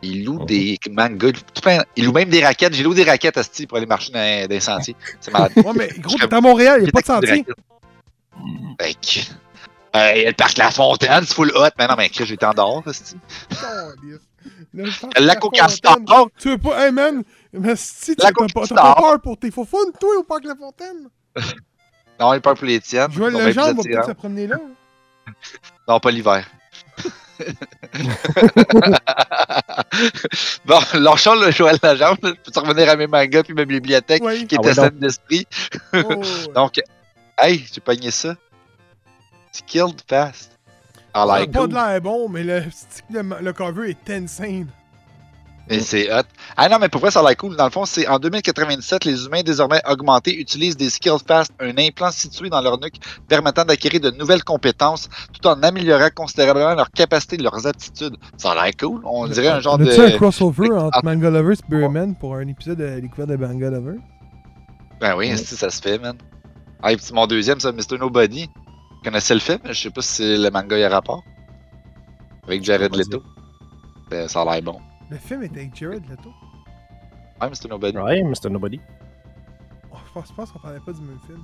Ils louent
Mhm.
Oh.
des mangas. Ils louent, tout plein- ils louent même des raquettes. J'ai loué des raquettes à Steve pour aller marcher dans les- dans les sentiers. C'est malade.
Ouais, mais gros, t'es à Montréal, y'a pas de sentier.
Fait que- Euh, il y a Ben, le parc La Fontaine, c'est full hot. Mais non, mais Chris, j'étais en dehors. esti.
Calice. Le parc
Il y a Le lac
La
au
Fontaine.
castor. Oh,
Tu veux pas, hey man, mais si tu t'as
Lac au
pas, t'as pas
Castor.
peur pour tes faux fun, toi, au parc La Fontaine.
Non, il parle pour les tiennes.
Joël
Non, ben,
Legendre va
plus
peut-être
attirant.
se promener là.
hein. Non, pas l'hiver. bon, lâchons le Joël Lajambe. là. Je peux revenir à mes mangas puis ma bibliothèque
Ouais.
qui
Ah
était
ouais,
saine d'esprit.
Oh, ouais.
Donc, hey, j'ai pogné ça. Skilled fast. I
Ça a
like
pas
cool.
de l'air bon, mais le, le, le cover est insane.
Et c'est hot. Ah non, mais pour vrai, ça a l'air cool. Dans le fond, c'est en 2097, les humains désormais augmentés utilisent des skills fast, un implant situé dans leur nuque permettant d'acquérir de nouvelles compétences tout en améliorant considérablement leurs capacités et leurs aptitudes. Ça a l'air cool. On dirait un genre
On a-tu
de.
un crossover entre
Ah.
Manga Lovers et Berryman pour un épisode de la découverte de Manga Lovers?
Ben oui, si ça se fait, man. Ah, et puis mon deuxième, ça, Mr. Nobody. Vous connaissez le film? Je sais pas si le manga y a rapport. Avec Jared
Vas-y.
Leto. Ben, ça a l'air bon.
Le film était avec Jared Leto.
Ouais, Mr. Nobody.
Ouais, mais c'était nobody.
Oh, je pense, je pense qu'on parlait pas du même film.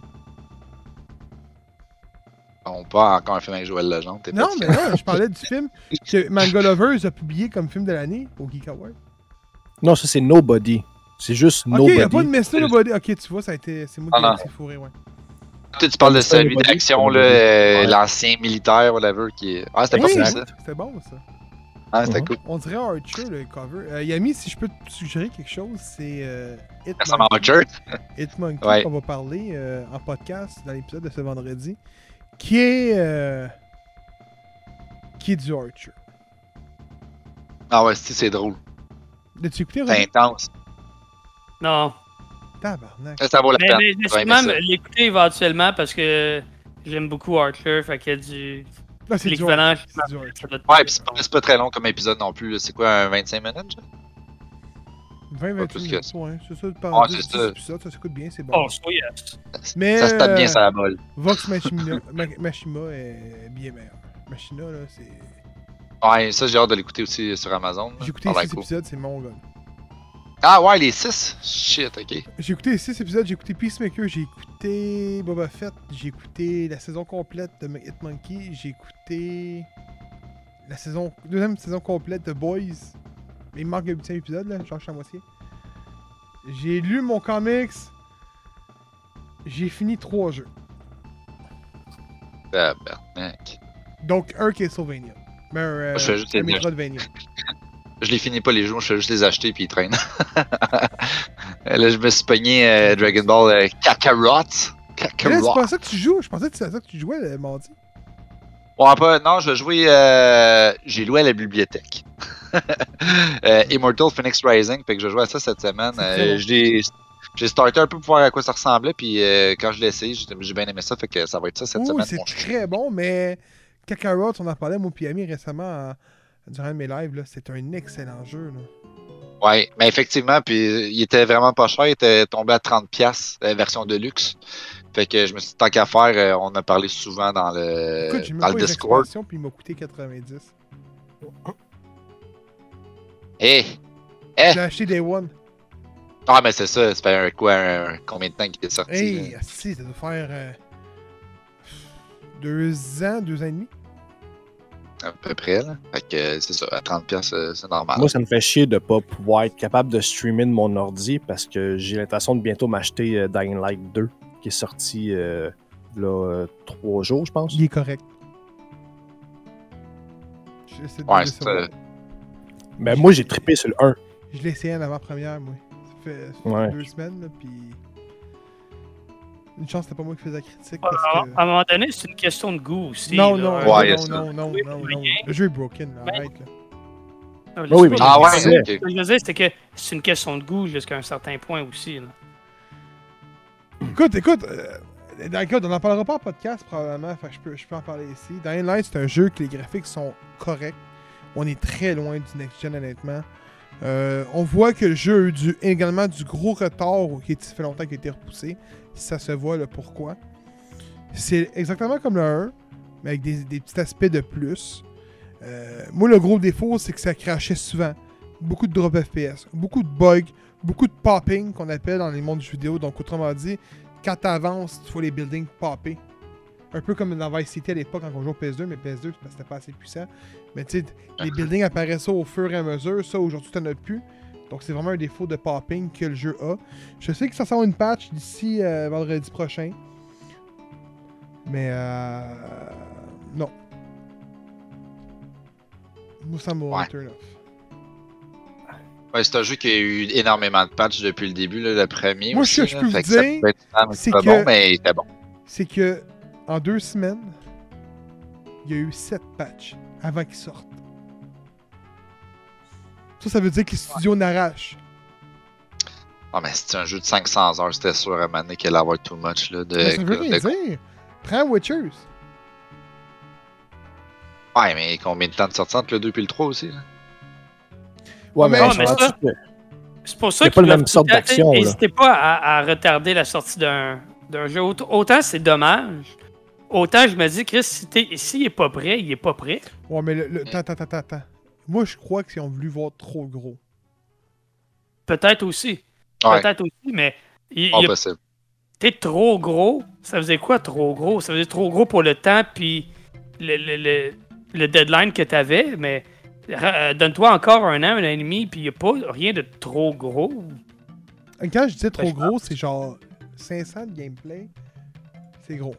On part encore un film avec Joël Legendre. t'es
Non, mais
fatigué.
non, je parlais du film que Manga Lovers a publié comme film de l'année au Geek Award.
Non, ça c'est nobody. C'est juste
Ok, il n'y a pas de
nobody.
Messner Nobody. Ok, tu vois, ça a été. C'est moi qui
Ah,
l'ai
non.
fait fourré, ouais.
Toi, tu parles de
Mr.
celui
Nobody,
d'action,
Mr.
là,
Nobody.
euh,
Ouais.
l'ancien militaire, whatever, qui est- Ah, c'était
Oui,
pas
oui,
ça.
C'était bon, ça.
Ah, c'était
Mhm.
cool.
On dirait Archer, le cover. Euh, Yami, si je peux te suggérer quelque chose, c'est euh, Hit
Personne en
Monkey.
shirt.
Hitmonkey
Ouais.
qu'on va parler euh, en podcast dans l'épisode de ce vendredi, qui est euh, qui est du Archer.
Ah ouais, si, c'est drôle.
L'as-tu écouté, Robin?
C'est intense.
Non.
Ben,
Tabarnak.
Ça, ça vaut la
Mais,
peine.
mais
J'ai aimé
justement,
ça.
l'écouter éventuellement parce que j'aime beaucoup Archer, fait qu'il y a du.
Non, Ah, c'est du Archer.
L'équivalent,
C'est du Archer.
ça va te-
Ouais, pis c'est pas, c'est pas très long comme épisode non plus. là. C'est quoi, un 25 minutes, genre?
20
Pas plus
28
que
minutes, ouais, c'est ça. Par
Ouais,
10,
c'est ça.
10 épisodes, ça s'écoute bien, c'est bon.
Oh, so yes.
Mais,
Ça se tape bien
euh,
sur la balle.
Vox Machina, Ma- Machima est bien meilleur. Machina, là, c'est...
Ouais, ça, j'ai hâte de l'écouter aussi sur Amazon. là.
J'ai écouté
Ça a l'air
6
Ah bah, cool.
épisodes, c'est mon gars.
Ah ouais, les 6? Shit, ok.
J'ai écouté 6 épisodes, j'ai écouté Peacemaker, j'ai écouté Boba Fett, j'ai écouté la saison complète de Ma- Hitmonkey, j'ai écouté la saison deuxième saison complète de Boys. Il me manque le huitième épisode, là, Georges Chamoisier. J'ai lu mon comics. J'ai fini trois jeux.
Ah, Tabarnak.
Donc, un Castlevania. Mais un, euh,
Moi, Ah, je fais juste
un
les deux.
Metroidvania.
Je les finis pas les jours, je fais juste les acheter puis ils traînent. Là, je me suis pogné euh, Dragon Ball euh, Kakarot.
Mais Là, c'est
Kakarot.
pas à ça que tu joues. Je pensais que c'est à ça que tu jouais le mardi.
Ouais, pas, non, je vais jouer. euh, J'ai loué à la bibliothèque. Euh, Immortal Phoenix Rising, fait que je joue à ça cette semaine.
C'est
Euh,
très bon.
je l'ai- J'ai starté un peu pour voir à quoi ça ressemblait, puis euh, quand je l'ai essayé, j'ai j'ai bien aimé ça, fait que ça va être ça cette
Oui,
semaine.
c'est
mon chou.
très bon, mais Kakarot, on en parlait, moi et Ami, récemment à- durant un de mes lives. là, C'est un excellent jeu. Là.
Ouais, mais effectivement, puis euh, il était vraiment pas cher, il était tombé à 30 pièces version de luxe. Fait que je me suis dit, tant qu'à faire, euh, on a parlé souvent dans le
Écoute, j'ai même
Euh, dans
pas
le
eu
Discord.
l'expansion, puis il m'a coûté 90.
Hé,
J'ai acheté Day One.
Eh! ah mais c'est ça, ça fait un quoi un- combien de temps qu'il est sorti
Hey,
là?
si, ça doit faire euh, deux ans, deux ans et demi.
à peu près là. Fait que euh, c'est ça, à 30 pièces c'est normal.
Moi, ça me fait chier de pas pouvoir être capable de streamer de mon ordi parce que j'ai l'intention de bientôt m'acheter euh, Dying Light 2 qui est sorti euh, là, euh, trois jours, je pense.
Il est correct. J'essaie de
Ouais,
le
c'est
savoir.
Mais Ben, moi, j'ai trippé sur le 1.
Je l'ai essayé en avant-première, moi. Ça fait, ça fait
Ouais.
deux semaines, là, puis... Une chance, c'était pas moi qui faisais la critique,
À,
parce que...
à un moment donné, c'est une question de goût aussi.
Non,
là.
non,
Un-
non,
Ouais,
non,
c'est
non, non,
Oui,
non,
oui,
non.
oui.
Le jeu est broken, là,
Ben-
arrête, là.
Non,
Ah oui,
laisse
mais-
pas-
Ah ouais,
C'est-
ok.
Ce que je veux dire, c'est que c'est une question de goût jusqu'à un certain point aussi. là.
Écoute, écoute, euh, dans le cas, on en parlera pas en podcast probablement, fait que je peux, je peux en parler ici. Dying Light, c'est un jeu que les graphiques sont corrects. On est très loin du next-gen, honnêtement. Euh, on voit que le jeu a eu du- également du gros retard qui est- ça fait longtemps qu'il a été repoussé. Ça se voit le pourquoi. C'est exactement comme le 1, mais avec des, des petits aspects de plus. Euh, moi, le gros défaut, c'est que ça crachait souvent. Beaucoup de drop FPS, beaucoup de bugs, beaucoup de popping qu'on appelle dans les mondes du jeu vidéo. Donc, autrement dit, quand t'avances, tu vois les buildings popper. Un peu comme dans Vice City à l'époque quand on jouait au PS2, mais PS2 c'est parce que c'était pas assez puissant. Mais tu sais, les buildings apparaissaient au fur et à mesure. Ça, aujourd'hui, t'en as plus. Donc, c'est vraiment un défaut de popping que le jeu a. Je sais que ça sort une patch d'ici euh, vendredi prochain. Mais euh, non. Moi, ça m'a
Ouais.
turn off.
Ouais, c'est un jeu qui a eu énormément de patchs depuis le début, là, le premier.
Moi,
aussi,
ce que je
là.
peux vous
Fait que ça
dire,
peut être souvent, mais
c'est
c'est pas bon,
que-
mais c'était bon.
c'est que en deux semaines, il y a eu sept patchs avant qu'ils sortent. Ça, ça veut dire que les studios n'arrachent.
Ah, mais c'est un jeu de 500 heures, c'était sûr à un moment donné qu'elle allait avoir too much. Là, de,
Mais ça veut
de-
rien
de-
dire. Prends Witchers.
Ouais, mais combien de temps de sortie entre le 2 et le 3 aussi? Là?
Ouais,
Ouais,
mais, on
mais
s'entend-tu
ça-
que-
C'est pour ça
Y a
que
pas le même sorte d'action, là.
N'hésitez pas à, à retarder la sortie d'un d'un jeu. Aut- Autant c'est dommage, autant je me dis, Chris, si t'es- s'il n'est pas prêt, il est pas prêt.
Ouais, mais le. le- Attends, attends, attends, attends. Moi, je crois qu'ils ont voulu voir trop gros.
Peut-être aussi.
Ouais, Ah, bah,
Peut-être aussi, mais il,
pas
il a-
possible.
t'es trop gros. Ça faisait quoi trop gros? Ça faisait trop gros pour le temps puis le, le- le- le deadline que t'avais, mais ra- euh, donne-toi encore un an, un an et demi, puis il n'y a pas rien de trop gros.
Quand je dis trop
je
gros, c'est genre 500 de gameplay. C'est gros.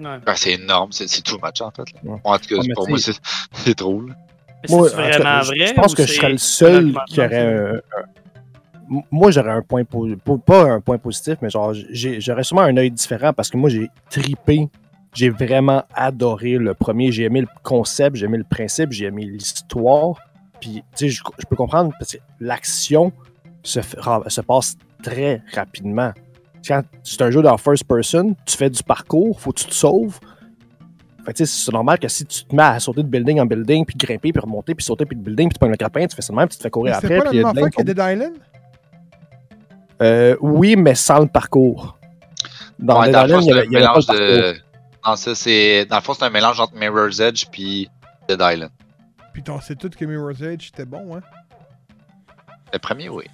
Ouais.
Ouais, ben, c'est énorme, c'est c'est too much en fait. là.
Ouais.
En tout cas,
Ouais, mais
pour
tu
moi, c'est c'est trop. là.
Mais
Moi,
c'est
en tout
vraiment
cas,
vrai?
je- Je pense
ou
que je
c'est-
serais le seul
honnêtement,
qui aurait
c'est-
un. un- m- Moi, j'aurais un point po- po- pas un point positif, mais genre, j'ai- j'aurais sûrement un œil différent parce que moi, j'ai tripé. J'ai vraiment adoré le premier. J'ai aimé le concept, j'ai aimé le principe, j'ai aimé l'histoire. Puis, tu sais, je, je peux comprendre parce que l'action se, fait- ra- se passe très rapidement. Quand c'est un jeu dans first person, tu fais du parcours, faut que tu te sauves. Fait que, tu sais, c'est normal que si tu te mets à sauter de building en building, puis grimper, puis remonter, puis sauter, puis de building, puis tu prends le crapin, tu fais ça de même, puis tu te fais courir
C'est
après.
pas la
puis
même
le building
affaire que
tombe.
Dead Island
Euh, oui, mais sans le parcours. Dans
Ouais,
Dead
dans le fond,
Island, il y avait,
c'est
il
un
y avait pas
mélange
le parcours.
de. Non, ça, c'est. Dans le fond, c'est un mélange entre Mirror's Edge puis Dead Island.
Putain, c'est tout que Mirror's Edge, c'était bon, hein.
Le premier, oui.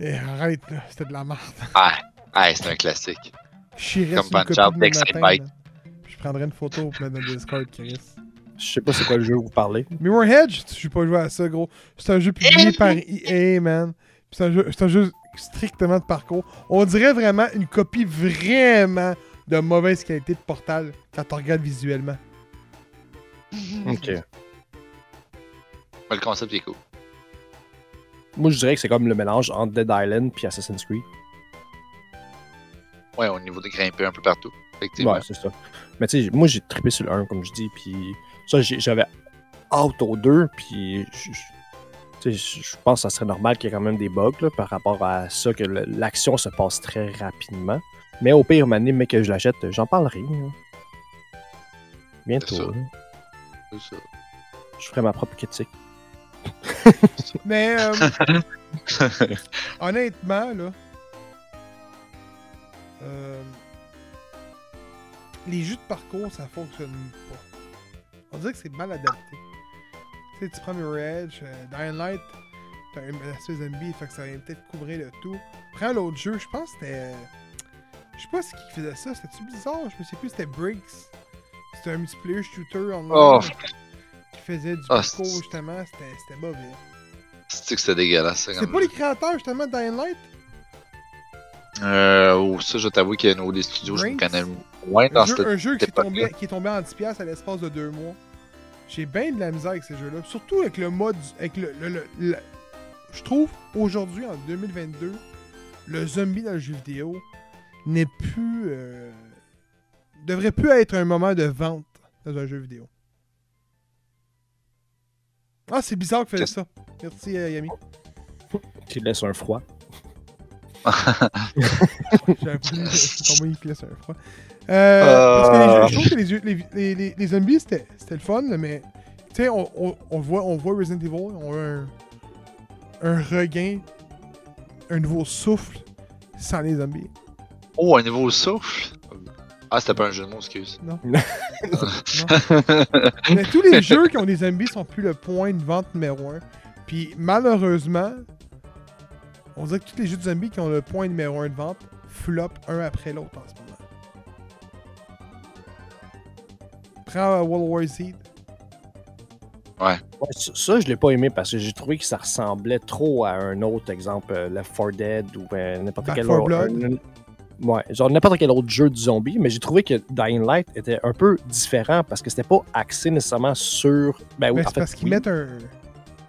Et arrête, là, c'était de la merde.
Ah, ah, c'est un classique.
Chiris,
Comme
une copie
Punch-Out,
de mes
Backside
matins,
Bike.
là. Puis je prendrai une photo pour mettre dans le Discord, Chris.
Je sais pas c'est quoi le jeu que vous parlez.
Mirror Edge, je suis pas joué à ça, gros. C'est un jeu publié par EA, man. Puis C'est un, jeu- c'est un jeu strictement de parcours. On dirait vraiment une copie vraiment de mauvaise qualité de Portal quand on regarde visuellement.
Ok.
Mais le concept est cool.
Moi, je dirais que c'est comme le mélange entre Dead Island puis Assassin's Creed.
Ouais, au niveau des grimpeurs un peu partout. Effectivement.
Ouais, c'est ça. Mais tu sais, moi, j'ai trippé sur le 1, comme je dis, puis ça, j'ai- j'avais hâte au 2, puis je- je- tu sais, je je pense que ça serait normal qu'il y ait quand même des bugs là, par rapport à ça, que le- l'action se passe très rapidement. Mais au pire, mané, mais que je l'achète, j'en parlerai. là.
C'est ça.
Bientôt. là.
C'est ça.
Je ferai ma propre critique.
Mais euh, honnêtement, là, euh, les jeux de parcours, ça fonctionne pas. On dirait que c'est mal adapté. Tu sais, tu prends Mirror Edge, euh, Dying Light, t'as un menace zombie, fait que ça vient peut-être couvrir le tout. Prends l'autre jeu, je pense que c'était. euh, Je sais pas ce qui faisait ça, c'était-tu bizarre? Je me sais plus, c'était Briggs. C'était un multiplayer shooter en
Oh.
qui faisait du
Ah,
parcours,
c'est-
justement, c'était c'était mauvais.
C'est que c'est dégueulasse, ça.
C'est
comme
pas les créateurs justement de Dying Light?
Euh, oh, ça, je t'avoue que niveau des studios, je me
Brinks?
connais moins
Un
dans
jeu,
cette.
un jeu qui, est
époque-là.
tombé, qui est tombé en 10$ à l'espace de deux mois. J'ai bien de la misère avec ces jeux-là. Surtout avec le mode. Avec le, le- le- le- Je trouve aujourd'hui, en 2022, le zombie dans le jeu vidéo n'est plus. euh, devrait plus être un moment de vente dans un jeu vidéo. Ah, c'est bizarre que faisait ça. Merci, euh, Yami.
Tu laisses un froid.
J'ai un peu comment euh, il laisse un froid. Euh, parce que les jeux- je trouve que les, jeux- les- les, les, les zombies, c'était c'était le fun, là, mais tu sais, on, on, on voit, on voit Resident Evil, on a un, un regain, un nouveau souffle sans les zombies.
Oh, un nouveau souffle. Ah, c'était pas un jeu de mots, excuse.
Mais tous les jeux qui ont des zombies sont plus le point de vente numéro un. Puis malheureusement, on dirait que tous les jeux de zombies qui ont le point numéro un de vente flop un après l'autre en ce moment. Prends euh, World
Ah
War Z,
Ouais, ça, ça, je l'ai pas aimé parce que j'ai trouvé que ça ressemblait trop à un autre exemple, euh, Left 4 Dead ou euh, n'importe
Back
quel
four
autre.
Blood.
un- ouais, genre n'importe quel autre jeu de zombie, mais j'ai trouvé que Dying Light était un peu différent parce que c'était pas axé nécessairement sur. Ben
Mais
oui, en
c'est
fait,
parce qu'ils
oui.
mettent un,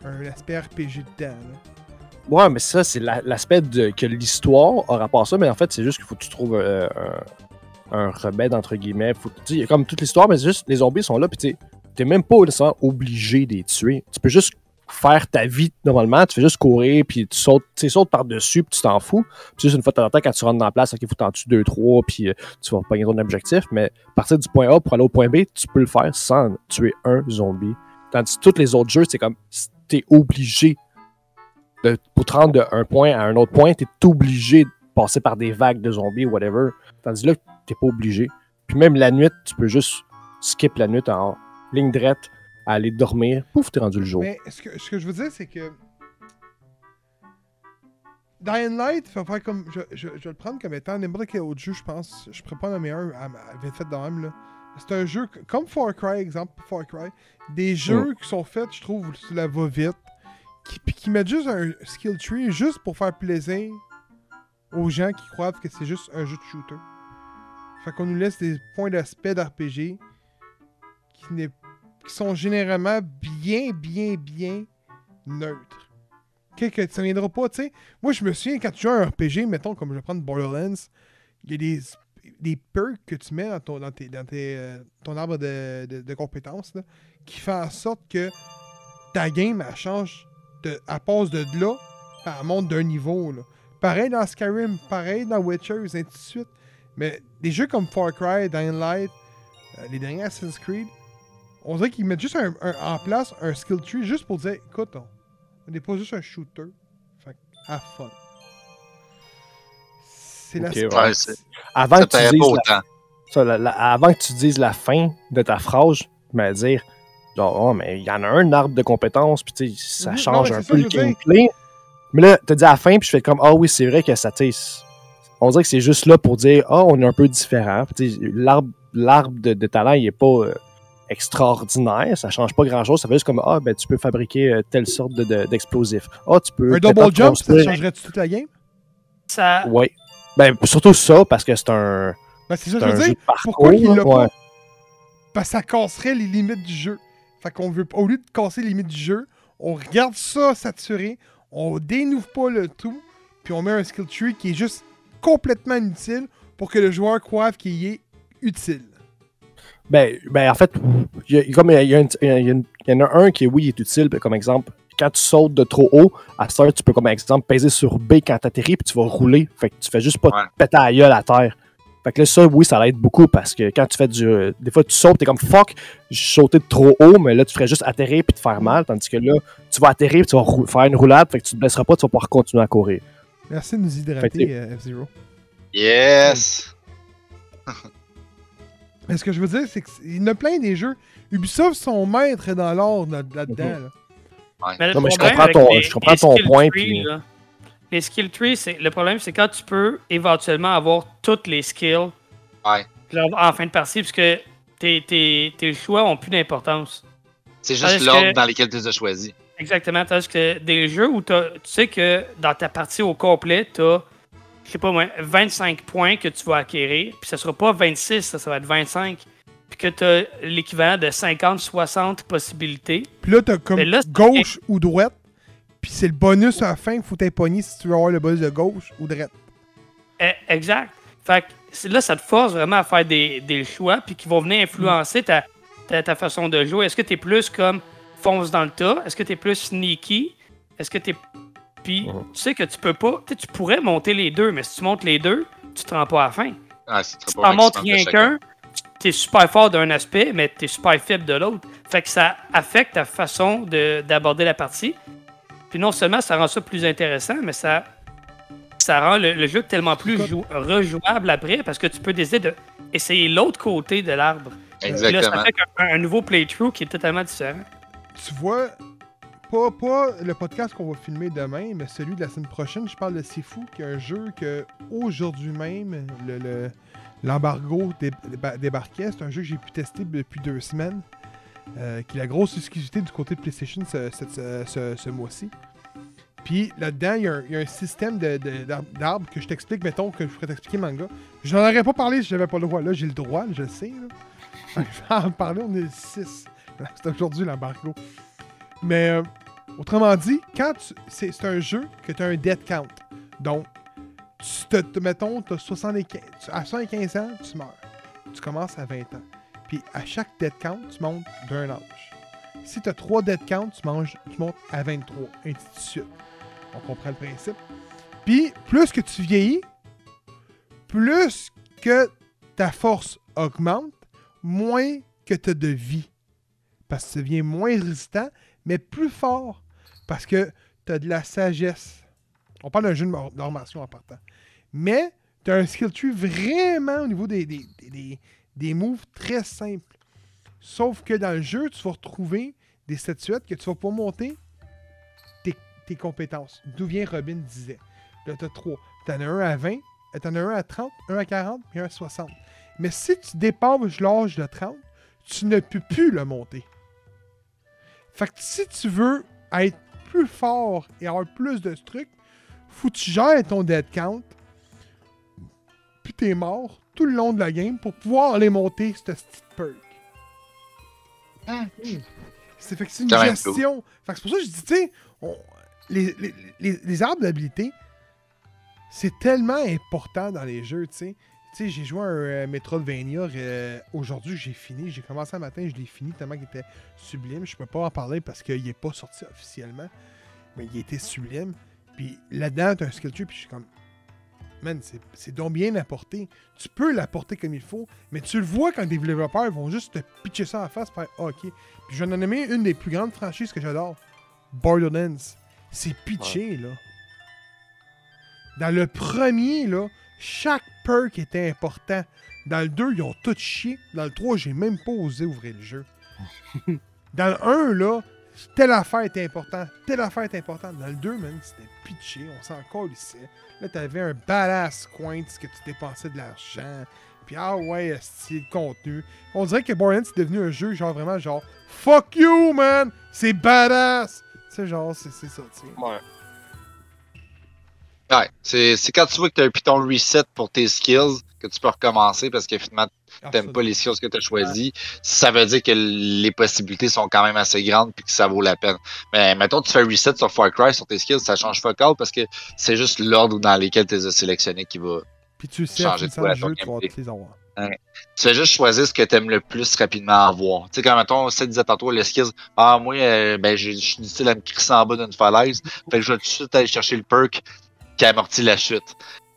un aspect RPG dedans. là.
Ouais, mais ça, c'est la- l'aspect de- que l'histoire a rapport à ça, mais en fait, c'est juste qu'il faut que tu trouves euh, un, un remède, entre guillemets. Faut, tu sais, il y a comme toute l'histoire, mais c'est juste les zombies sont là, puis tu sais, t'es même pas nécessairement obligé de les tuer. Tu peux juste faire ta vie normalement, tu fais juste courir, puis tu sautes, tu sais, sautes par-dessus, puis tu t'en fous. Puis juste une fois de temps en temps, quand tu rentres dans la place, ok, faut que t'en tues deux, trois, puis euh, tu vas pogner ton objectif, mais partir du point A pour aller au point B, tu peux le faire sans tuer un zombie. Tandis que tous les autres jeux, c'est comme, si t'es obligé de- pour te rendre d'un point à un autre point, t'es obligé de passer par des vagues de zombies, whatever. Tandis là, t'es pas obligé. Puis même la nuit, tu peux juste skip la nuit en ligne droite, aller dormir, pouf, t'es rendu le jour.
Mais ce que, ce que je veux dire, c'est que. Dying Light, faut faire comme. Je, je- je vais le prendre comme étant n'importe quel autre jeu, je pense. Je pourrais pas nommer un à, à- vite fait dans même, là. C'est un jeu que- comme Far Cry, exemple, Far Cry. Des jeux qui sont faits, je trouve, sur la va-vite. Qui, puis qui mettent juste un skill tree juste pour faire plaisir aux gens qui croient que c'est juste un jeu de shooter. Fait qu'on nous laisse des points d'aspect d'RPG qui n'est qui sont généralement bien, bien, bien neutres. Que, que ça viendra pas, tu sais. Moi, je me souviens, quand tu joues à un RPG, mettons, comme je vais prendre Borderlands, il y a des, des perks que tu mets dans ton, dans tes, dans tes, euh, ton arbre de, de- de compétences, là, qui fait en sorte que ta game, elle change, de, elle passe de là, puis elle monte d'un niveau, là. Pareil dans Skyrim, pareil dans Witcher, et ainsi de suite. Mais des jeux comme Far Cry, Dying Light, euh, les derniers Assassin's Creed, on dirait qu'ils mettent juste un- un- en place un skill tree juste pour dire écoute, on on n'est pas juste un shooter. Fait que, have fun. C'est la
Ok,
seule-
Ouais, c'est-
Avant
ça
que, tu
paraît pas
dises
autant.
la- ça, la- la- avant que tu dises la fin de ta phrase, me dire, genre, oh, mais il y en a un arbre de compétences, puis tu sais, ça
Mhm,
change
non, mais
un
c'est ça,
peu le
je veux dire.
gameplay. Mais là, t'as dit à la fin, puis je fais comme, ah oui, c'est vrai que ça, tu sais, on dirait que c'est juste là pour dire, ah, on est un peu différent. Puis, tu sais, L'arbre l'arbre de, de talent, il est pas euh, extraordinaire. Ça change pas grand-chose. Ça fait juste comme, ah, ben, tu peux fabriquer euh, telle sorte de- de- d'explosif. ah, tu peux...
Un double
peut-être
jump, ça
construire-
changerait toute la game?
Ça,
Oui. Ben, surtout ça, parce que c'est un,
Ben, c'est ça que
c'est
je
un
veux
jeu
dire.
de parcours.
Pourquoi il l'a
là, ouais.
pas? Parce que ça casserait les limites du jeu. Fait qu'on veut pas- Au lieu de casser les limites du jeu, on regarde ça saturé, on dénouve pas le tout, puis on met un skill tree qui est juste complètement inutile pour que le joueur croive qu'il y est utile.
Ben, ben, en fait, il y a- comme il y, a- il y a une- il y a une- il y en a un qui, oui, est utile, comme exemple, quand tu sautes de trop haut, à ça, tu peux, comme exemple, peser sur B quand t'atterris, puis tu vas rouler. Fait que tu fais juste pas
Ouais.
te péter à la gueule à terre. Fait que là, ça, oui, ça l'aide beaucoup parce que quand tu fais du. euh, des fois, tu sautes, t'es comme fuck, j'ai sauté de trop haut, mais là, tu ferais juste atterrir puis te faire mal. Tandis que là, tu vas atterrir puis tu vas rou- faire une roulade, fait que tu te blesseras pas, tu vas pouvoir continuer à courir.
Merci de nous
Fait
hydrater, euh, F-Zero.
Yes!
Mais ce que je veux dire, c'est qu'il y en a plein des jeux. Ubisoft sont maîtres dans l'or là- là-dedans.
Mhm.
là.
mais le
Non, mais je
problème
comprends
avec
ton-
les-
je comprends
les
ton
skill
point,
trees,
puis-
là, les skill trees, c'est- le problème, c'est quand tu peux éventuellement avoir toutes les skills
Ouais.
là, en fin de partie, parce que tes, tes, tes choix ont plus d'importance.
C'est
Tandis
juste
Ah, que-
l'ordre dans lequel tu les as choisis.
Exactement. Tandis que des jeux où t'as- tu sais que dans ta partie au complet, tu as, je sais pas moi, 25 points que tu vas acquérir, puis ça sera pas 26, ça, ça va être 25, puis que tu as l'équivalent de 50, 60 possibilités.
Puis là, t'as comme
Mais là, c'est-
gauche ou droite. Puis c'est le bonus à la fin qu'il faut t'impoigner si tu veux avoir le bonus de gauche ou droite.
Eh, Exact. Fait que c'est- là, ça te force vraiment à faire des, des choix, puis qui vont venir influencer ta, ta, ta façon de jouer. Est-ce que t'es plus comme fonce dans le tas? Est-ce que t'es plus sneaky? Est-ce que t'es. Puis tu sais que tu peux pas. Tu sais, tu pourrais monter les deux, mais si tu montes les deux, tu te rends pas à la fin.
Ah, c'est très
Si
pas
t'en
mal
montres
qu'il se
rien
manque de chacun.
qu'un, t'es super fort d'un aspect, mais t'es super faible de l'autre. Fait que ça affecte ta façon de- d'aborder la partie. Puis non seulement ça rend ça plus intéressant, mais ça, ça rend le, le jeu tellement plus jou- rejouable après parce que tu peux décider de essayer l'autre côté de l'arbre. Puis Là, ça
Exactement.
fait qu'un- un, nouveau playthrough qui est totalement différent.
Tu vois, pas, pas le podcast qu'on va filmer demain, mais celui de la semaine prochaine, je parle de C'est Fou, qui est un jeu que aujourd'hui même, le- le- l'embargo dé- déba- débarquait. C'est un jeu que j'ai pu tester depuis deux semaines, euh, qui est la grosse exclusivité du côté de PlayStation ce, cette- ce- ce- ce mois-ci. Puis là-dedans, il y a un- il y, a un système de- de- d'ar- d'arbres que je t'explique, mettons, que je pourrais t'expliquer manga. Je n'en aurais pas parlé si j'avais pas le droit. Là, j'ai le droit, je le sais. là. Je vais en parler, on est le 6. C'est aujourd'hui l'embargo. Mais euh, autrement dit, quand tu- c'est c'est un jeu que tu as un dead count. Donc, tu te, te- mettons, t'as 75, tu- à 75 ans, tu meurs. Tu commences à 20 ans. Puis à chaque dead count, tu montes d'un âge. Si tu as 3 dead counts, tu, manges- tu montes à 23, ainsi de suite. On comprend le principe. Puis, plus que tu vieillis, plus que ta force augmente, moins que tu as de vie. Parce que tu deviens moins résistant, mais plus fort parce que tu as de la sagesse. On parle d'un jeu de mor- d'armation en partant. Mais tu as un skill tree vraiment au niveau des, des, des- des- des moves très simples. Sauf que dans le jeu, tu vas retrouver des statuettes que tu vas pouvoir monter tes, tes compétences. D'où vient Robin disait. Là, tu as trois. Tu en as un à 20, euh, t'en as un à 30, un à 40 et un à 60. Mais si tu dépasses l'âge de 30, tu ne peux plus le monter. Fait que si tu veux être plus fort et avoir plus de ce truc, faut que tu gères ton dead count, puis t'es mort tout le long de la game pour pouvoir aller monter ce petit perk. Hmm. C'est fait que c'est une
Quand même cool.
gestion. Fait que c'est pour ça que je dis, tu sais, on- les, les- les- les arbres d'habilité, c'est tellement important dans les jeux, tu sais. Tu sais, j'ai joué à un euh, Metroidvania euh, aujourd'hui, j'ai fini. J'ai commencé un matin, je l'ai fini tellement qu'il était sublime. Je peux pas en parler parce qu'il est pas sorti officiellement, mais il était sublime. Puis là-dedans, t'as un skill tree, puis je suis comme, man, c'est- c'est donc bien apporté. Tu peux l'apporter comme il faut, mais tu le vois quand les développeurs vont juste te pitcher ça en face, faire Ah, ok. Puis je vais en nommer une des plus grandes franchises que j'adore, Borderlands. C'est pitché, là. Dans le premier, là, chaque perk était important. Dans le 2, ils ont tout chié. Dans le 3, j'ai même pas osé ouvrir le jeu. Dans le 1, là, telle affaire est importante, telle affaire est importante. Dans le 2, man, c'était pitché, on s'en colissait. Là, t'avais un badass coin de ce que tu dépensais de l'argent. Puis ah ouais, style contenu. On dirait que Borderlands c'est devenu un jeu genre vraiment genre fuck you man, c'est badass. Tu sais genre c'est c'est ça, tu sais.
Ouais.
Ouais, c'est c'est quand tu vois que t'as un piton reset pour tes skills que tu peux recommencer parce que finalement,
Ah,
t'aimes pas les skills que t'as choisis. Ça veut dire que les possibilités sont quand même assez grandes puis que ça vaut la peine. Mais mettons, tu fais reset sur Far Cry, sur tes skills, ça change fuck all parce que c'est juste l'ordre dans lequel tu les as sélectionnés qui va.
Puis tu sais,
Changer
tu
de
sens
quoi
le
à ton
jeu, tu vas
gameplay.
tous les avoir.
Tu fais juste choisir ce que t'aimes le plus rapidement avoir. Tu sais, quand mettons, ça disait tantôt les skills, ah, moi, euh, ben, je je suis du style à me crisser en bas d'une falaise. Fait que je vais tout de suite aller chercher le perk qui amortit la chute.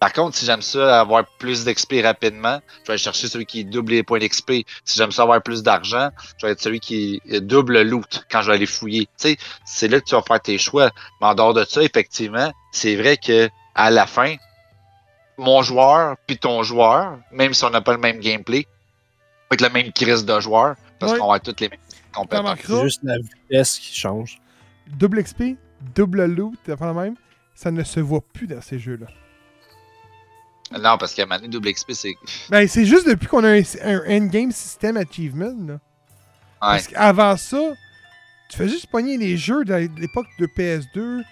Par contre, si j'aime ça avoir plus d'XP rapidement, je vais aller chercher celui qui double les points d'XP. Si j'aime ça avoir plus d'argent, je vais être celui qui euh, double le loot quand je vais aller fouiller. Tu sais, c'est là que tu vas faire tes choix. Mais en dehors de ça, effectivement, c'est vrai que à la fin, mon joueur puis ton joueur, même si on n'a pas le même gameplay, va être la même crise de joueur parce
Ouais.
qu'on va toutes les mêmes
T'as
compétences.
C'est
remarqueras,
juste la vitesse qui change.
double XP, double loot, t'as pas la même, ça ne se voit plus dans ces jeux là.
Non, parce qu'à un moment donné, double XP, c'est.
Ben c'est juste depuis qu'on a un, un endgame system achievement là.
Ouais.
Parce qu'avant ça, tu fais juste pogner les jeux de l'époque de PS2,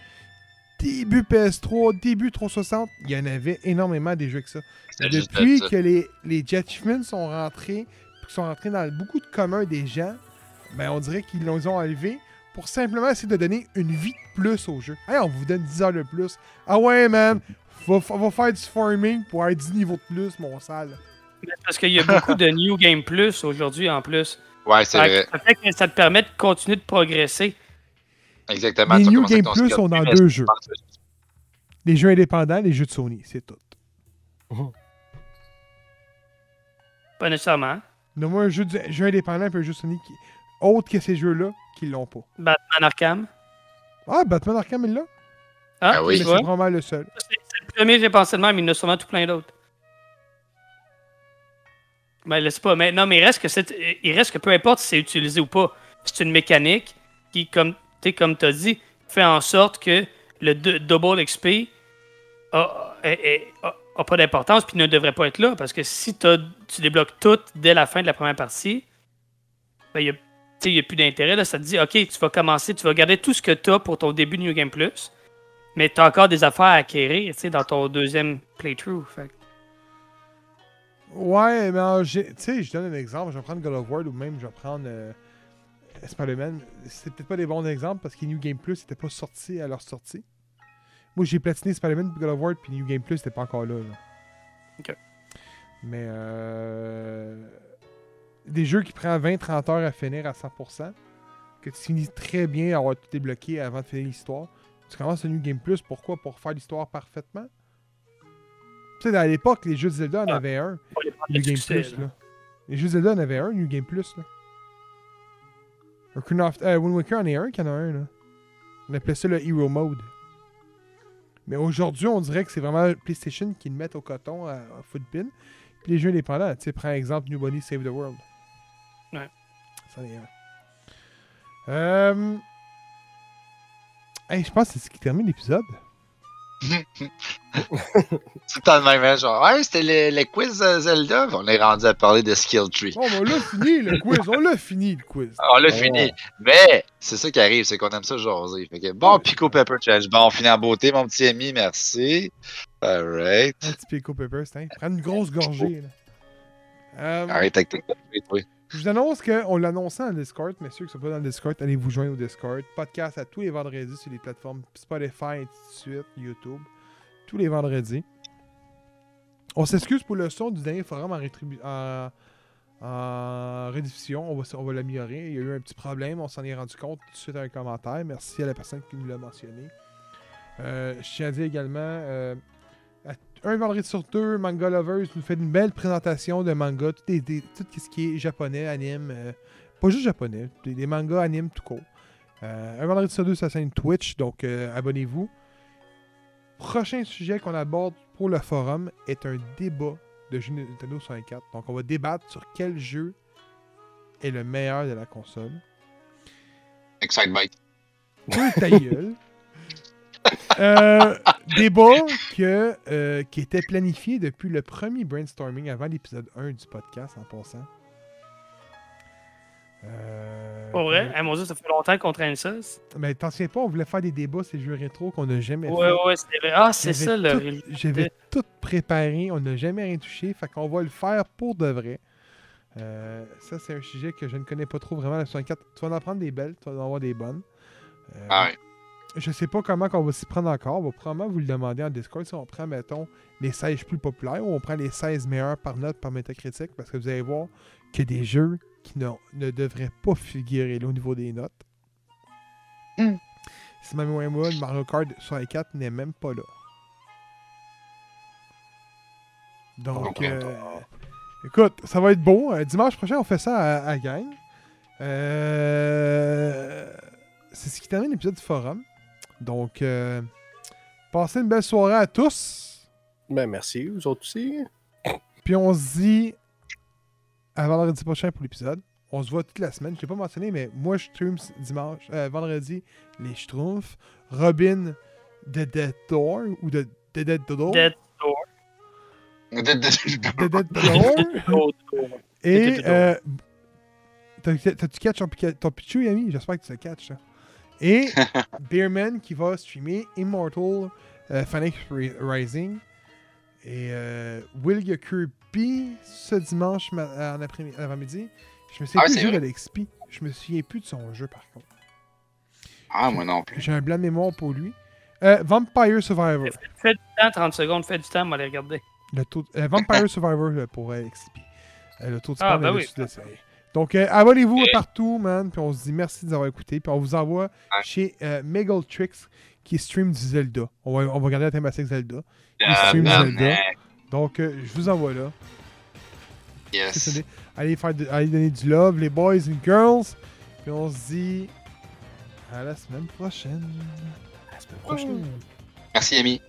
début PS3, début 360. Il y en avait énormément des jeux que ça.
c'est juste de
Depuis
ça.
que les, les achievements sont rentrés, puis sont rentrés dans beaucoup de communs des gens, ben on dirait qu'ils l'ont- ils ont enlevé pour simplement essayer de donner une vie de plus au jeu. Hey, on vous donne 10 heures de plus. Ah ouais, man, va, fa- va faire du farming pour avoir 10 niveaux de plus, mon sale.
Mais Parce qu'il y a beaucoup de New Game Plus aujourd'hui en plus.
Ouais, c'est
Fait
vrai.
que- Ça fait que ça te permet de continuer de progresser.
Exactement.
Les
tu vas
New
commencer
Game
avec ton
Plus
skill
sont dans
tree, mais
deux
c'est-
jeux. Les jeux indépendants, les jeux de Sony, c'est tout.
Pas nécessairement.
Donne-moi un jeu, du- jeu indépendant puis un jeu Sony qui... autre que ces jeux-là qui l'ont pas.
Batman Arkham.
Ah, Batman Arkham est là.
Hein,
Ah oui.
tu
Mais
vois?
c'est vraiment le seul.
C'est c'est le premier, j'ai pensé de même, il y en a sûrement tout plein d'autres. Mais laisse pas. Mais non, mais il reste que c'est- il reste que peu importe si c'est utilisé ou pas. C'est une mécanique qui, comme tu comme as dit, fait en sorte que le dou- double XP a, a- a- a- a pas d'importance puis ne devrait pas être là. Parce que si t'as- tu débloques tout dès la fin de la première partie, ben il y a- tu sais, il n'y a plus d'intérêt. là. Ça te dit, OK, tu vas commencer, tu vas garder tout ce que tu as pour ton début de New Game Plus. Mais t'as encore des affaires à acquérir, tu sais, dans ton deuxième playthrough. Fait. que-
Ouais, mais en gé- tu sais, je donne un exemple. Je vais prendre God of War ou même je vais prendre euh, Spider-Man. C'est peut-être pas des bons exemples parce que New Game Plus n'était pas sorti à leur sortie. Moi, j'ai platiné Spider-Man, puis God of War, puis New Game Plus n'était pas encore là. là.
Ok.
Mais euh, des jeux qui prennent 20-30 heures à finir à 100%, que tu finis très bien à avoir tout débloqué avant de finir l'histoire. Tu commences un New Game Plus, pourquoi Pour faire l'histoire parfaitement. Tu sais, à l'époque, les jeux de Zelda en
Ah.
avaient un.
Pas les prendre de
New Game
succès,
Plus,
là.
là. Les jeux Zelda en avaient un, New Game Plus, là. Ocarina of... euh, Wind Waker en est un qui en a un, là. On appelait ça le Hero Mode. Mais aujourd'hui, on dirait que c'est vraiment PlayStation qui le mettent au coton, à, à footpin. Puis les jeux indépendants, tu sais, prends exemple New Bunny Save the World.
Ouais.
Ça en est un. Euh... Hey, je pense que c'est ce qui termine l'épisode.
Tout le temps le même, hein, genre, hey, c'était le, le quiz euh, Zelda. On est rendu à parler de Skill Tree.
Bon, ben, on l'a fini, le quiz. On l'a fini, le quiz.
On l'a
Oh.
fini. Mais c'est ça qui arrive, c'est qu'on aime ça jaser. Fait que, bon, Pico Pepper Challenge. Bon, on finit en beauté, mon petit ami, merci. Alright.
Un petit Pico Peppers, hein. Prends une grosse gorgée, là. Euh,
Arrête avec tes oui.
Je vous annonce qu'on l'annonçait dans le Discord, mais ceux qui sont pas dans le Discord, allez vous joindre au Discord. Podcast à tous les vendredis sur les plateformes Spotify, et tout de suite, YouTube. Tous les vendredis. On s'excuse pour le son du dernier forum en, rétribu- en- en rediffusion. On va, s- on va l'améliorer. Il y a eu un petit problème. On s'en est rendu compte tout de suite à un commentaire. Merci à la personne qui nous l'a mentionné. Euh, je tiens à dire également, euh, à- un vendredi sur deux, Manga Lovers nous fait une belle présentation de manga, tout, des- des- tout ce qui est japonais, anime, euh, pas juste japonais, des, des mangas, anime tout court. Euh, un vendredi sur deux, ça scène Twitch, donc euh, abonnez-vous. Prochain sujet qu'on aborde pour le forum est un débat de jeux Nintendo 64. Donc, on va débattre sur quel jeu est le meilleur de la console.
Excitebike.
Oui, ta gueule. Euh, débat que, euh, qui était planifié depuis le premier brainstorming avant l'épisode 1 du podcast, en passant. Euh,
Pour vrai? Ah, mon dieu, ça fait longtemps qu'on traîne ça. Ouais,
Mais t'en souviens pas, on voulait faire des débats ces jeux rétro qu'on n'a jamais fait.
ouais, c'est vrai. Ah, c'est
J'avais
ça, le.
tout- J'avais tout préparé, on n'a jamais rien touché, fait qu'on va le faire pour de vrai. Euh, ça, c'est un sujet que je ne connais pas trop vraiment. La 64, tu vas en prendre des belles, tu vas en avoir des bonnes. Euh,
Ah ouais.
Je sais pas comment qu'on va s'y prendre encore. On va probablement vous le demander en Discord si on prend, mettons, les 16 plus populaires ou on prend les 16 meilleurs par note par métacritique parce que vous allez voir qu'il y a des jeux qui n'ont- ne devraient pas figurer là au niveau des notes.
Hmm.
Si ma mémoire est bonne, Mario Kart 64 n'est même pas là. Donc,
Donc,
euh, écoute, ça va être beau. Euh, dimanche prochain, on fait ça à, à Gang. Euh, c'est ce qui termine l'épisode du forum. Donc, euh, passez une belle soirée à tous.
Ben, merci, vous autres aussi.
Puis on se dit à vendredi prochain pour l'épisode. On se voit toute la semaine. Je l'ai pas mentionné, mais moi, je stream dimanche, euh, vendredi, les Schtroumpfs. Robin de Dead Door ou de de Dead Door.
Dead
De Dead Door. Et euh, t'as- t'as-tu catch ton, pica- ton Pichu, Yami? J'espère que tu le catches. ça. Et Beerman qui va streamer Immortal euh, Phoenix Ri- Rising. Et euh, Will Yakurpi ce dimanche ma- euh, en après midi Je me souviens
Ah,
plus
c'est
du jeu
vrai.
d'Alexpi. Je me souviens plus de son jeu par contre.
Ah, moi non plus.
J'ai un blanc de mémoire pour lui. Euh, Vampire Survivor.
Fais du temps, 30 secondes, fais du temps, on va aller regarder.
Le taux- euh, Vampire Survivor là, pour LXP. Euh, le taux de
Ah,
spam
ben
est
oui.
dessus de ça. Donc, euh, abonnez-vous
Et-
partout, man. Puis on se dit merci de nous avoir écoutés. Puis on vous envoie chez euh, Megaltrix qui stream du Zelda. On va, on va regarder la thématique Zelda.
Ah,
Il stream Zelda.
Tabarnak,
Donc, euh, je vous envoie là.
Yes.
Allez- Allez, faire de- allez donner du love, les boys and girls. Puis on se dit à la semaine prochaine.
À la semaine prochaine.
Merci, Amy.